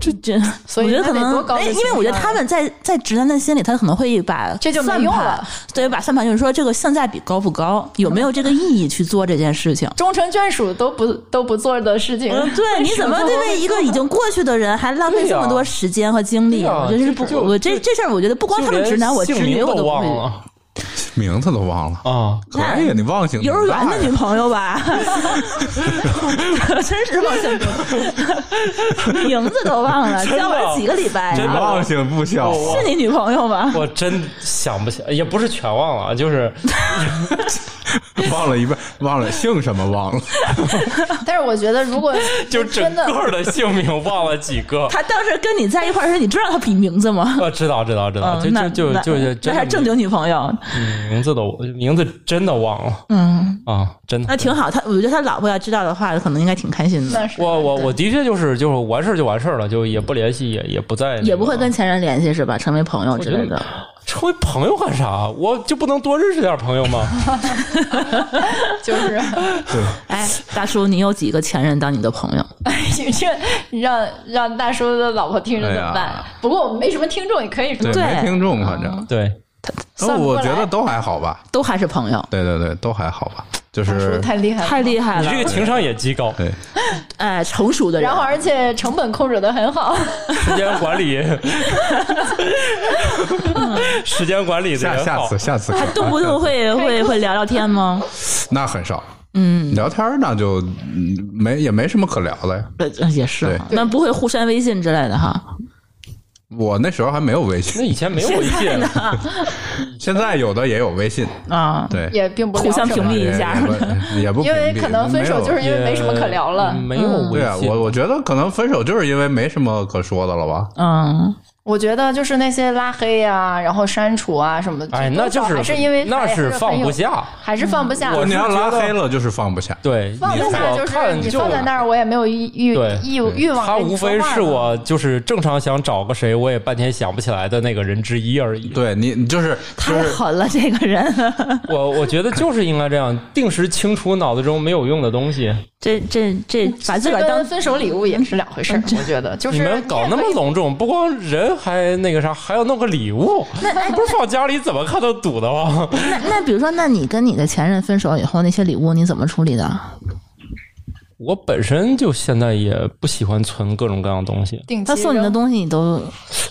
Speaker 5: 这这，
Speaker 2: 嗯 [laughs] 所以
Speaker 5: 我觉得
Speaker 2: 他
Speaker 5: 可
Speaker 2: 得
Speaker 5: 能
Speaker 2: 多高，的
Speaker 5: 哎因
Speaker 2: 情
Speaker 5: 为我觉得
Speaker 2: 商啊
Speaker 5: 他们在在直男的心里，他可能会把
Speaker 2: 这就没
Speaker 5: 算
Speaker 2: 用
Speaker 5: 盘
Speaker 2: 了，
Speaker 5: 对，把算盘就是说这个性价比高不高，有没有这个意义去做这件
Speaker 2: [laughs]
Speaker 5: 事情。
Speaker 2: 终成眷属都不都不做的事情，
Speaker 5: 嗯，对，你怎么对为一个已经过去的人还浪费这么多时间和精力？
Speaker 1: 对呀
Speaker 5: 我觉得是不
Speaker 1: 对呀，
Speaker 5: 我这这事儿，我觉得不光他们直男，我直
Speaker 1: 姓
Speaker 5: 女
Speaker 1: 名
Speaker 5: 我
Speaker 1: 都
Speaker 5: 不
Speaker 1: 忘
Speaker 5: 会。
Speaker 1: 了
Speaker 4: 名字都忘了，
Speaker 1: 啊！
Speaker 4: 可以，你忘性
Speaker 5: 幼儿园的女
Speaker 4: 友，
Speaker 5: 朋友
Speaker 1: [laughs]
Speaker 5: 吧，真是忘性名字都忘了，
Speaker 1: 真的
Speaker 5: 交往几个礼拜
Speaker 1: 真
Speaker 4: 你
Speaker 1: 的
Speaker 5: 啊？
Speaker 4: 忘性不小啊。
Speaker 5: 是你女朋友吗？
Speaker 1: 我真想不起来，也不是全忘了，
Speaker 5: [laughs]
Speaker 1: 就是
Speaker 4: 忘了一半，忘了姓什么
Speaker 5: [laughs]
Speaker 4: 忘了，
Speaker 2: [laughs] 但是我觉得如
Speaker 4: [laughs]
Speaker 2: 果
Speaker 1: 就整
Speaker 2: 真的
Speaker 1: 个的姓名忘了几
Speaker 5: [laughs]
Speaker 1: 个。
Speaker 5: 她当时跟你在一块儿时，你知道她笔名字
Speaker 1: [laughs]
Speaker 5: 吗？
Speaker 1: 呃，知道知道知道，就
Speaker 5: 嗯，那
Speaker 1: 就就
Speaker 5: 那
Speaker 1: 就就
Speaker 5: 那还是正经女朋友，
Speaker 1: 名字都名字真的忘了，嗯啊，真的
Speaker 5: 那挺好。她我觉得她老婆要知道的话，可能应该挺开心的
Speaker 2: 那，是
Speaker 1: 我我我的确就是就是完事儿就完事儿了，就也不联系，也也不在那个，
Speaker 5: 也不会跟前任联系是吧？成为朋友之类
Speaker 1: 我觉
Speaker 5: 的。
Speaker 1: 成为朋友干啥？我就不能多认识点朋友吗？
Speaker 2: [laughs] 就是， [laughs]
Speaker 5: 哎，大叔，你有几个前任当你的朋友？
Speaker 2: 哎，你这你让让大叔的老婆听着怎么
Speaker 4: 哎
Speaker 2: 办
Speaker 4: 呀？
Speaker 2: 不过我们没什么听众，也可以说
Speaker 5: 对
Speaker 4: 没听众，反正，
Speaker 1: 对，
Speaker 4: 那
Speaker 2: 算不过
Speaker 4: 我
Speaker 2: 来
Speaker 4: 觉得都还好吧，
Speaker 5: 都还是朋友，
Speaker 4: 对对对，都还好吧，就
Speaker 2: 大叔
Speaker 4: 是
Speaker 2: 太厉害了，
Speaker 5: 太厉害
Speaker 1: 你
Speaker 5: 了
Speaker 1: 这。个情商也极高，
Speaker 4: 对，
Speaker 5: 哎，成熟的人
Speaker 2: 然后，而且成本控制的很好， [laughs]
Speaker 1: 时间管理，时间管理的
Speaker 4: 下
Speaker 1: 也
Speaker 4: 下
Speaker 1: 好
Speaker 4: 次。下次
Speaker 2: 啊
Speaker 4: 可以，
Speaker 5: 动不 [laughs] 动会会会聊聊天吗？
Speaker 4: 那很少，嗯，聊天儿那就嗯没也没什么可聊的呀。
Speaker 5: 呃，也是
Speaker 4: 对
Speaker 5: 哈，那不会互删微信之类的哈。
Speaker 4: 我那时候还没有微
Speaker 1: 那
Speaker 4: 信，
Speaker 1: 以前没有微信，
Speaker 4: 现在有的也有微信，
Speaker 5: 啊，
Speaker 4: 对，
Speaker 2: 也并不
Speaker 5: 互相
Speaker 2: 聊什么
Speaker 5: 屏蔽一下
Speaker 4: 也不
Speaker 2: 因
Speaker 4: 也不
Speaker 2: 为
Speaker 4: 屏蔽
Speaker 2: 可能分手就是
Speaker 4: 没有
Speaker 2: 因为没什么可聊了嗯
Speaker 1: 也没有微
Speaker 4: 对啊，
Speaker 1: 信。
Speaker 4: 我我觉得可能分手就是因为没什么可说的了吧。
Speaker 5: 嗯，
Speaker 2: [laughs] 我觉得就是那些拉黑啊，然后删除啊什么的，
Speaker 1: 哎，那就
Speaker 2: 多少还是因为
Speaker 1: 那
Speaker 2: 还
Speaker 1: 是放不，
Speaker 2: 还
Speaker 1: 下，
Speaker 2: 很有还是放不下。
Speaker 4: 你要
Speaker 1: 是觉
Speaker 4: 拉
Speaker 1: 得
Speaker 4: 黑了就是放不下，
Speaker 1: 对，你
Speaker 2: 放不下
Speaker 1: 我
Speaker 2: 就是
Speaker 1: 看
Speaker 2: 你放在那儿，我也没有欲欲
Speaker 1: 对
Speaker 2: 欲欲望。
Speaker 1: 他无非是，我就是正常想找个谁，我也半天想不起来的那个人之一而已。
Speaker 4: 对你你就是就
Speaker 5: 太
Speaker 4: 是
Speaker 5: 狠了，这个人，
Speaker 1: 我我觉得就是应该这样， [laughs] 定时清除脑子中没有用的东西。
Speaker 5: 这这这把自
Speaker 2: 嗯这
Speaker 5: 个儿当嗯
Speaker 2: 跟分手礼物也是两回事儿，我觉得就是
Speaker 1: 你们搞那么隆重，不光人还那个啥，还要弄个礼物， [laughs] 不是放家里怎么看都堵得慌。
Speaker 5: 那那比如说，那你跟你的前任分手以后，那些礼物你怎么处理的？
Speaker 1: [laughs] 我本身就现在也不喜欢存各种各样的东西，
Speaker 2: 定期
Speaker 5: 他送你的
Speaker 2: 扔
Speaker 5: 东西
Speaker 2: [laughs]
Speaker 5: 你都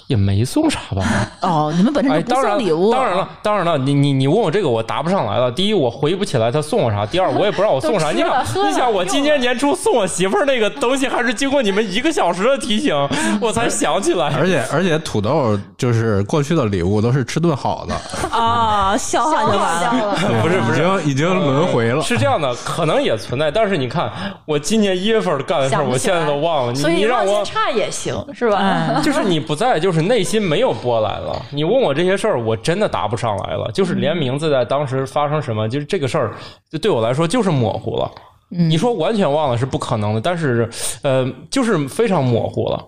Speaker 1: 也没送啥吧。
Speaker 5: 哦，你们本身
Speaker 1: 哎，
Speaker 5: 就不
Speaker 1: 当然
Speaker 5: 送礼物，
Speaker 1: 当然了，
Speaker 2: 啊
Speaker 1: 当然了，你你你问我这个，我答不上来了。第一，我回忆不起来他送我啥；第二，我也不知道我送啥。
Speaker 2: [laughs] 都
Speaker 1: 你
Speaker 2: 吃
Speaker 1: 想
Speaker 2: 了喝，了
Speaker 1: 你想，我今年年初送我媳妇儿那个东西，还是经过你们一个小时的提
Speaker 2: [laughs]
Speaker 1: 醒，我才想起来
Speaker 4: [laughs] 而。且而且土豆就是过去的礼物都是吃顿
Speaker 2: [laughs]
Speaker 4: 好的，
Speaker 5: 啊，消
Speaker 2: 消
Speaker 5: 化就完
Speaker 2: 耗
Speaker 5: 了。
Speaker 2: 掉了。
Speaker 4: 不是不是已经已经轮回了。
Speaker 1: 是这样的，可能也存在，但是你看，我今年一月份干的事儿，
Speaker 2: 想
Speaker 1: 我
Speaker 2: 不起
Speaker 1: 现
Speaker 2: 来
Speaker 1: 在都忘了。你
Speaker 2: 所
Speaker 1: 你
Speaker 2: 以
Speaker 1: 让
Speaker 2: 忘
Speaker 1: 我
Speaker 2: 性差也行，是
Speaker 5: 嗯 [laughs]
Speaker 2: 吧？
Speaker 1: 就是你不在，就是内心没有波澜了。你问我这些事儿，我真的答不上来了。就是连名字在当时发生什么，就是这个事儿，就对我来说就是模糊了。
Speaker 5: 嗯
Speaker 1: 你说完全忘了是不可能的，但是呃，就是非常模糊了。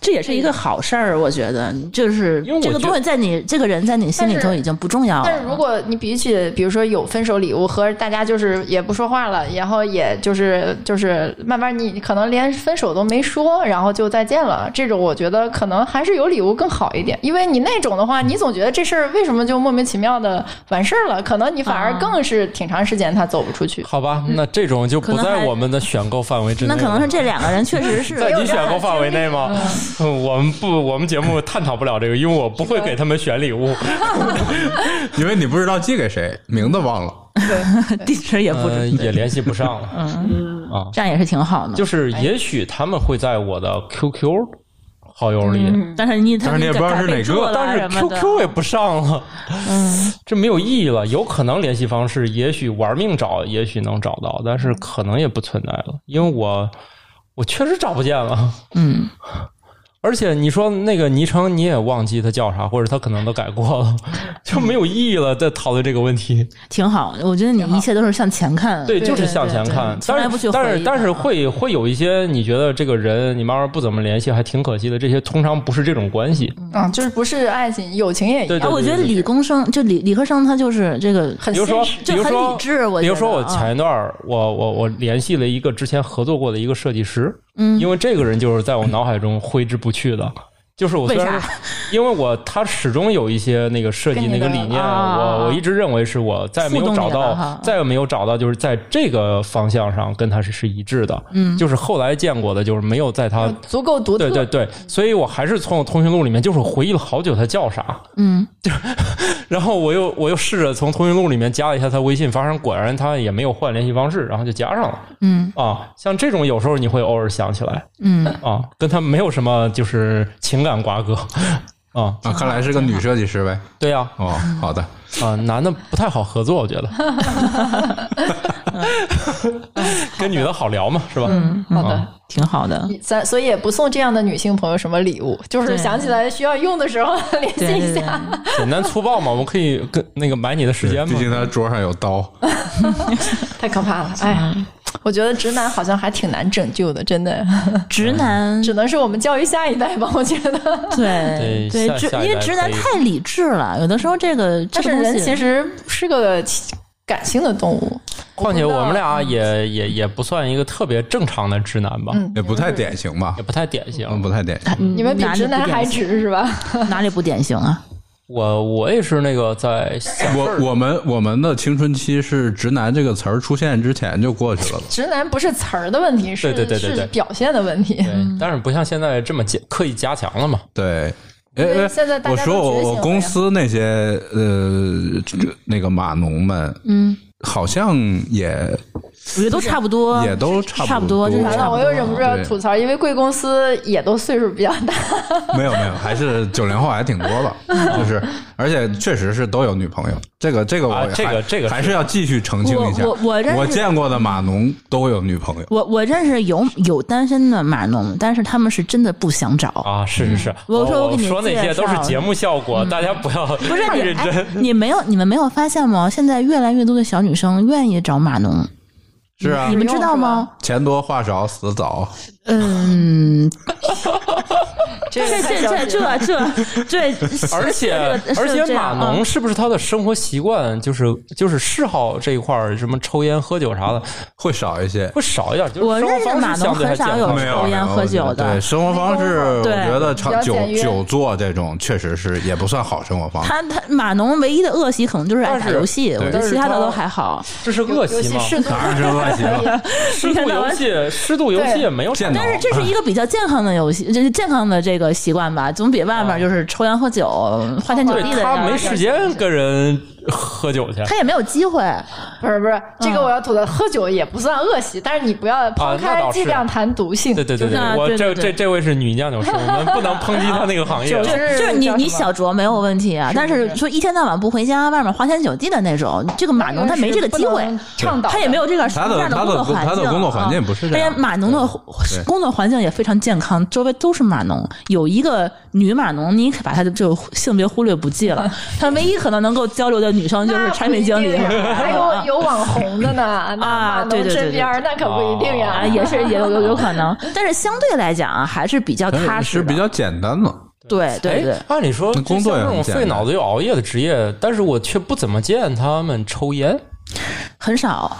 Speaker 5: 这也是一个好事儿，我觉得，就是
Speaker 1: 因为我
Speaker 5: 这个
Speaker 1: 觉
Speaker 5: 东西在你这个人在你心里头
Speaker 2: 但是
Speaker 5: 已经不重要了。
Speaker 2: 但是如果你比起，比如说有分手礼物和大家就是也不说话了，然后也就是就是慢慢你可能连分手都没说，然后就再见了，这种我觉得可能还是有礼物更好一点，因为你那种的话，你总觉得这事儿为什么就莫名其妙的完事儿了，可能你反而更是挺长时间他走不出去。
Speaker 1: 好吧，那这种就不
Speaker 5: 可能
Speaker 1: 在
Speaker 5: 还
Speaker 1: 我们的选购范围之内
Speaker 5: 嗯
Speaker 1: 了。
Speaker 5: 那可能是这两个人确实是
Speaker 1: 在你选购范围内吗？嗯我们不，我们节目探讨不了这个，
Speaker 5: [laughs]
Speaker 1: 因为我不会给他们选礼物。
Speaker 4: 因为你不知道寄给谁，名字忘了。
Speaker 5: 地址也哎不嗯
Speaker 1: 呃，
Speaker 5: 准，
Speaker 1: 也联系不上
Speaker 5: [laughs]
Speaker 1: 了。啊，
Speaker 5: 这样也是挺好的。
Speaker 1: 就是也许他们会在我的 QQ 好友里，
Speaker 5: 但是你，
Speaker 4: 但是你也不知道是哪个
Speaker 1: 但是 QQ 也不上了， [laughs] 这没有意义了。有可能联系方式，也许玩命找，也许能找到，但是可能也不存在了，因为我我确实找不见了。
Speaker 5: 嗯，
Speaker 1: [laughs] 而且你说那个昵称你也忘记他叫啥，或者他可能都改过了， [laughs] 就没有意义了。再讨论这个问题，
Speaker 5: 挺好。我觉得你一切都是向前看，啊
Speaker 1: 对，就是向前看。
Speaker 5: 从来
Speaker 1: 但
Speaker 5: 不
Speaker 1: 是
Speaker 5: 去
Speaker 1: 但
Speaker 5: 回
Speaker 1: 是
Speaker 5: 忆
Speaker 1: 但是
Speaker 5: 它
Speaker 1: 会会有一些你觉得这个人你慢慢不怎么联系，还挺可惜的。这些通常不是这种关系，
Speaker 2: 嗯，就是不是爱情，友情也一
Speaker 1: 对
Speaker 2: 样，
Speaker 5: 啊，
Speaker 1: 对
Speaker 5: 我觉得理工生就理理科生，他就是这个
Speaker 2: 很
Speaker 1: 比如
Speaker 2: 现
Speaker 1: 说
Speaker 2: 实，。
Speaker 1: 比
Speaker 5: 就
Speaker 1: 如
Speaker 5: 很
Speaker 1: 说
Speaker 5: 理智。我
Speaker 1: 比
Speaker 5: 觉
Speaker 1: 如
Speaker 5: 得
Speaker 1: 说，我
Speaker 5: 啊
Speaker 1: 前一段儿我我我联系了一个之前合作过的一个设计师，嗯，因为这个人就是在我脑海中挥之不去的，就是我虽
Speaker 5: 为
Speaker 1: 然
Speaker 5: 啥
Speaker 1: [laughs] 因为我他始终有一些那个设计
Speaker 2: 跟
Speaker 1: 那
Speaker 2: 你
Speaker 1: 个
Speaker 2: 的
Speaker 1: 理念，
Speaker 5: 啊
Speaker 1: 我我一直认为是我再没有
Speaker 5: 触动
Speaker 1: 找
Speaker 5: 你了哈
Speaker 1: 到，再没有找到就是在这个方向上跟他是是一致的，嗯，就是后来见过的，就是没有在他。
Speaker 2: 足够独特，
Speaker 1: 对对对，所以我还是从我通讯录里面，就是我回忆了好久他叫啥，
Speaker 5: 嗯，
Speaker 1: 然后我又我又试着从通讯录里面加了一下他微信，发现果然他也没有换联系方式，然后就加上了。
Speaker 5: 嗯
Speaker 1: 啊，像这种有时候你会偶尔想起来 [laughs]
Speaker 5: 嗯，
Speaker 1: 啊，跟他没有什么就是情感瓜葛 [laughs] 啊。
Speaker 4: 啊，看来是个女设计师呗。
Speaker 1: 对呀、
Speaker 4: 哦，好的，
Speaker 1: 啊，男的不太好合作，我觉得，跟女的好聊嘛，是吧？
Speaker 2: 好的。
Speaker 5: 挺好的。
Speaker 2: 咱所以也不送这样的女性朋友什么礼物，就是
Speaker 5: 对
Speaker 2: 想起来需要用的时候 [laughs] 联系
Speaker 5: 对对
Speaker 2: 一
Speaker 5: 对
Speaker 2: 下。，
Speaker 1: 简单粗暴嘛，我们可以跟那个买你的时间
Speaker 4: 毕
Speaker 1: 嘛。
Speaker 4: 竟他桌上有刀。
Speaker 2: 太可怕了，哎呀，
Speaker 5: 嗯
Speaker 2: 我觉得直男好像还挺难拯救的，真的， [laughs]
Speaker 5: 直男
Speaker 2: 只能是我们教育下一代吧，我觉得。
Speaker 1: 对
Speaker 5: 对对
Speaker 1: 下，
Speaker 5: 直
Speaker 1: 下一
Speaker 5: 因为
Speaker 1: 代
Speaker 5: 直
Speaker 1: 可
Speaker 5: 男
Speaker 1: 以
Speaker 5: 太理智了，有的时候这个这
Speaker 2: 但
Speaker 5: 个
Speaker 2: 是
Speaker 5: 东
Speaker 2: 人
Speaker 5: 西嗯
Speaker 2: 其实是个情感性的动物，
Speaker 1: 况且我们俩也也也不算一个特别正常的直男吧，
Speaker 4: 也不太典型吧
Speaker 1: 也？不太典型。
Speaker 4: 嗯，不太典型。
Speaker 2: 你们比
Speaker 5: 哪里
Speaker 2: 直
Speaker 5: 不
Speaker 2: 男
Speaker 5: 典
Speaker 2: 还
Speaker 5: 型
Speaker 2: 直是吧？？
Speaker 5: 哪里不典型啊？
Speaker 1: 我我也是那个在想
Speaker 4: 我我们我们的青春期是“直男”这个词儿出现之前就过去了吧
Speaker 2: [laughs] 直男不是词儿的问题，是
Speaker 1: 对对对对对
Speaker 2: 是表现的问题。
Speaker 5: 嗯
Speaker 1: 对，但是不像现在这么加刻意加强了嘛。
Speaker 4: 对。
Speaker 2: 因
Speaker 4: 哎
Speaker 2: 为
Speaker 4: 哎，
Speaker 2: 现在大
Speaker 4: 我
Speaker 2: 家都
Speaker 4: 说我
Speaker 2: 觉醒了
Speaker 4: 我
Speaker 2: 呀
Speaker 4: 公司那些呃这个那个码农们，嗯，好像也
Speaker 5: 我觉得都差不多，
Speaker 4: 也都
Speaker 5: 差
Speaker 4: 不
Speaker 5: 不多就是
Speaker 2: 完了，我又忍不住要吐槽，因为贵公司也都岁数比较大，
Speaker 4: 没有没有，还是九零后还挺多的，就是而且确实是都有女朋友，这个这个我
Speaker 1: 啊
Speaker 4: 还、
Speaker 1: 这个这个是
Speaker 4: 还是要继续澄清一下，
Speaker 5: 我我我认识
Speaker 4: 见过的码农都有女朋友，
Speaker 5: 我我认识有有单身的码农，但是他们是真的不想找。
Speaker 4: 哦
Speaker 1: 啊，是是
Speaker 4: 嗯
Speaker 1: 是，
Speaker 5: 我说
Speaker 1: 我
Speaker 5: 我给你
Speaker 1: 说那
Speaker 5: 介
Speaker 1: 些都是
Speaker 5: 绍
Speaker 1: 节目效果，大家不要
Speaker 5: [laughs] 不是
Speaker 1: 太
Speaker 5: 你、
Speaker 1: 认
Speaker 5: 哎
Speaker 1: 真。，
Speaker 5: 你没有你们没有发现吗？现在越来越多的小女生愿意找码农，
Speaker 4: 是啊
Speaker 5: 你，们知道吗？
Speaker 4: 钱多话少死早，
Speaker 5: 嗯，
Speaker 2: 这
Speaker 5: [laughs] 这这这这这这，
Speaker 1: [laughs] [laughs] 而且
Speaker 5: 这个
Speaker 1: 而且
Speaker 5: 是这
Speaker 1: 码
Speaker 5: 样啊
Speaker 1: 农是不是他的生活习惯就是就是嗜好这一块儿，什么抽烟喝酒啥的
Speaker 4: 会少一些。
Speaker 1: 会少一点？就是
Speaker 5: 我
Speaker 1: 生活
Speaker 5: 认识
Speaker 1: 方式
Speaker 5: 码农
Speaker 1: 相对还
Speaker 5: 很少
Speaker 1: 健
Speaker 5: 有
Speaker 1: 康
Speaker 4: 没有
Speaker 5: 抽烟
Speaker 4: 没有
Speaker 5: 喝酒的
Speaker 4: 对生活方式，我
Speaker 5: 对
Speaker 4: 觉得长
Speaker 2: 比较
Speaker 4: 久
Speaker 2: 简约
Speaker 4: 久坐这种确实是也不算好生活方式。
Speaker 5: 他他码农唯一的恶习可能就是爱打
Speaker 1: 但是
Speaker 5: 游戏，我觉
Speaker 1: 但
Speaker 5: 得
Speaker 1: 是
Speaker 5: 其他的
Speaker 1: 他啊
Speaker 5: 都还好。
Speaker 1: 这是恶
Speaker 2: 尤
Speaker 1: 习
Speaker 2: 其
Speaker 1: 吗？
Speaker 2: 适度
Speaker 4: 当然是恶习
Speaker 5: [laughs]
Speaker 4: 了，
Speaker 1: 适度游戏，适度游戏
Speaker 2: 对
Speaker 1: 也没有啥
Speaker 4: 见到
Speaker 5: 但是这是一个比较健康的游戏，就是健康的这个习惯吧，总比外面就是抽烟喝酒、花天酒
Speaker 1: 啊对
Speaker 5: 地的
Speaker 1: 他
Speaker 5: 让
Speaker 1: 没
Speaker 5: 人
Speaker 1: 时间跟人喝酒去。
Speaker 5: 他也没有机会。
Speaker 2: 不
Speaker 5: 嗯
Speaker 2: 是不是，这个我要吐槽，喝酒也不算恶习，但是你不要
Speaker 1: 啊
Speaker 2: 抛
Speaker 1: 那倒
Speaker 2: 开
Speaker 1: 是
Speaker 2: 剂量谈毒性。
Speaker 1: 对对对
Speaker 5: 就是啊
Speaker 1: 我
Speaker 5: 对
Speaker 1: 这
Speaker 5: 对
Speaker 1: 这
Speaker 5: 对
Speaker 1: 这位是女酿酒师，我们不能抨击他那个行业。
Speaker 2: 就
Speaker 5: [laughs] 就是是你
Speaker 2: 叫
Speaker 5: 你
Speaker 2: 什么
Speaker 5: 小酌没有问题啊，但是说一天到晚不回家，外面花天酒地的那种，这个码农他没这个机
Speaker 2: 不
Speaker 5: 会
Speaker 2: 能，倡导的
Speaker 5: 他也没有这个这
Speaker 4: 他的
Speaker 5: 样工作环
Speaker 4: 他的
Speaker 5: 境，
Speaker 4: 他的工作环境不是这样
Speaker 5: 啊而且码农的工作环境也非常健康，周围都是码农，有一个女码农，你可把她的这个性别忽略不
Speaker 2: [laughs]
Speaker 5: 计了，她唯一可能能够交流的女生 [laughs] 就是产品经理。
Speaker 2: 那不一定
Speaker 5: [laughs]
Speaker 2: 呀还有有网红的呢，那
Speaker 5: 啊
Speaker 2: 马
Speaker 5: 对
Speaker 2: 龙
Speaker 5: 对对
Speaker 2: 身边儿那可不一定
Speaker 5: 啊，
Speaker 2: 呀。
Speaker 5: 也是也有有有可能，但是相对来讲啊，还是比较踏
Speaker 4: 但是
Speaker 5: 实
Speaker 4: 是
Speaker 5: 的，
Speaker 4: 比较简单的。
Speaker 5: 对对对
Speaker 1: 哎，，按理说
Speaker 4: 那工作
Speaker 1: 就
Speaker 4: 也
Speaker 1: 像这
Speaker 4: 很
Speaker 1: 种
Speaker 4: 简单
Speaker 1: 费脑子又熬夜的职业，但是我却不怎么见他们抽烟。
Speaker 5: 很少。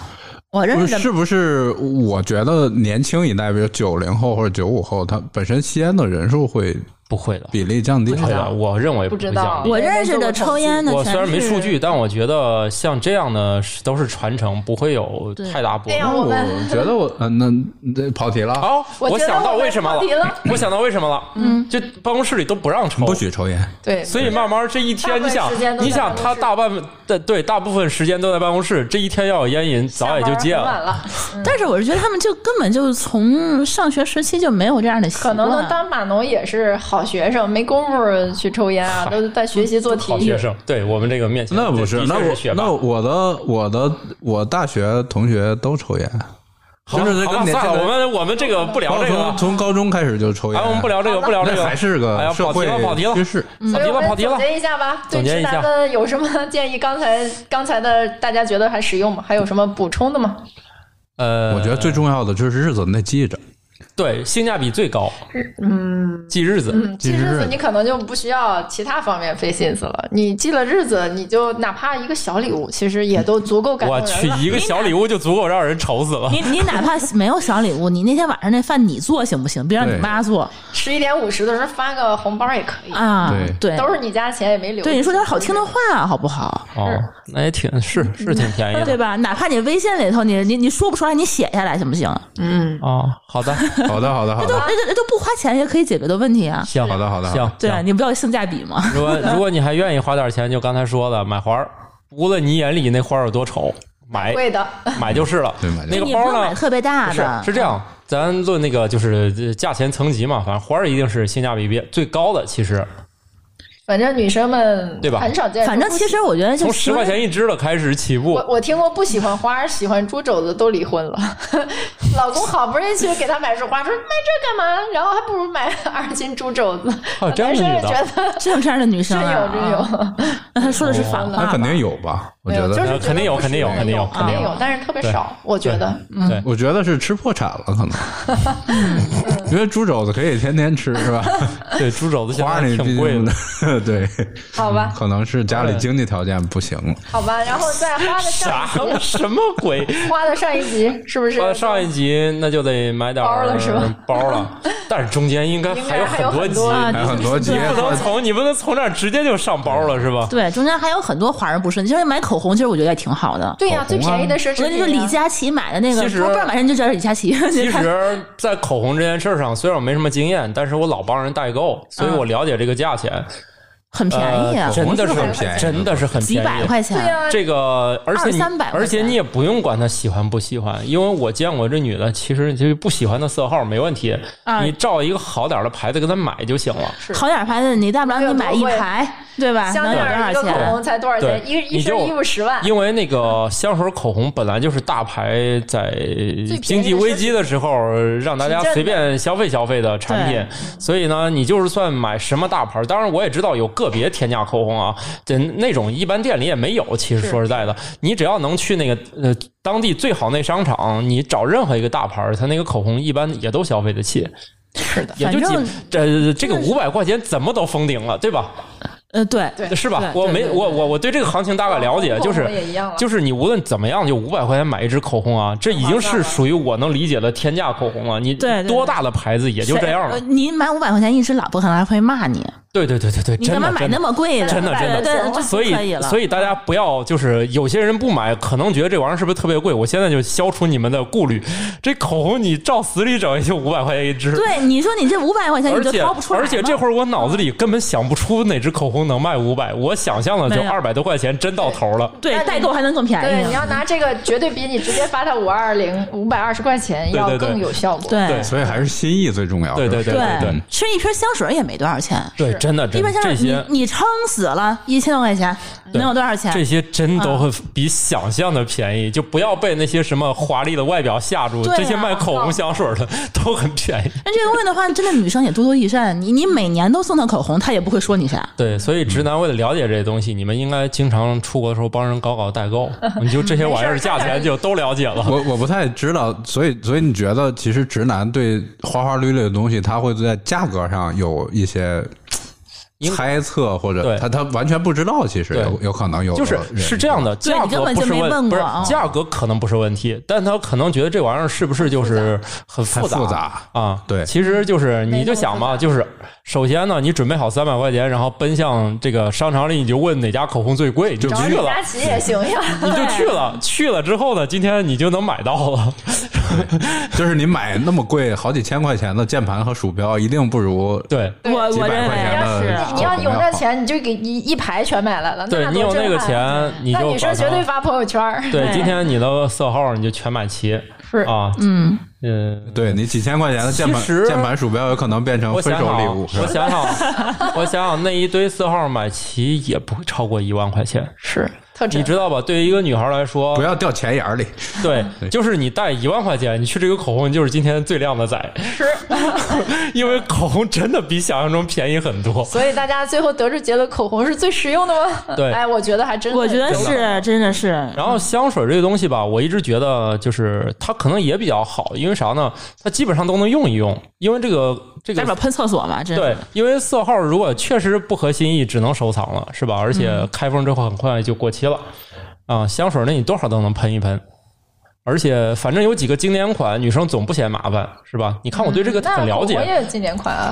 Speaker 5: 我认
Speaker 4: 不
Speaker 5: 识
Speaker 4: 是
Speaker 5: 的
Speaker 4: 是不是？我觉得年轻一代，比如九零后或者九五后，他本身吸烟的人数会
Speaker 1: 不会的，
Speaker 4: 比例降低哎
Speaker 1: 对
Speaker 4: 了。
Speaker 1: 吧？我认为
Speaker 2: 不知
Speaker 1: 会
Speaker 2: 道
Speaker 1: 降低
Speaker 5: 我认识的抽烟的，
Speaker 1: 我虽然没数据，，但我觉得像这样的是都是传承，不会有
Speaker 5: 对
Speaker 1: 太大波
Speaker 2: 哎呀
Speaker 1: 动。
Speaker 2: 我们
Speaker 4: 我觉得我 [laughs] 嗯，那这跑题了，
Speaker 1: 好，
Speaker 2: 我觉得
Speaker 1: 想到
Speaker 2: 我们
Speaker 1: 为什么
Speaker 2: 跑题了，
Speaker 1: [laughs] 我想到为什么了。嗯，就办公室里都不让抽，
Speaker 4: 不许抽烟。
Speaker 2: 对，
Speaker 1: 所以慢慢这一
Speaker 2: 大
Speaker 1: 天，
Speaker 2: 部
Speaker 1: 你
Speaker 2: 分
Speaker 1: 想
Speaker 2: 时间，都在
Speaker 1: 你想
Speaker 2: 办公
Speaker 1: 他
Speaker 2: 室
Speaker 1: 大半对对大部分时间都在办公室，这一天要有烟瘾，早也就戒
Speaker 2: 下班很晚
Speaker 1: 了。
Speaker 2: 了，
Speaker 5: 嗯但是我是觉得他们就根本就是从上学时期就没有这样的习
Speaker 2: 可
Speaker 5: 惯，
Speaker 2: 能能当码农也是好学生，没工夫去抽烟啊，都是在学习做题。
Speaker 1: 好学生，对我们这个面前
Speaker 4: 那不是
Speaker 1: 的，确
Speaker 4: 那
Speaker 1: 学
Speaker 4: 我
Speaker 1: 霸
Speaker 4: 那我的我的我大学同学都抽烟，
Speaker 1: 好
Speaker 4: 就是这
Speaker 1: 好
Speaker 4: 个
Speaker 1: 吧
Speaker 4: 年
Speaker 1: 算了，
Speaker 4: 轻
Speaker 1: 我
Speaker 4: 人，
Speaker 1: 们我们这个不聊这个
Speaker 4: 从
Speaker 1: 了，
Speaker 4: 从高中开始就抽烟。
Speaker 1: 哎，我们不聊这个，不聊这
Speaker 4: 那
Speaker 1: 个，
Speaker 4: 还是
Speaker 1: 哎
Speaker 4: 个
Speaker 1: 呀，
Speaker 4: 社
Speaker 1: 跑
Speaker 4: 会
Speaker 1: 题了，跑题了，
Speaker 4: 趋势。
Speaker 1: 跑
Speaker 2: 嗯所
Speaker 1: 题
Speaker 2: 以我
Speaker 1: 了，
Speaker 2: 们
Speaker 1: 跑题了
Speaker 2: 总。结一下吧，对
Speaker 1: 总结
Speaker 2: 吃
Speaker 1: 一下
Speaker 2: 咱们有什么建议？刚才刚才的大家觉得还实用吗？还有什么补充的吗？
Speaker 1: 呃，
Speaker 4: 我觉得最重要的就是日子你得记着，
Speaker 1: 对性价比最高，嗯，记日子，
Speaker 2: 记
Speaker 4: 记
Speaker 2: 日
Speaker 4: 日
Speaker 2: 子
Speaker 4: 子
Speaker 2: 你可能就不需要其他方面费心思了。你记了日子，你就哪怕一个小礼物，其实也都足够感动
Speaker 1: 我
Speaker 2: 人
Speaker 1: 去
Speaker 2: 了。
Speaker 1: 一个小礼物就足够让人愁死了。
Speaker 5: 你你 [laughs] 哪怕没有小礼物，你那天晚上那饭你做行不行？别让你
Speaker 4: 对
Speaker 5: 妈做
Speaker 2: 十一点五十的时候发个红包也可以，
Speaker 5: 啊！对，
Speaker 2: 都是你家钱也没留。
Speaker 5: 对你说点好听的话好不好？
Speaker 1: 哦，那也挺是是挺便宜
Speaker 5: 嗯
Speaker 1: 的
Speaker 5: 对吧？哪怕你微信里头你你你说不出来，你写下来行不行？
Speaker 1: 哦，好的，
Speaker 4: 好的，好的，好
Speaker 5: 都
Speaker 4: 的，
Speaker 5: 那都不花钱也可以解决的问题啊！
Speaker 1: 行，
Speaker 4: 好的，好的，好
Speaker 1: 行
Speaker 4: 的，，
Speaker 5: 对啊，
Speaker 1: 行
Speaker 5: 你不要性价比嘛。
Speaker 1: 如果如果你还愿意花点钱，就刚才说的买花儿，无论你眼里那花儿有多丑，买
Speaker 2: 贵的，
Speaker 1: 买就是了
Speaker 4: 对买。就
Speaker 1: 那
Speaker 4: 是
Speaker 1: 个
Speaker 5: 你不
Speaker 1: 包
Speaker 5: 用买
Speaker 1: 呢？
Speaker 5: 特别大
Speaker 1: 不是
Speaker 5: 的，
Speaker 1: 是这样，咱论那个就是呃价钱层级嘛，反正花儿一定是性价比比最高的。其实
Speaker 2: 反正女生们
Speaker 1: 对吧
Speaker 2: 很少见人不喜。
Speaker 5: 反正其实我觉得就
Speaker 1: 从
Speaker 5: 是
Speaker 1: 十块钱一支的开始起步
Speaker 2: 我，我听过不喜欢花儿、喜欢猪肘子都离婚
Speaker 5: [laughs]
Speaker 2: 了，老公好不容易去给她买束花，说买这干嘛？然后还不如买二斤猪肘子。
Speaker 1: 还有哦这样
Speaker 2: 男
Speaker 1: 的
Speaker 2: 生
Speaker 1: 女
Speaker 2: 也觉
Speaker 1: 的，
Speaker 2: 得
Speaker 5: 这样这样的
Speaker 2: 真
Speaker 5: 女生
Speaker 2: 有
Speaker 5: 啊，
Speaker 2: 真有，
Speaker 5: 那他说的是反话
Speaker 4: 那
Speaker 5: 吧，
Speaker 4: 肯定有吧？我
Speaker 2: 没
Speaker 4: 觉
Speaker 2: 有，就是
Speaker 4: 得，
Speaker 2: 觉得
Speaker 1: 呃肯定有
Speaker 2: 不
Speaker 1: 肯定有
Speaker 2: 是
Speaker 1: 肯
Speaker 5: 啊
Speaker 1: 定有
Speaker 2: 肯定
Speaker 1: 肯定
Speaker 2: 有
Speaker 1: 有，
Speaker 2: 但是特别
Speaker 1: 对
Speaker 2: 少，我觉得。
Speaker 4: [laughs]
Speaker 1: 对，
Speaker 4: 我觉得是吃破产了，可能，
Speaker 2: [laughs]
Speaker 4: 因为猪肘子可以天天吃，
Speaker 1: [laughs]
Speaker 4: 是吧？
Speaker 1: 对，猪肘子现
Speaker 4: 花
Speaker 1: 在
Speaker 4: 儿那
Speaker 1: 哎挺贵的。
Speaker 4: 的， [laughs] 对，
Speaker 2: 好吧，
Speaker 4: 可能是家里经济条件不行了。
Speaker 2: 好吧，然后再花的上
Speaker 1: 啥
Speaker 2: 一集，
Speaker 1: 什么鬼？
Speaker 2: 花的上一集是不是？
Speaker 1: 到上一集那就得买点儿
Speaker 2: 包了是吧？
Speaker 1: 包了，但是中间应该
Speaker 2: 应
Speaker 1: 还
Speaker 2: 该还有
Speaker 1: 很多
Speaker 2: 很
Speaker 1: 集，
Speaker 2: 多啊
Speaker 4: 还有很多集，
Speaker 1: 不能从你不能从这儿直接就上包了是吧？
Speaker 5: 对，中间还有很多华而不实。你像买口红，其实我觉得也挺好的。
Speaker 2: 对呀、
Speaker 4: 口红
Speaker 2: 最
Speaker 4: 啊
Speaker 2: 便宜的奢
Speaker 5: 我
Speaker 2: 侈
Speaker 5: 跟你说，
Speaker 2: 品
Speaker 5: 李
Speaker 2: 啊。
Speaker 5: 佳琦买的那个，
Speaker 1: 其实
Speaker 5: 我不知道买什么就叫李佳琦。
Speaker 1: 其实，在口红这件事儿上，虽然我没什么经验，但是我老帮人代购，所以我了解这个价钱，
Speaker 5: [laughs] 很便宜啊
Speaker 1: 呃，真的
Speaker 4: 口红是
Speaker 1: 很
Speaker 4: 很便宜
Speaker 1: 真的是很
Speaker 5: 几
Speaker 1: 便宜，
Speaker 5: 百块
Speaker 2: 对
Speaker 5: 钱。
Speaker 2: 呀、
Speaker 1: 这个，而且你
Speaker 5: 二三百块钱
Speaker 1: 而且你也不用管她喜欢不喜欢，因为我见过这女的，其实就是不喜欢的色号没问题，
Speaker 5: 啊
Speaker 1: 你照一个好点儿的牌子给她买就行了。
Speaker 5: 好点儿牌子，你大不了你买一排，对吧？
Speaker 2: 香
Speaker 5: 啊能有
Speaker 2: 奈儿
Speaker 5: 多
Speaker 2: 一
Speaker 5: 少
Speaker 2: 个口
Speaker 5: 钱？
Speaker 2: 红才多少
Speaker 1: 对
Speaker 2: 钱？一
Speaker 1: 你
Speaker 2: 一身
Speaker 1: 就
Speaker 2: 衣服十万，
Speaker 1: 因为那个香水、口红本来就是大牌在经济危机的时候让大家随便消费消费的产品，所以呢，你就是算买什么大牌，当然我也知道有个别天价口红啊，这那种一般店里也没有。其实说实在的，你只要能去那个呃当地最好那商场，你找任何一个大牌，它那个口红一般也都消费得起。是的，也就
Speaker 5: 反
Speaker 1: 几
Speaker 5: 正
Speaker 1: 这这个五百块钱怎么都封顶了，对吧？
Speaker 5: 呃，对，
Speaker 1: [laughs] 是吧？
Speaker 5: 对
Speaker 1: 我
Speaker 5: 对
Speaker 1: 没
Speaker 5: 对
Speaker 1: 我我我对这个行情大概了解，
Speaker 2: 口红
Speaker 1: 就是
Speaker 2: 也一样了
Speaker 1: 就是你无论怎么样，就五百块钱买一支口红啊，这已经是属于我能理解的天价口红了。你
Speaker 5: 对对对
Speaker 1: 多大的牌子也就这样
Speaker 5: 谁呃
Speaker 1: 了。
Speaker 5: 你买五百块钱一支，老婆可能还会骂你，
Speaker 1: 对对对对对，
Speaker 5: 你干
Speaker 1: 真
Speaker 5: 嘛
Speaker 1: 的
Speaker 5: 买
Speaker 1: 真
Speaker 5: 那
Speaker 1: 的。
Speaker 5: 么贵的？
Speaker 1: 真的真的
Speaker 5: 对对，这
Speaker 1: 所
Speaker 5: 不可以
Speaker 1: 以，
Speaker 5: 了。
Speaker 1: 所以大家不要就是有些人不买，可能觉得这玩意儿是不是特别贵。我现在就消除你们的顾虑，这口红你照死里整也就五百块钱一支，
Speaker 5: 对你说你这五百块钱
Speaker 1: 而
Speaker 5: 你就
Speaker 1: 且
Speaker 5: 掏不出来嗯
Speaker 1: 而且这会
Speaker 5: 儿
Speaker 1: 儿我脑子里根本想不出哪支口红能卖五百，我想象的就
Speaker 5: 没有
Speaker 1: 二百多块钱真到头了。
Speaker 5: 对代购还能更便
Speaker 2: 对，你
Speaker 5: 宜。
Speaker 2: 要拿这个，绝对比你直接发他五二零五百二十块钱要
Speaker 1: 对对对
Speaker 2: 更有效果。
Speaker 5: 对
Speaker 4: 所以还是心意最重要。
Speaker 1: 对对
Speaker 4: 是
Speaker 1: 对
Speaker 4: 吧
Speaker 1: 对
Speaker 5: 对，其实一瓶香水也没多少钱，
Speaker 1: 对，真的，
Speaker 5: 一
Speaker 1: 真的
Speaker 5: 瓶香
Speaker 1: 这
Speaker 5: 水
Speaker 1: 些
Speaker 5: 你你撑死了一千多块钱，
Speaker 1: 对
Speaker 5: 能有多少钱？
Speaker 1: 这些真都会比想象的便宜，就不要被那些什么华丽的外表吓住。
Speaker 5: 对啊嗯
Speaker 1: 这些卖口红、香水的都很便宜。
Speaker 5: 那这个问的话，真的女生也多多益善。你你每年都送她口红，她也不会说你啥。
Speaker 1: [laughs] 对，所以直男为了了解这些东西，你们应该经常出国的时候帮人搞搞代
Speaker 5: [laughs]
Speaker 1: 购，你就这些玩意儿价钱就都了解了。
Speaker 4: [laughs] 我我不太知道，所以所以你觉得，其实直男对花花绿绿的东西，他会在价格上有一些
Speaker 1: 因
Speaker 4: 猜测或者
Speaker 1: 对
Speaker 4: 他他完全不知道，其实
Speaker 1: 对
Speaker 4: 有有可能有
Speaker 1: 就是
Speaker 4: 人
Speaker 1: 是这样
Speaker 4: 啊
Speaker 1: 的，
Speaker 5: 对
Speaker 1: 价
Speaker 5: 你根
Speaker 1: 格
Speaker 5: 本
Speaker 1: 不
Speaker 5: 就是没问
Speaker 1: 问，不是
Speaker 5: 过啊
Speaker 1: 价格可能不是问题，但他可能觉得这玩意儿是不是就是很复杂
Speaker 4: 太复杂
Speaker 1: 啊？
Speaker 4: 对
Speaker 1: 其实就是你
Speaker 2: 没那
Speaker 1: 就
Speaker 2: 么
Speaker 1: 想
Speaker 2: 复
Speaker 1: 嘛，
Speaker 2: 杂
Speaker 1: 就是首先呢，你准备好三百块钱，然后奔向这个商场里，你就问哪家口红最贵，你就
Speaker 2: 找
Speaker 1: 去
Speaker 2: 李
Speaker 1: 了
Speaker 2: 佳。琦也行呀。
Speaker 1: [laughs] 你就去了，去了之后呢，今天你就能买到了。
Speaker 4: 就是你买那么贵好几千块钱的键盘和鼠标，一定不如
Speaker 1: 对，
Speaker 5: 我
Speaker 4: 几
Speaker 5: 我
Speaker 4: 百
Speaker 5: 认
Speaker 4: 块钱
Speaker 5: 为
Speaker 4: 的
Speaker 5: 是。
Speaker 2: 你要有那钱，你就给一一排全买来了。
Speaker 1: 对
Speaker 2: 那
Speaker 1: 你
Speaker 2: 多
Speaker 1: 有那
Speaker 2: 震
Speaker 1: 个
Speaker 2: 撼啊，
Speaker 1: 钱，你
Speaker 2: 那
Speaker 1: 就
Speaker 2: 你
Speaker 1: 把
Speaker 2: 是绝
Speaker 1: 它
Speaker 2: 对发朋友圈儿。
Speaker 1: 对
Speaker 5: 对
Speaker 1: 今天你的色号你就全买齐
Speaker 2: 是
Speaker 1: 啊，
Speaker 5: 嗯，
Speaker 1: 嗯，
Speaker 4: 对你几千块钱的键盘
Speaker 1: 其实
Speaker 4: 键盘鼠标有可能变成
Speaker 1: 我
Speaker 4: 分
Speaker 1: 想
Speaker 4: 手
Speaker 1: 想
Speaker 4: 礼
Speaker 1: 啊，
Speaker 4: 物，是
Speaker 1: 我
Speaker 4: 吧
Speaker 1: 想想，我想想，那一堆色号买齐也不会超过一万块钱，
Speaker 2: 是特
Speaker 1: 你
Speaker 2: 值。
Speaker 1: 知道吧？对于一个女孩来说
Speaker 4: 不，要掉钱眼儿里。
Speaker 1: 对，就是你带一万块钱，你去这个口红就是今天最靓的仔，是， [laughs] 因为口红真的比想象中便宜很多。
Speaker 2: 所以大家最后得出结论，口红是最实用的吗？
Speaker 1: [laughs] 对
Speaker 2: 哎，我觉得还真，
Speaker 5: 我觉得
Speaker 2: 很有
Speaker 5: 是，真的是。
Speaker 1: 然后香水这个东西吧，我一直觉得就是它可能也比较好，因为啥呢？它基本上都能用一用，因为这个这
Speaker 5: 代
Speaker 1: 个
Speaker 5: 表喷厕所嘛，
Speaker 2: 嗯
Speaker 5: 真的
Speaker 1: 对，因为色号如果确实不合心意，只能收藏了，是吧？而
Speaker 2: 嗯
Speaker 1: 且开封之后很快就过期了，啊、香水那你多少都能喷一喷，而且反正有几个经典款，女生总不嫌麻烦，是吧？你看我对这个
Speaker 2: 嗯那
Speaker 1: 很了解，
Speaker 2: 我也有经典款啊，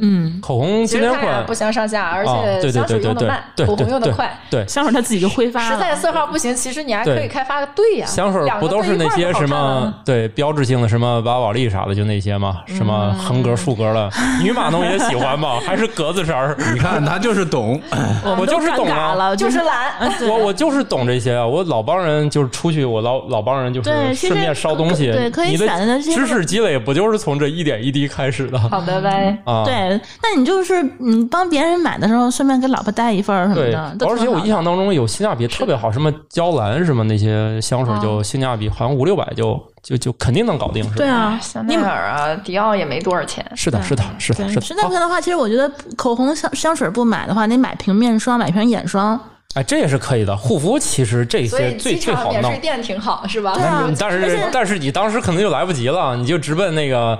Speaker 5: 嗯，
Speaker 1: 口红
Speaker 2: 其
Speaker 1: 经
Speaker 2: 实
Speaker 1: 典
Speaker 2: 它俩
Speaker 1: 款
Speaker 2: 不。相上下，而
Speaker 1: 啊，
Speaker 2: 且
Speaker 1: 对对
Speaker 2: 香
Speaker 1: 对
Speaker 2: 水
Speaker 1: 对
Speaker 2: 用的
Speaker 1: 对
Speaker 2: 慢，，
Speaker 1: 对
Speaker 2: 口红
Speaker 1: 对
Speaker 2: 用的
Speaker 1: 对
Speaker 2: 快。
Speaker 1: 对，
Speaker 5: 香水它自己就挥发
Speaker 2: 实
Speaker 5: 了。
Speaker 2: 在色号不行，其实你还可
Speaker 1: 啊对
Speaker 2: 以开发个对呀、
Speaker 1: 香水
Speaker 2: 两
Speaker 1: 不
Speaker 2: 个
Speaker 1: 都
Speaker 2: 对
Speaker 1: 是
Speaker 2: 一
Speaker 1: 那
Speaker 2: 块儿
Speaker 1: 些
Speaker 2: 就好
Speaker 1: 什
Speaker 2: 看啊
Speaker 1: 么
Speaker 2: 了？
Speaker 1: 对标志性的什么娃宝莉啥的，就那些嘛，什么
Speaker 2: 嗯
Speaker 1: 横格、竖格的，女码农也喜欢吧？还是格子色儿？
Speaker 4: 你看他就是懂，
Speaker 5: 们
Speaker 1: 我就
Speaker 5: 都
Speaker 1: 是
Speaker 5: 尴
Speaker 1: 懂
Speaker 5: 尬
Speaker 1: 啊
Speaker 5: 了，
Speaker 2: 就是
Speaker 5: [laughs] 是
Speaker 2: 懒，
Speaker 5: 对
Speaker 1: 我我就是懂这些啊！我老帮人就是出去，我老老帮人就
Speaker 5: 对
Speaker 1: 是
Speaker 5: 其实
Speaker 1: 顺便烧东西。
Speaker 5: 可对可以
Speaker 1: 你
Speaker 5: 想的
Speaker 1: 的
Speaker 5: 这些
Speaker 1: 知识积累不就是从这一点一滴开始的
Speaker 2: 好的呗。
Speaker 1: 啊？
Speaker 5: 对。那你就是你帮别人买的时候，顺便给老婆带一份儿什么
Speaker 1: 对，
Speaker 5: 的，嗯都挺
Speaker 1: 而且我
Speaker 5: 好的
Speaker 1: 印象当中有性价比特别好，什么娇兰什么那些香
Speaker 5: 啊
Speaker 1: 水，就性价比好像五六百就就就肯定能搞定，是
Speaker 5: 对
Speaker 1: 吧？
Speaker 5: 啊，
Speaker 2: 香奈儿啊，迪奥也没多少钱。
Speaker 1: 是的，是的，是的，
Speaker 5: 嗯对
Speaker 1: 是
Speaker 5: 实
Speaker 1: 的。
Speaker 5: 在
Speaker 1: 好
Speaker 5: 不行的话，其实我觉得口红、香香水不买的话，你买瓶面霜，买瓶眼霜，
Speaker 1: 哎，这也是可以的。护肤其实这
Speaker 2: 所
Speaker 1: 些
Speaker 2: 以
Speaker 1: 最
Speaker 2: 机
Speaker 1: 最
Speaker 2: 场
Speaker 1: 好
Speaker 2: 免
Speaker 1: 弄啊
Speaker 2: 税，店挺好，是吧？
Speaker 5: 啊
Speaker 1: 但是但是但是你当时可能就来不及了，你就直奔那个。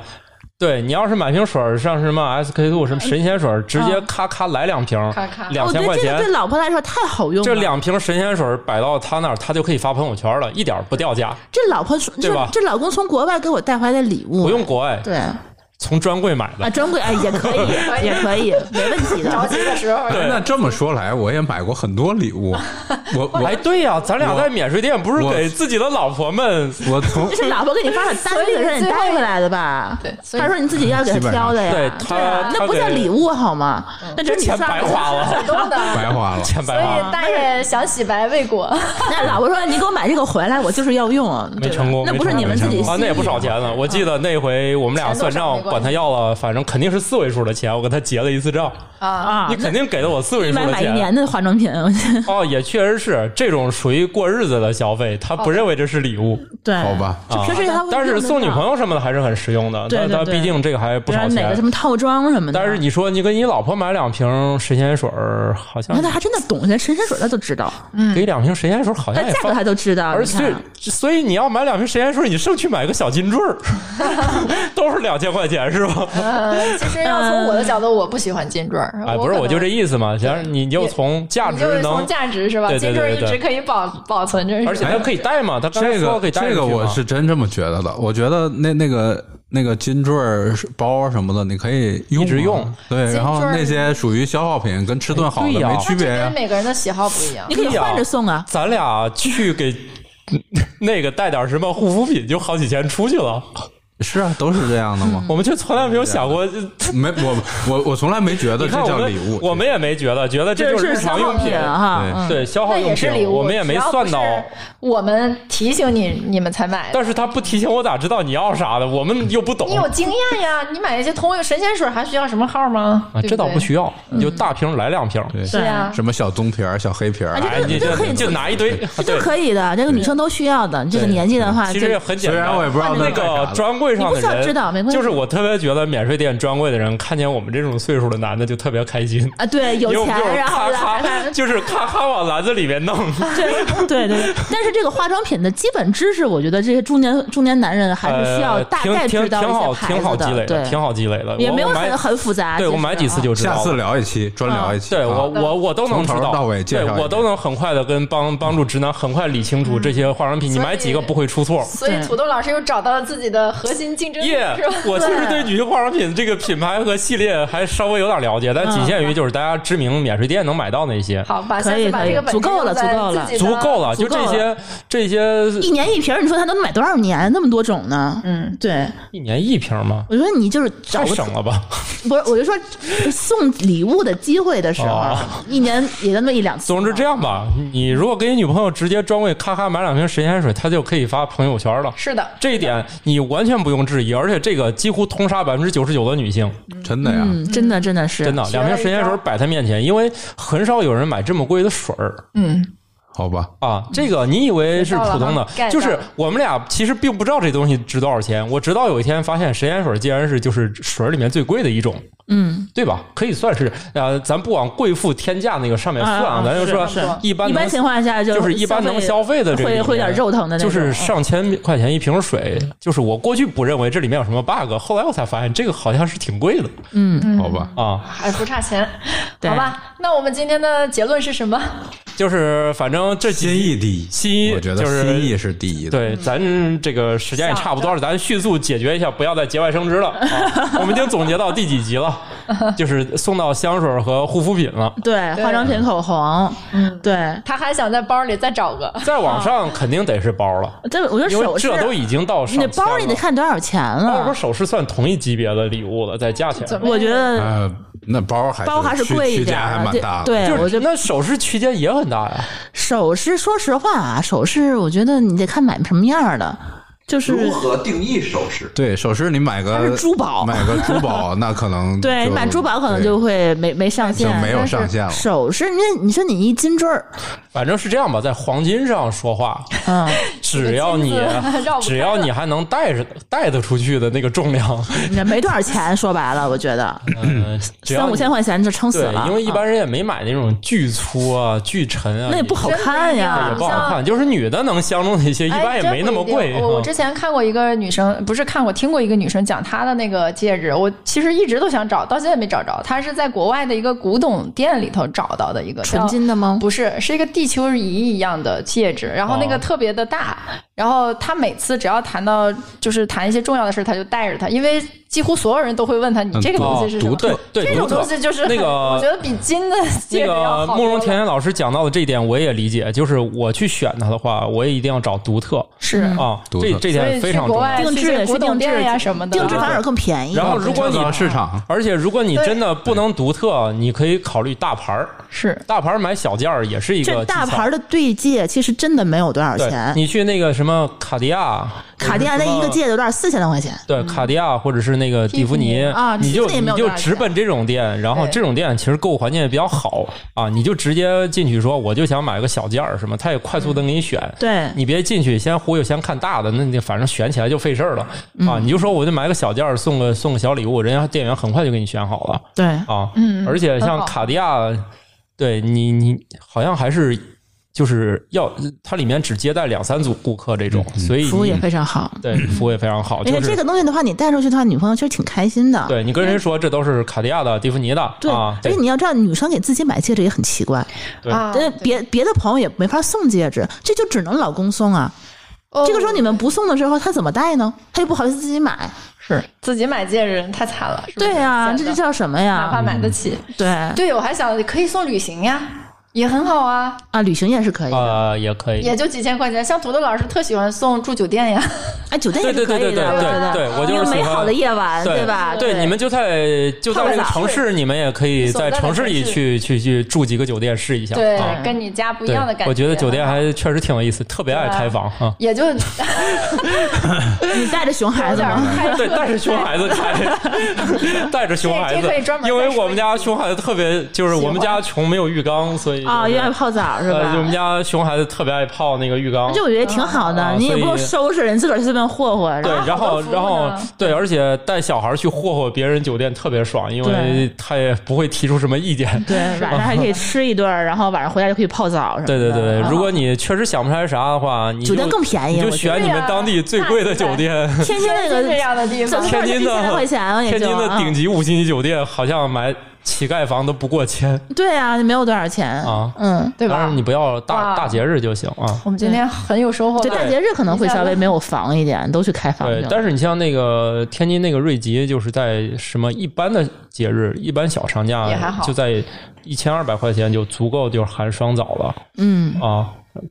Speaker 1: 对你要是买瓶水儿，像什么 SK two 什
Speaker 5: 哎
Speaker 1: 么神仙水儿，直
Speaker 5: 嗯
Speaker 1: 接咔咔来两瓶儿
Speaker 2: 咔咔，
Speaker 1: 两
Speaker 5: 我觉
Speaker 1: 千
Speaker 5: 得
Speaker 1: 块
Speaker 5: 这个
Speaker 1: 钱
Speaker 5: 哦对，老婆来说太好用了。
Speaker 1: 这两瓶神仙水儿摆到他那儿，他就可以发朋友圈了，一点儿不掉价，
Speaker 5: 这老婆从
Speaker 1: 对
Speaker 5: 这
Speaker 1: 吧
Speaker 5: 这老公从国外给我带回来的礼物，
Speaker 1: 不用国外，
Speaker 5: 对啊，
Speaker 1: 从专柜买的。
Speaker 5: 专柜哎也
Speaker 1: [laughs]
Speaker 5: 可以
Speaker 2: 可以
Speaker 5: 也可以，没问
Speaker 2: [laughs]
Speaker 5: 题
Speaker 2: 着
Speaker 5: 的。
Speaker 2: 急的时候，
Speaker 1: 对
Speaker 4: [laughs] 那这么说来，我也买过很多礼物。我
Speaker 1: [laughs] 哎，
Speaker 4: 我
Speaker 1: 对呀、咱俩
Speaker 4: 我
Speaker 1: 在免税店不是
Speaker 4: 我
Speaker 1: 给自己的老婆们
Speaker 4: 我从
Speaker 5: 这是老婆给你发的
Speaker 2: [laughs]
Speaker 5: 单，这个是你带回来的吧？
Speaker 2: 对所以
Speaker 5: 他说你自己要给他挑的呀，
Speaker 1: 对他
Speaker 5: 啊
Speaker 1: 他
Speaker 5: 那不叫
Speaker 1: 给
Speaker 5: 礼物好吗？
Speaker 2: 嗯
Speaker 5: 那只
Speaker 1: 这
Speaker 5: 是你
Speaker 1: 钱
Speaker 5: 刷
Speaker 1: 白花了，，
Speaker 2: 懂的。
Speaker 4: 白花了
Speaker 1: [laughs] 钱白
Speaker 2: 所
Speaker 1: 花了
Speaker 2: 以，大爷想洗白未 [laughs] 果，
Speaker 5: [laughs] 那老婆说你给我买这个回来，我就是要用，
Speaker 1: 没
Speaker 5: 对吧
Speaker 1: 成功，
Speaker 5: 那不是
Speaker 1: 没
Speaker 5: 你们
Speaker 1: 成
Speaker 5: 自
Speaker 1: 功
Speaker 5: 己
Speaker 1: 啊，那也不少
Speaker 5: 心里嗯
Speaker 1: 钱呢。我记得那回我们俩算
Speaker 2: 钱多少
Speaker 1: 账，
Speaker 2: 没关系
Speaker 1: 管他要了，反正肯定是四位数的钱，我给他结了 [laughs] 一次账。
Speaker 5: 啊。
Speaker 1: 你肯定给了我四位
Speaker 5: 一
Speaker 1: 数
Speaker 5: 买
Speaker 1: 的
Speaker 5: 买一
Speaker 1: 钱，
Speaker 5: 年的化妆品，我觉得
Speaker 1: 哦，也确实是这种属于过日子的消费，他不认为这是礼物，
Speaker 5: 对，
Speaker 4: 好吧，
Speaker 5: 就平时他会用得到，
Speaker 1: 啊但是送女朋友什么的还是很实用的。
Speaker 5: 对对
Speaker 1: 但
Speaker 5: 对
Speaker 1: 但毕竟这个还不
Speaker 5: 比如
Speaker 1: 少
Speaker 5: 说哪个什
Speaker 1: 钱。
Speaker 5: 么啊套装什么的，
Speaker 1: 但是你说你给你老婆买两瓶神仙水儿，好
Speaker 5: 你
Speaker 1: 像
Speaker 5: 看他还真的懂，人家神仙水他都知道，
Speaker 1: 给两瓶神仙水儿好
Speaker 5: 他
Speaker 1: 像也
Speaker 5: 价格
Speaker 1: 哎放
Speaker 5: 他。都知道，
Speaker 1: 而
Speaker 5: 你看啊
Speaker 1: 且，所以你要买两瓶神仙水儿，你剩去买个小金坠儿，都是两千块钱是吧？
Speaker 2: 呃，其实要从我的角度，我不喜欢金坠儿。
Speaker 1: 哎，不是，
Speaker 2: 可
Speaker 1: 我就
Speaker 2: 能
Speaker 1: 这意思嘛。其实你就从价
Speaker 2: 你
Speaker 1: 值
Speaker 2: 就是
Speaker 1: 能
Speaker 2: 从，价值是吧？
Speaker 1: 对对
Speaker 2: 金坠儿
Speaker 1: 对
Speaker 2: 一
Speaker 1: 对对
Speaker 2: 直可以保保存着，
Speaker 1: 而且它可以戴嘛，它刚才
Speaker 4: [laughs] 这
Speaker 1: 说
Speaker 4: 个
Speaker 1: 可以戴
Speaker 4: 这
Speaker 1: 进
Speaker 4: 个
Speaker 1: 去
Speaker 4: 我
Speaker 1: 嘛
Speaker 4: 是真这么觉得的。我觉得那那个那个金坠儿包什么的，你可以用啊
Speaker 1: 一直用。
Speaker 4: 对，
Speaker 2: 金坠
Speaker 4: 然
Speaker 2: 儿
Speaker 4: 后那些属于消耗品，跟吃顿好的
Speaker 1: 对呀
Speaker 4: 没区别
Speaker 2: 跟
Speaker 5: 啊
Speaker 1: 啊
Speaker 4: 呀。
Speaker 2: 每个人的喜好不一样
Speaker 5: 你。可以换着送啊，
Speaker 1: 咱俩去 [laughs] 给那个带点什么护肤品，就好几千出去了。
Speaker 4: 是
Speaker 1: 嗯
Speaker 4: 啊，都是这样的吗？
Speaker 1: 我们却从来没有想过，呃
Speaker 4: 没，我我我从来没觉得
Speaker 1: 你
Speaker 4: 这
Speaker 1: 看我
Speaker 4: 叫
Speaker 1: 们
Speaker 4: 礼物。
Speaker 1: 我们也没觉得，觉得这就是
Speaker 5: 是
Speaker 1: 日
Speaker 5: 消
Speaker 1: 常
Speaker 5: 耗
Speaker 1: 用
Speaker 5: 品
Speaker 1: 品。
Speaker 5: 哈
Speaker 4: 对，
Speaker 5: 嗯
Speaker 1: 对消耗
Speaker 2: 那
Speaker 1: 用
Speaker 2: 也是
Speaker 1: 品
Speaker 2: 礼，物，
Speaker 1: 我们也没算到。
Speaker 2: 只要不是我们提醒你，你们才买的。
Speaker 1: 但是他不提醒我，咋知道你要啥的？我们又不懂
Speaker 2: 你有经验呀，你买一些通用神仙水还需要什么号吗？
Speaker 1: 啊，
Speaker 2: 对
Speaker 1: 这倒
Speaker 2: 对
Speaker 1: 不需要，你就大瓶来两瓶。
Speaker 4: 对
Speaker 2: 对呀，
Speaker 4: 什么小棕瓶儿、小黑瓶儿，啊
Speaker 1: 哎，你
Speaker 5: 这可以
Speaker 1: 就就拿一堆，啊
Speaker 5: 这
Speaker 1: 对
Speaker 5: 都可以的，这个女生都需要的，这个年纪的话，
Speaker 1: 其实
Speaker 5: 就
Speaker 1: 很简
Speaker 4: 虽
Speaker 1: 单。
Speaker 4: 然我也不知道
Speaker 1: 那
Speaker 4: 干啥
Speaker 1: 个
Speaker 4: 的
Speaker 1: 专柜会上的
Speaker 5: 你不需要
Speaker 1: 人，
Speaker 5: 知道没关系
Speaker 1: 就是我特别觉得免税店专柜的人看见我们这种岁数的男的就特别开心，
Speaker 5: 啊，
Speaker 1: [laughs]
Speaker 5: 对，有
Speaker 1: 因为我们就是
Speaker 5: 钱，然后
Speaker 1: 咔
Speaker 5: 来
Speaker 1: 咔，就是咔咔往篮子里面
Speaker 5: [laughs]
Speaker 1: 弄。
Speaker 5: 对对 [laughs] 对，但是这个化妆品的基本知识，我觉得这些中年中年男人还是需要
Speaker 1: 呃，
Speaker 5: 大
Speaker 1: 挺
Speaker 5: 概
Speaker 1: 挺
Speaker 5: 知道
Speaker 1: 挺好，
Speaker 5: 一些牌
Speaker 1: 挺好
Speaker 5: 子
Speaker 1: 积累的，
Speaker 5: 对，
Speaker 1: 挺好积累的。
Speaker 5: 也
Speaker 1: 我
Speaker 5: 没有
Speaker 1: 我买
Speaker 5: 很很复杂。
Speaker 1: 对
Speaker 5: 其
Speaker 1: 我
Speaker 5: 实
Speaker 1: 买几次
Speaker 5: 啊
Speaker 1: 就知道
Speaker 4: 下
Speaker 1: 了。
Speaker 4: 次聊一期，专聊一期。
Speaker 1: 对
Speaker 4: 啊
Speaker 1: 我我我都能知
Speaker 4: 从
Speaker 1: 道，
Speaker 4: 头到尾介
Speaker 1: 对
Speaker 4: 绍一遍
Speaker 1: 我都能很快的跟帮帮助直男很快理清
Speaker 5: 嗯
Speaker 1: 楚这些化妆品，你
Speaker 2: 所以
Speaker 1: 买几个不会出错。
Speaker 2: 所以土豆老师又找到了自己的核心竞争力，
Speaker 1: 耶
Speaker 2: 是吧？
Speaker 1: 我确实对女性化妆品这个品牌和系列还稍微有点了解，
Speaker 5: 嗯
Speaker 1: 但仅限于就是大家知名免税店能买到那些，
Speaker 2: 好，把下
Speaker 5: 可以
Speaker 2: 次把
Speaker 5: 可以
Speaker 2: 这个本
Speaker 5: 足够
Speaker 2: 质
Speaker 5: 了
Speaker 2: 用在自
Speaker 5: 足够了
Speaker 2: 己的
Speaker 1: 足够了。
Speaker 5: 足
Speaker 1: 就
Speaker 5: 够
Speaker 1: 这
Speaker 5: 了
Speaker 1: 些这些
Speaker 5: 一年一瓶儿，你说他能买多少年？那么多种呢？嗯，对，
Speaker 1: 一年一瓶吗？
Speaker 5: 我说你就是找
Speaker 1: 太
Speaker 5: 个
Speaker 1: 省了吧！
Speaker 5: 不是，我就说送礼物的机会的时候，
Speaker 1: 哦
Speaker 5: 一年也就那么一两次。
Speaker 1: 总之这样吧，你如果给你女朋友直接专柜咔咔买两瓶神仙水，她就可以发朋友圈了。
Speaker 2: 是的，
Speaker 1: 这一点你完全不用质疑，而且这个几乎通杀百分之九十九的女性。
Speaker 4: 真的呀，
Speaker 5: 嗯，真的真的是
Speaker 1: 真的，
Speaker 2: 学
Speaker 1: 两瓶
Speaker 2: 了一
Speaker 1: 神仙水
Speaker 2: 招
Speaker 1: 摆他面前，因为很少有人买这么贵的水儿
Speaker 4: 好吧，
Speaker 1: 啊。这个你以为是普通
Speaker 2: 学到了
Speaker 1: 的
Speaker 2: 哈，，get
Speaker 1: 就是
Speaker 2: 到了
Speaker 1: 我们俩其实并不知道这东西值多少钱。我直到有一天发现，神仙水竟然是就是水儿里面最贵的一种，
Speaker 5: 嗯，
Speaker 1: 对吧？可以算是呃，咱不往贵妇天价那个上面算
Speaker 5: 啊啊
Speaker 1: 咱就是说
Speaker 5: 是
Speaker 1: 一般
Speaker 5: 一般
Speaker 1: 能
Speaker 5: 情况下就
Speaker 1: 就是一般能消费的这个里
Speaker 5: 会
Speaker 1: 面
Speaker 5: 会有点肉疼的那
Speaker 1: 就
Speaker 5: 种，
Speaker 1: 是
Speaker 5: 嗯
Speaker 1: 上千块钱一瓶水，就是我过去不认为这里面有什么 bug，后来我才发现这个好像是挺贵的
Speaker 5: 嗯
Speaker 4: 好吧，
Speaker 1: 啊。
Speaker 2: 还不差钱，
Speaker 5: 对
Speaker 2: 好吧？那我们今天的结论是什么？
Speaker 1: 就是反正这几
Speaker 4: 心意第一，
Speaker 1: 心意
Speaker 4: 我觉得
Speaker 1: 就是
Speaker 4: 心意是第一
Speaker 5: 嗯
Speaker 4: 的。
Speaker 1: 对，咱这个时间也差不多了，咱迅速解决一下，不要再节外生枝了。啊、
Speaker 5: [laughs]
Speaker 1: 我们已经总结到第几集了，就是送到香水和护肤品
Speaker 5: [laughs]
Speaker 1: 了。
Speaker 5: 对
Speaker 2: 对
Speaker 5: 化妆品、口红，嗯，对，
Speaker 2: 他还想在包里再找个，
Speaker 1: 再往上肯定得是包了，
Speaker 5: 这我觉得
Speaker 1: 因
Speaker 5: 啊首
Speaker 1: 为
Speaker 5: 饰
Speaker 1: 这都已经到上
Speaker 5: 你得
Speaker 1: 千
Speaker 5: 包里得
Speaker 1: 了。
Speaker 5: 看多啊少钱
Speaker 1: 包
Speaker 5: 了
Speaker 1: 和。首饰算同一级别的礼物了，再加起来
Speaker 2: 怎。么
Speaker 5: 我觉
Speaker 1: 哎
Speaker 5: 得
Speaker 4: 呃，那包还
Speaker 5: 包还是
Speaker 4: 区
Speaker 5: 贵一
Speaker 4: 区
Speaker 5: 点
Speaker 4: 价还
Speaker 5: 儿
Speaker 4: 蛮
Speaker 5: 的，
Speaker 4: 大的。
Speaker 5: 对，
Speaker 2: 哎
Speaker 5: 对
Speaker 1: 就
Speaker 5: 我觉
Speaker 1: 是
Speaker 5: 得
Speaker 1: 那首饰区间也很大呀，
Speaker 5: 首饰，说实话啊，首饰我觉得你得看买什么样儿的，就是
Speaker 7: 如何定义首饰？
Speaker 4: 对，首饰你买
Speaker 5: 它是
Speaker 4: 个
Speaker 5: 珠宝
Speaker 4: 买个珠宝那可能
Speaker 5: 对
Speaker 4: 就
Speaker 5: 你买珠宝可能
Speaker 4: 对
Speaker 5: 就会没没上
Speaker 4: 就
Speaker 5: 限，
Speaker 4: 没有
Speaker 5: 但是
Speaker 4: 上限了
Speaker 5: 首饰，那你说你一金坠儿，
Speaker 1: 反正是这样吧，在黄金上说
Speaker 2: [laughs]
Speaker 1: 话，
Speaker 5: 嗯，
Speaker 1: 只要你
Speaker 2: 金子 [laughs] 绕不开了
Speaker 1: 只要你还能带着带得出去的那个重
Speaker 2: [laughs]
Speaker 1: 量，
Speaker 5: 也没多少钱，说白了，我觉得
Speaker 1: 嗯， [laughs] 只要
Speaker 5: 三五
Speaker 1: 你
Speaker 5: 千块钱就撑死
Speaker 1: 对
Speaker 5: 了，，
Speaker 1: 因为一般人也没买那种巨粗啊、巨沉啊，
Speaker 5: 那也不好看
Speaker 1: 也
Speaker 5: 呀
Speaker 1: 不。好看。就是女的能相中那些，一
Speaker 2: 啊哎
Speaker 1: 般也
Speaker 2: 真
Speaker 1: 没那
Speaker 2: 不一
Speaker 1: 么
Speaker 2: 定
Speaker 1: 贵。
Speaker 2: 我我
Speaker 1: 嗯
Speaker 2: 之前看过一个女生，不是看过，听过一个女生讲她的那个戒指，我其实一直都想找，到现在没找着。她是在国外的一个古董店里头找到的一个
Speaker 5: 纯金的吗
Speaker 2: 叫不是，是一个地球仪一样的戒指，然后那
Speaker 1: 哦
Speaker 2: 个特别的大，然后她每次只要谈到就是谈一些重要的事，她就戴着它，因为几乎所有人都会问她你这个东西是什么。
Speaker 1: 哦独特对
Speaker 2: 这种
Speaker 1: 独特
Speaker 2: 东西就是
Speaker 1: 那个
Speaker 2: 我觉得比金的
Speaker 1: 那
Speaker 2: 戒指要好
Speaker 1: 个
Speaker 2: 多了。
Speaker 1: 慕容甜甜老师讲到的这一点，我也理解。就是我去选它的话，我也一定要找独特
Speaker 2: 是。
Speaker 1: 啊，
Speaker 4: 独
Speaker 1: 这这
Speaker 2: 嗯
Speaker 4: 特
Speaker 2: 所
Speaker 1: 点
Speaker 2: 以
Speaker 1: 非
Speaker 2: 去
Speaker 1: 常
Speaker 2: 国
Speaker 1: 重要。
Speaker 2: 外
Speaker 5: 定
Speaker 2: 去
Speaker 5: 制
Speaker 2: 一些古
Speaker 5: 去
Speaker 2: 董
Speaker 5: 定制
Speaker 2: 店呀什么的，
Speaker 5: 定制反而更便宜。
Speaker 1: 然后，哦如果你
Speaker 4: 跳蚤市场
Speaker 1: 而且如果你真的不能独特，你可以考虑大牌儿。
Speaker 2: 是
Speaker 1: 大牌儿买小件儿也是一个
Speaker 5: 这大
Speaker 1: 技巧
Speaker 5: 牌儿的对戒其实真的没有多少
Speaker 1: 对
Speaker 5: 钱，
Speaker 1: 你去那个什么卡地亚，
Speaker 5: 卡地亚那一个嗯戒指有多少四千多块钱，
Speaker 1: 对卡地亚或者是那个蒂芙尼
Speaker 5: 啊
Speaker 1: 你
Speaker 5: 蒂芙
Speaker 1: 就
Speaker 5: 尼也
Speaker 1: 你
Speaker 5: 没有
Speaker 1: 就
Speaker 5: 多少
Speaker 1: 直奔这种店，然后
Speaker 2: 对
Speaker 1: 这种店其实购物环境也比较好啊，你就直接进去说我就想买个小件儿什么，他也快速的给你选。
Speaker 5: 嗯对
Speaker 1: 你别进去先忽悠，先看大的，那你反正选起来就费事儿了啊！
Speaker 5: 嗯
Speaker 1: 你就说我就买个小件儿，送个送个小礼物，人家店员很快就给你选好了
Speaker 5: 对，
Speaker 1: 啊！
Speaker 2: 嗯
Speaker 1: 而且
Speaker 2: 很
Speaker 1: 像
Speaker 2: 好
Speaker 1: 卡地亚，对你你好像还是就是要它里面只接待两三组顾客这种，所以
Speaker 5: 服务
Speaker 1: 你
Speaker 5: 也非常好。
Speaker 1: 对服务也非常好，
Speaker 5: 而
Speaker 1: 就
Speaker 5: 且
Speaker 1: 是
Speaker 5: 这个东西的话，你带出去的话，女朋友其实挺开心的。
Speaker 1: 对你跟人说这都是卡地亚的、蒂芙尼的
Speaker 5: 对，
Speaker 1: 啊
Speaker 5: 而，且你要知道，女生给自己买戒指也很奇怪，
Speaker 1: 对
Speaker 2: 啊，
Speaker 5: 但别别的朋友也没法送戒指，这就只能老公送啊。
Speaker 2: 哦
Speaker 5: 这个时候你们不送的时候，他怎么戴呢？他又不好意思自己买。
Speaker 2: 是自己买戒指太惨了，是吧
Speaker 5: 对呀、这
Speaker 2: 显
Speaker 5: 就
Speaker 2: 得
Speaker 5: 叫什么
Speaker 2: 哪
Speaker 1: 嗯
Speaker 2: 怕
Speaker 5: 呀？
Speaker 2: 买得起。
Speaker 5: 对
Speaker 2: 对，我还想可以送旅行呀，也很好啊，
Speaker 5: 啊，旅行也是可以的，
Speaker 1: 呃也可以，
Speaker 2: 也就几千块钱。像土豆老师特喜欢送住酒店呀，
Speaker 5: 哎，酒店也
Speaker 1: 对
Speaker 5: 是
Speaker 1: 对
Speaker 5: 可
Speaker 1: 对
Speaker 5: 以
Speaker 1: 对对
Speaker 5: 的，我觉
Speaker 1: 对
Speaker 5: 得
Speaker 1: 对，我
Speaker 5: 一
Speaker 1: 就
Speaker 5: 个
Speaker 1: 是喜
Speaker 5: 美好的
Speaker 1: 欢。
Speaker 5: 夜晚，
Speaker 1: 对
Speaker 5: 吧？
Speaker 1: 对，你们就在就在这个城市，你们也可以在城市里去去去住几个酒店试一下。
Speaker 2: 对
Speaker 1: 啊，，
Speaker 2: 跟你家不一
Speaker 1: 对
Speaker 2: 样的感，
Speaker 1: 我觉得酒店
Speaker 2: 很好
Speaker 1: 还确实挺有意思，特别爱开房啊。
Speaker 2: 也就有
Speaker 5: 你带着
Speaker 1: [laughs]
Speaker 5: 熊孩子
Speaker 2: 点儿
Speaker 5: 吗？
Speaker 2: 太
Speaker 1: 对，带着熊孩子开，带着熊孩
Speaker 2: 这
Speaker 1: 子
Speaker 2: 这可以专，门
Speaker 1: 因为
Speaker 2: 再说
Speaker 1: 我们家熊孩子特别，就是我们家穷没有浴缸，所以
Speaker 5: 啊，
Speaker 1: 就是
Speaker 5: 愿意泡澡是
Speaker 1: 呃，
Speaker 5: 吧
Speaker 1: 就我？们家熊孩子特别爱泡那个浴缸，
Speaker 5: 这我觉得挺好的
Speaker 1: 啊，
Speaker 5: 你也
Speaker 1: 所以
Speaker 5: 不用收拾，你自个儿随便顿霍霍，然
Speaker 1: 对
Speaker 5: 后，
Speaker 1: 然后
Speaker 2: 好多服务
Speaker 1: 然后
Speaker 2: 呢
Speaker 1: 对，而且带小孩去霍霍别人酒店特别爽，因为
Speaker 5: 对
Speaker 1: 他也不会提出什么意
Speaker 5: [laughs]
Speaker 1: 见。
Speaker 5: 对晚上还可以吃一顿儿，然后晚上回家就可以泡澡什么的。
Speaker 1: 对对对，如果你确实想不出来啥的话，你就
Speaker 5: 酒店更便宜
Speaker 1: 你就
Speaker 5: 我觉得啊
Speaker 1: 选你们当地最贵的酒店。
Speaker 5: 天津那
Speaker 2: 就
Speaker 5: 个
Speaker 2: 这样的地
Speaker 5: 怎
Speaker 2: 方
Speaker 1: [laughs]
Speaker 5: 么，
Speaker 1: 天津
Speaker 5: 一千
Speaker 1: 的
Speaker 5: 块钱也
Speaker 1: 天
Speaker 5: 就
Speaker 1: 津的
Speaker 5: 啊
Speaker 1: 顶级五星级酒店好像买乞丐房都不过千，
Speaker 5: 对啊，没有多少钱
Speaker 1: 啊
Speaker 5: 嗯，
Speaker 2: 对
Speaker 1: 当
Speaker 2: 吧
Speaker 1: 然？你不要大
Speaker 2: 哇
Speaker 1: 大节日就行啊。
Speaker 2: 我们今天很有收获
Speaker 5: 对，
Speaker 2: 了。
Speaker 5: 大节日可能会稍微没有房一点，都去开房去
Speaker 1: 对
Speaker 5: 了。，
Speaker 1: 但是你像那个天津那个瑞吉，就是在什么一般的节日、一般小长假
Speaker 2: 也还，好
Speaker 1: 就在一千二百块钱就足够，就是含双早了
Speaker 5: 嗯，
Speaker 1: 啊，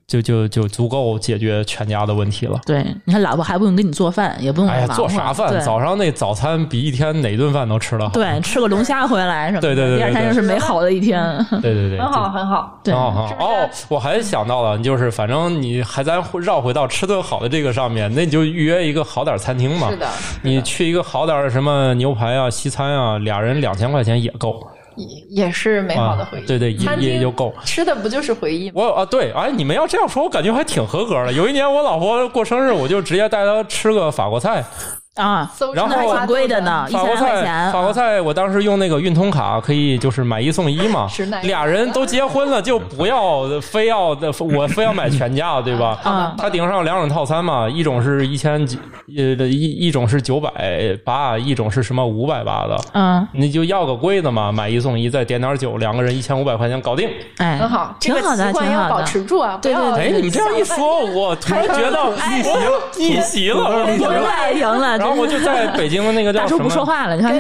Speaker 1: 就就就足够解决全家的问题了。
Speaker 5: 对，你看老婆还不用给你做饭，也不
Speaker 2: 嗯
Speaker 5: 用
Speaker 1: 哎呀，
Speaker 5: 忙
Speaker 1: 做
Speaker 5: 活
Speaker 1: 啥饭？
Speaker 5: 对
Speaker 1: 早上那早餐比一天哪顿饭都吃了好。
Speaker 5: 对，吃个龙虾回来什么的，
Speaker 1: 对对对对
Speaker 5: 第二天就是美好的一天。
Speaker 1: 对对对，
Speaker 2: 很好，很好。
Speaker 5: 对
Speaker 1: 挺好哈。哦，我还想到了，就是反正你还咱绕回到吃顿好的这个上面，那你就预约一个好点儿餐厅嘛。
Speaker 2: 是的，
Speaker 1: 你去一个好点儿的什么牛排啊、西餐啊，俩人两千块钱也够。
Speaker 2: 也也是美好的回忆。
Speaker 1: 啊对对也
Speaker 2: 餐厅
Speaker 1: 也就够
Speaker 2: 吃的不就是回忆吗？
Speaker 1: 我啊，对，哎，你们要这样说，我感觉还挺合格的。有一年我老婆过生日，我就直接带她吃个法国菜，
Speaker 5: 啊，
Speaker 2: 搜
Speaker 1: 然后
Speaker 2: 出来
Speaker 5: 那
Speaker 2: 花
Speaker 5: 挺贵的
Speaker 2: 啊
Speaker 5: 呢，一
Speaker 1: 法
Speaker 5: 千
Speaker 1: 国
Speaker 5: 来块
Speaker 1: 菜，
Speaker 5: 钱。
Speaker 1: 法国菜，我当时用那个运通卡可以就是买一送一嘛
Speaker 2: [laughs] 是那。个
Speaker 1: 俩人都结婚了，就不要非要呃我非要买全价，对
Speaker 2: [laughs]
Speaker 1: 吧？
Speaker 5: 啊
Speaker 1: 它顶上两种套餐嘛，一种是一千几，呃，一一种是九百八，一种是什么五百八的。
Speaker 5: 嗯，
Speaker 1: 你就要个贵的嘛，买一送一，再点点酒，两个人一千五百块钱搞定。
Speaker 5: 哎，
Speaker 2: 很好，这
Speaker 5: 挺
Speaker 2: 个
Speaker 5: 好的，
Speaker 2: 习惯
Speaker 5: 挺
Speaker 2: 要
Speaker 5: 好
Speaker 2: 保
Speaker 5: 的。
Speaker 2: 持住啊！不
Speaker 5: 对对
Speaker 2: 要
Speaker 1: 哎，你们这样一说，我突然觉得
Speaker 5: 哎
Speaker 1: 哎我逆袭了，我
Speaker 5: 赢了，赢了！
Speaker 1: 然后我就在北京的那个
Speaker 5: 哎大
Speaker 1: 叫什
Speaker 5: 叔
Speaker 1: 么
Speaker 5: 不说话了，你看，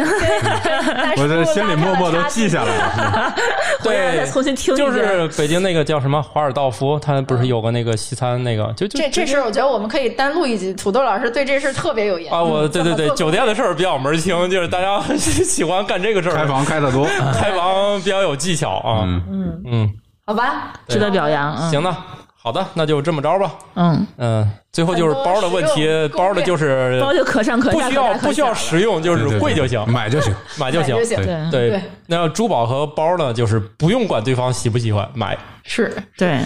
Speaker 4: 我这心里默默都记下来嗯了。
Speaker 5: 再
Speaker 1: 对，
Speaker 5: 重新听一遍
Speaker 1: 就是北京那个叫什么华尔道夫，他不是有个那个西餐那个，就就
Speaker 2: 这这事儿，我觉得我们可以单录一集。土豆老师对这事儿特别有研
Speaker 1: 啊，
Speaker 2: 究。
Speaker 5: 嗯
Speaker 1: 我对对
Speaker 2: 怎么
Speaker 1: 对，
Speaker 2: 做
Speaker 1: 酒店的事儿比较门儿清，就是大家喜欢干这个事儿，
Speaker 4: 开房开的多，
Speaker 1: 开房比较有技巧啊。
Speaker 4: 嗯，
Speaker 1: 嗯，
Speaker 2: 好吧，
Speaker 5: 值得表扬。嗯
Speaker 1: 行的，好的，那就这么着吧。
Speaker 5: 嗯，
Speaker 1: 嗯，最后就是包的问
Speaker 2: 很多
Speaker 1: 题
Speaker 2: 实用，攻略
Speaker 1: 包的
Speaker 5: [laughs]
Speaker 1: 就是
Speaker 5: 包就可上可
Speaker 1: 不
Speaker 5: 下，
Speaker 1: 需要
Speaker 5: 可下
Speaker 1: 不需要
Speaker 5: 可下
Speaker 1: 实用，就
Speaker 4: 对对
Speaker 1: 是
Speaker 4: 对嗯
Speaker 1: 贵就行，
Speaker 4: 买就行。
Speaker 1: 买就行。
Speaker 2: 就行。
Speaker 5: 嗯对
Speaker 1: 对
Speaker 2: 对，
Speaker 1: 那珠宝和包呢，就是不用管对方喜不喜欢，买。
Speaker 2: 是，
Speaker 5: 对，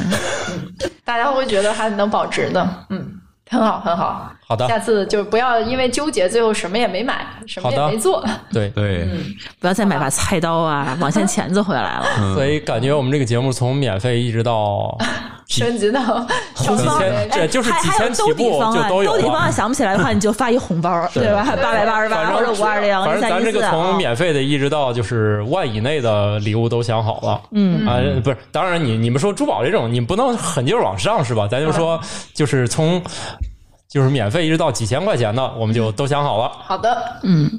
Speaker 2: 大家会觉得还能保值的，嗯，很好，很好。
Speaker 1: 好
Speaker 2: 下
Speaker 1: 的，
Speaker 2: 次就不要因为纠结，最后什么也没买，什么也
Speaker 1: 好的
Speaker 2: 没做。
Speaker 1: 对。
Speaker 4: 对，
Speaker 5: 不要再买把菜刀 [laughs] 啊，网线钳子回来了。
Speaker 4: 嗯
Speaker 1: 所以感觉我们这个节目从免费一直
Speaker 5: [laughs]
Speaker 1: 到
Speaker 2: 升级到哎
Speaker 1: 几千，这 [laughs] 就是
Speaker 5: 哎还
Speaker 1: 几
Speaker 5: 还
Speaker 1: 千
Speaker 5: 有
Speaker 1: 起
Speaker 5: 兜底
Speaker 1: 步
Speaker 5: 方
Speaker 1: 就
Speaker 5: 案，
Speaker 1: 都有啊
Speaker 5: 兜底方案
Speaker 1: 了。
Speaker 5: 想不起来的话，你就发一红包，对吧？八百八十八
Speaker 1: 反
Speaker 5: 或者
Speaker 1: 正
Speaker 5: 五二零，
Speaker 1: 反正
Speaker 5: 三
Speaker 1: 咱
Speaker 5: 一
Speaker 1: 这个
Speaker 5: 四啊
Speaker 1: 从免费的一直到就是万以内的礼物都想好了，嗯啊，不是，当然你你们说珠宝这种，你不能狠劲儿往上是吧？咱
Speaker 5: 嗯
Speaker 1: 就说就是从就是免费一直到几千块钱的，我们
Speaker 5: 嗯
Speaker 1: 就都想好了。
Speaker 2: 好的，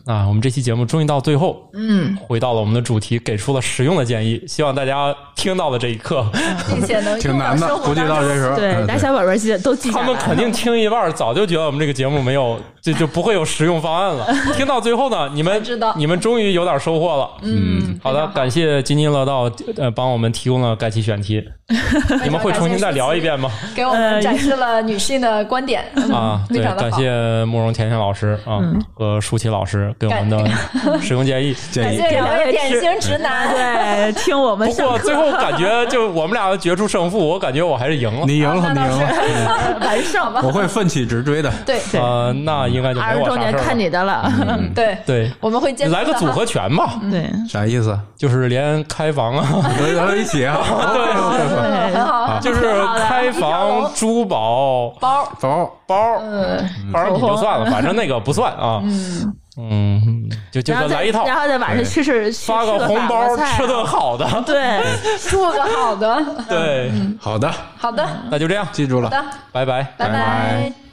Speaker 1: 啊，我们这期节目终于到最后，
Speaker 2: 嗯，
Speaker 1: 回到了我们的主题，给出了实用的建议，希望大家听到了这一
Speaker 2: [laughs]
Speaker 1: 刻，
Speaker 2: 并且能
Speaker 4: 挺
Speaker 2: 用
Speaker 4: 难的，
Speaker 2: 生
Speaker 4: 估
Speaker 2: 活
Speaker 4: 计
Speaker 2: 当
Speaker 4: 到
Speaker 2: 中。
Speaker 4: 这时候，
Speaker 5: 对，
Speaker 4: 嗯
Speaker 5: 大家小宝贝记得都记下
Speaker 1: 啊他
Speaker 5: 来。
Speaker 1: 们肯定听一半儿早就觉得我们这个节目没有，就就不会有实用方案
Speaker 2: [laughs]
Speaker 1: 了。听到最后呢，你们
Speaker 2: 知道
Speaker 1: 你们终于有点收获了。
Speaker 4: 嗯，
Speaker 1: 好的，感谢津津乐道呃帮我们提供了该期选题，
Speaker 2: 哎
Speaker 1: 你们会重新再聊一
Speaker 2: [laughs]
Speaker 1: 遍吗？
Speaker 2: 给我们展示了女性的观点
Speaker 1: 啊，
Speaker 2: 嗯非
Speaker 1: 对，
Speaker 2: 常的
Speaker 1: 感
Speaker 2: 好。嗯
Speaker 1: 谢慕容甜甜老师啊和舒淇老师给我们的实用建议。
Speaker 4: 建
Speaker 2: 感
Speaker 4: 议
Speaker 2: 谢两位典型直男，
Speaker 5: 啊对听我
Speaker 1: [laughs]
Speaker 5: 们
Speaker 1: 不
Speaker 5: 上
Speaker 1: 过最后感觉就我们俩决出胜负，我感觉我还是赢了。
Speaker 4: 你赢了，你赢
Speaker 2: [laughs]
Speaker 4: 了，
Speaker 5: 完胜吧。
Speaker 4: 我会奋起直追的。
Speaker 2: 对
Speaker 1: [laughs]
Speaker 5: 对
Speaker 1: 呃，那应该就
Speaker 5: 二
Speaker 1: 没
Speaker 5: 十
Speaker 1: 我
Speaker 5: 周
Speaker 1: 啥
Speaker 5: 年
Speaker 1: 事儿
Speaker 5: 看
Speaker 1: 了。
Speaker 5: 你的了，
Speaker 1: 嗯
Speaker 2: 对，
Speaker 1: 对，
Speaker 2: 我们会
Speaker 1: 你
Speaker 2: 监督
Speaker 1: 来个
Speaker 2: 的
Speaker 1: 组
Speaker 2: 哈
Speaker 1: 合拳吧，
Speaker 5: 对
Speaker 4: 啥意思？
Speaker 1: 就是连开房啊，
Speaker 4: 咱咱一起啊，
Speaker 1: [laughs] 对，
Speaker 2: 很
Speaker 5: 啊
Speaker 2: 好，
Speaker 1: 就是开房、珠宝、
Speaker 2: 包
Speaker 4: 走，
Speaker 1: 包，
Speaker 5: 嗯
Speaker 1: 包你就算了，反正那个不算
Speaker 5: [laughs]
Speaker 1: 啊。嗯，就就
Speaker 5: [laughs] 然后
Speaker 1: 就
Speaker 5: 再
Speaker 1: 来一套，
Speaker 5: 然后再晚上去吃去
Speaker 1: 发
Speaker 5: 吃
Speaker 1: 个红
Speaker 5: 法
Speaker 1: 包
Speaker 5: 国，菜啊嗯
Speaker 1: 吃顿好
Speaker 5: [laughs]
Speaker 1: 的。
Speaker 5: 对，
Speaker 1: [laughs]
Speaker 2: 住个好的，
Speaker 1: 对，
Speaker 4: 好的，
Speaker 2: 好的，
Speaker 1: 那就这样，
Speaker 4: 记住了
Speaker 2: 好。的，
Speaker 1: 拜拜。
Speaker 2: 拜
Speaker 4: 拜拜。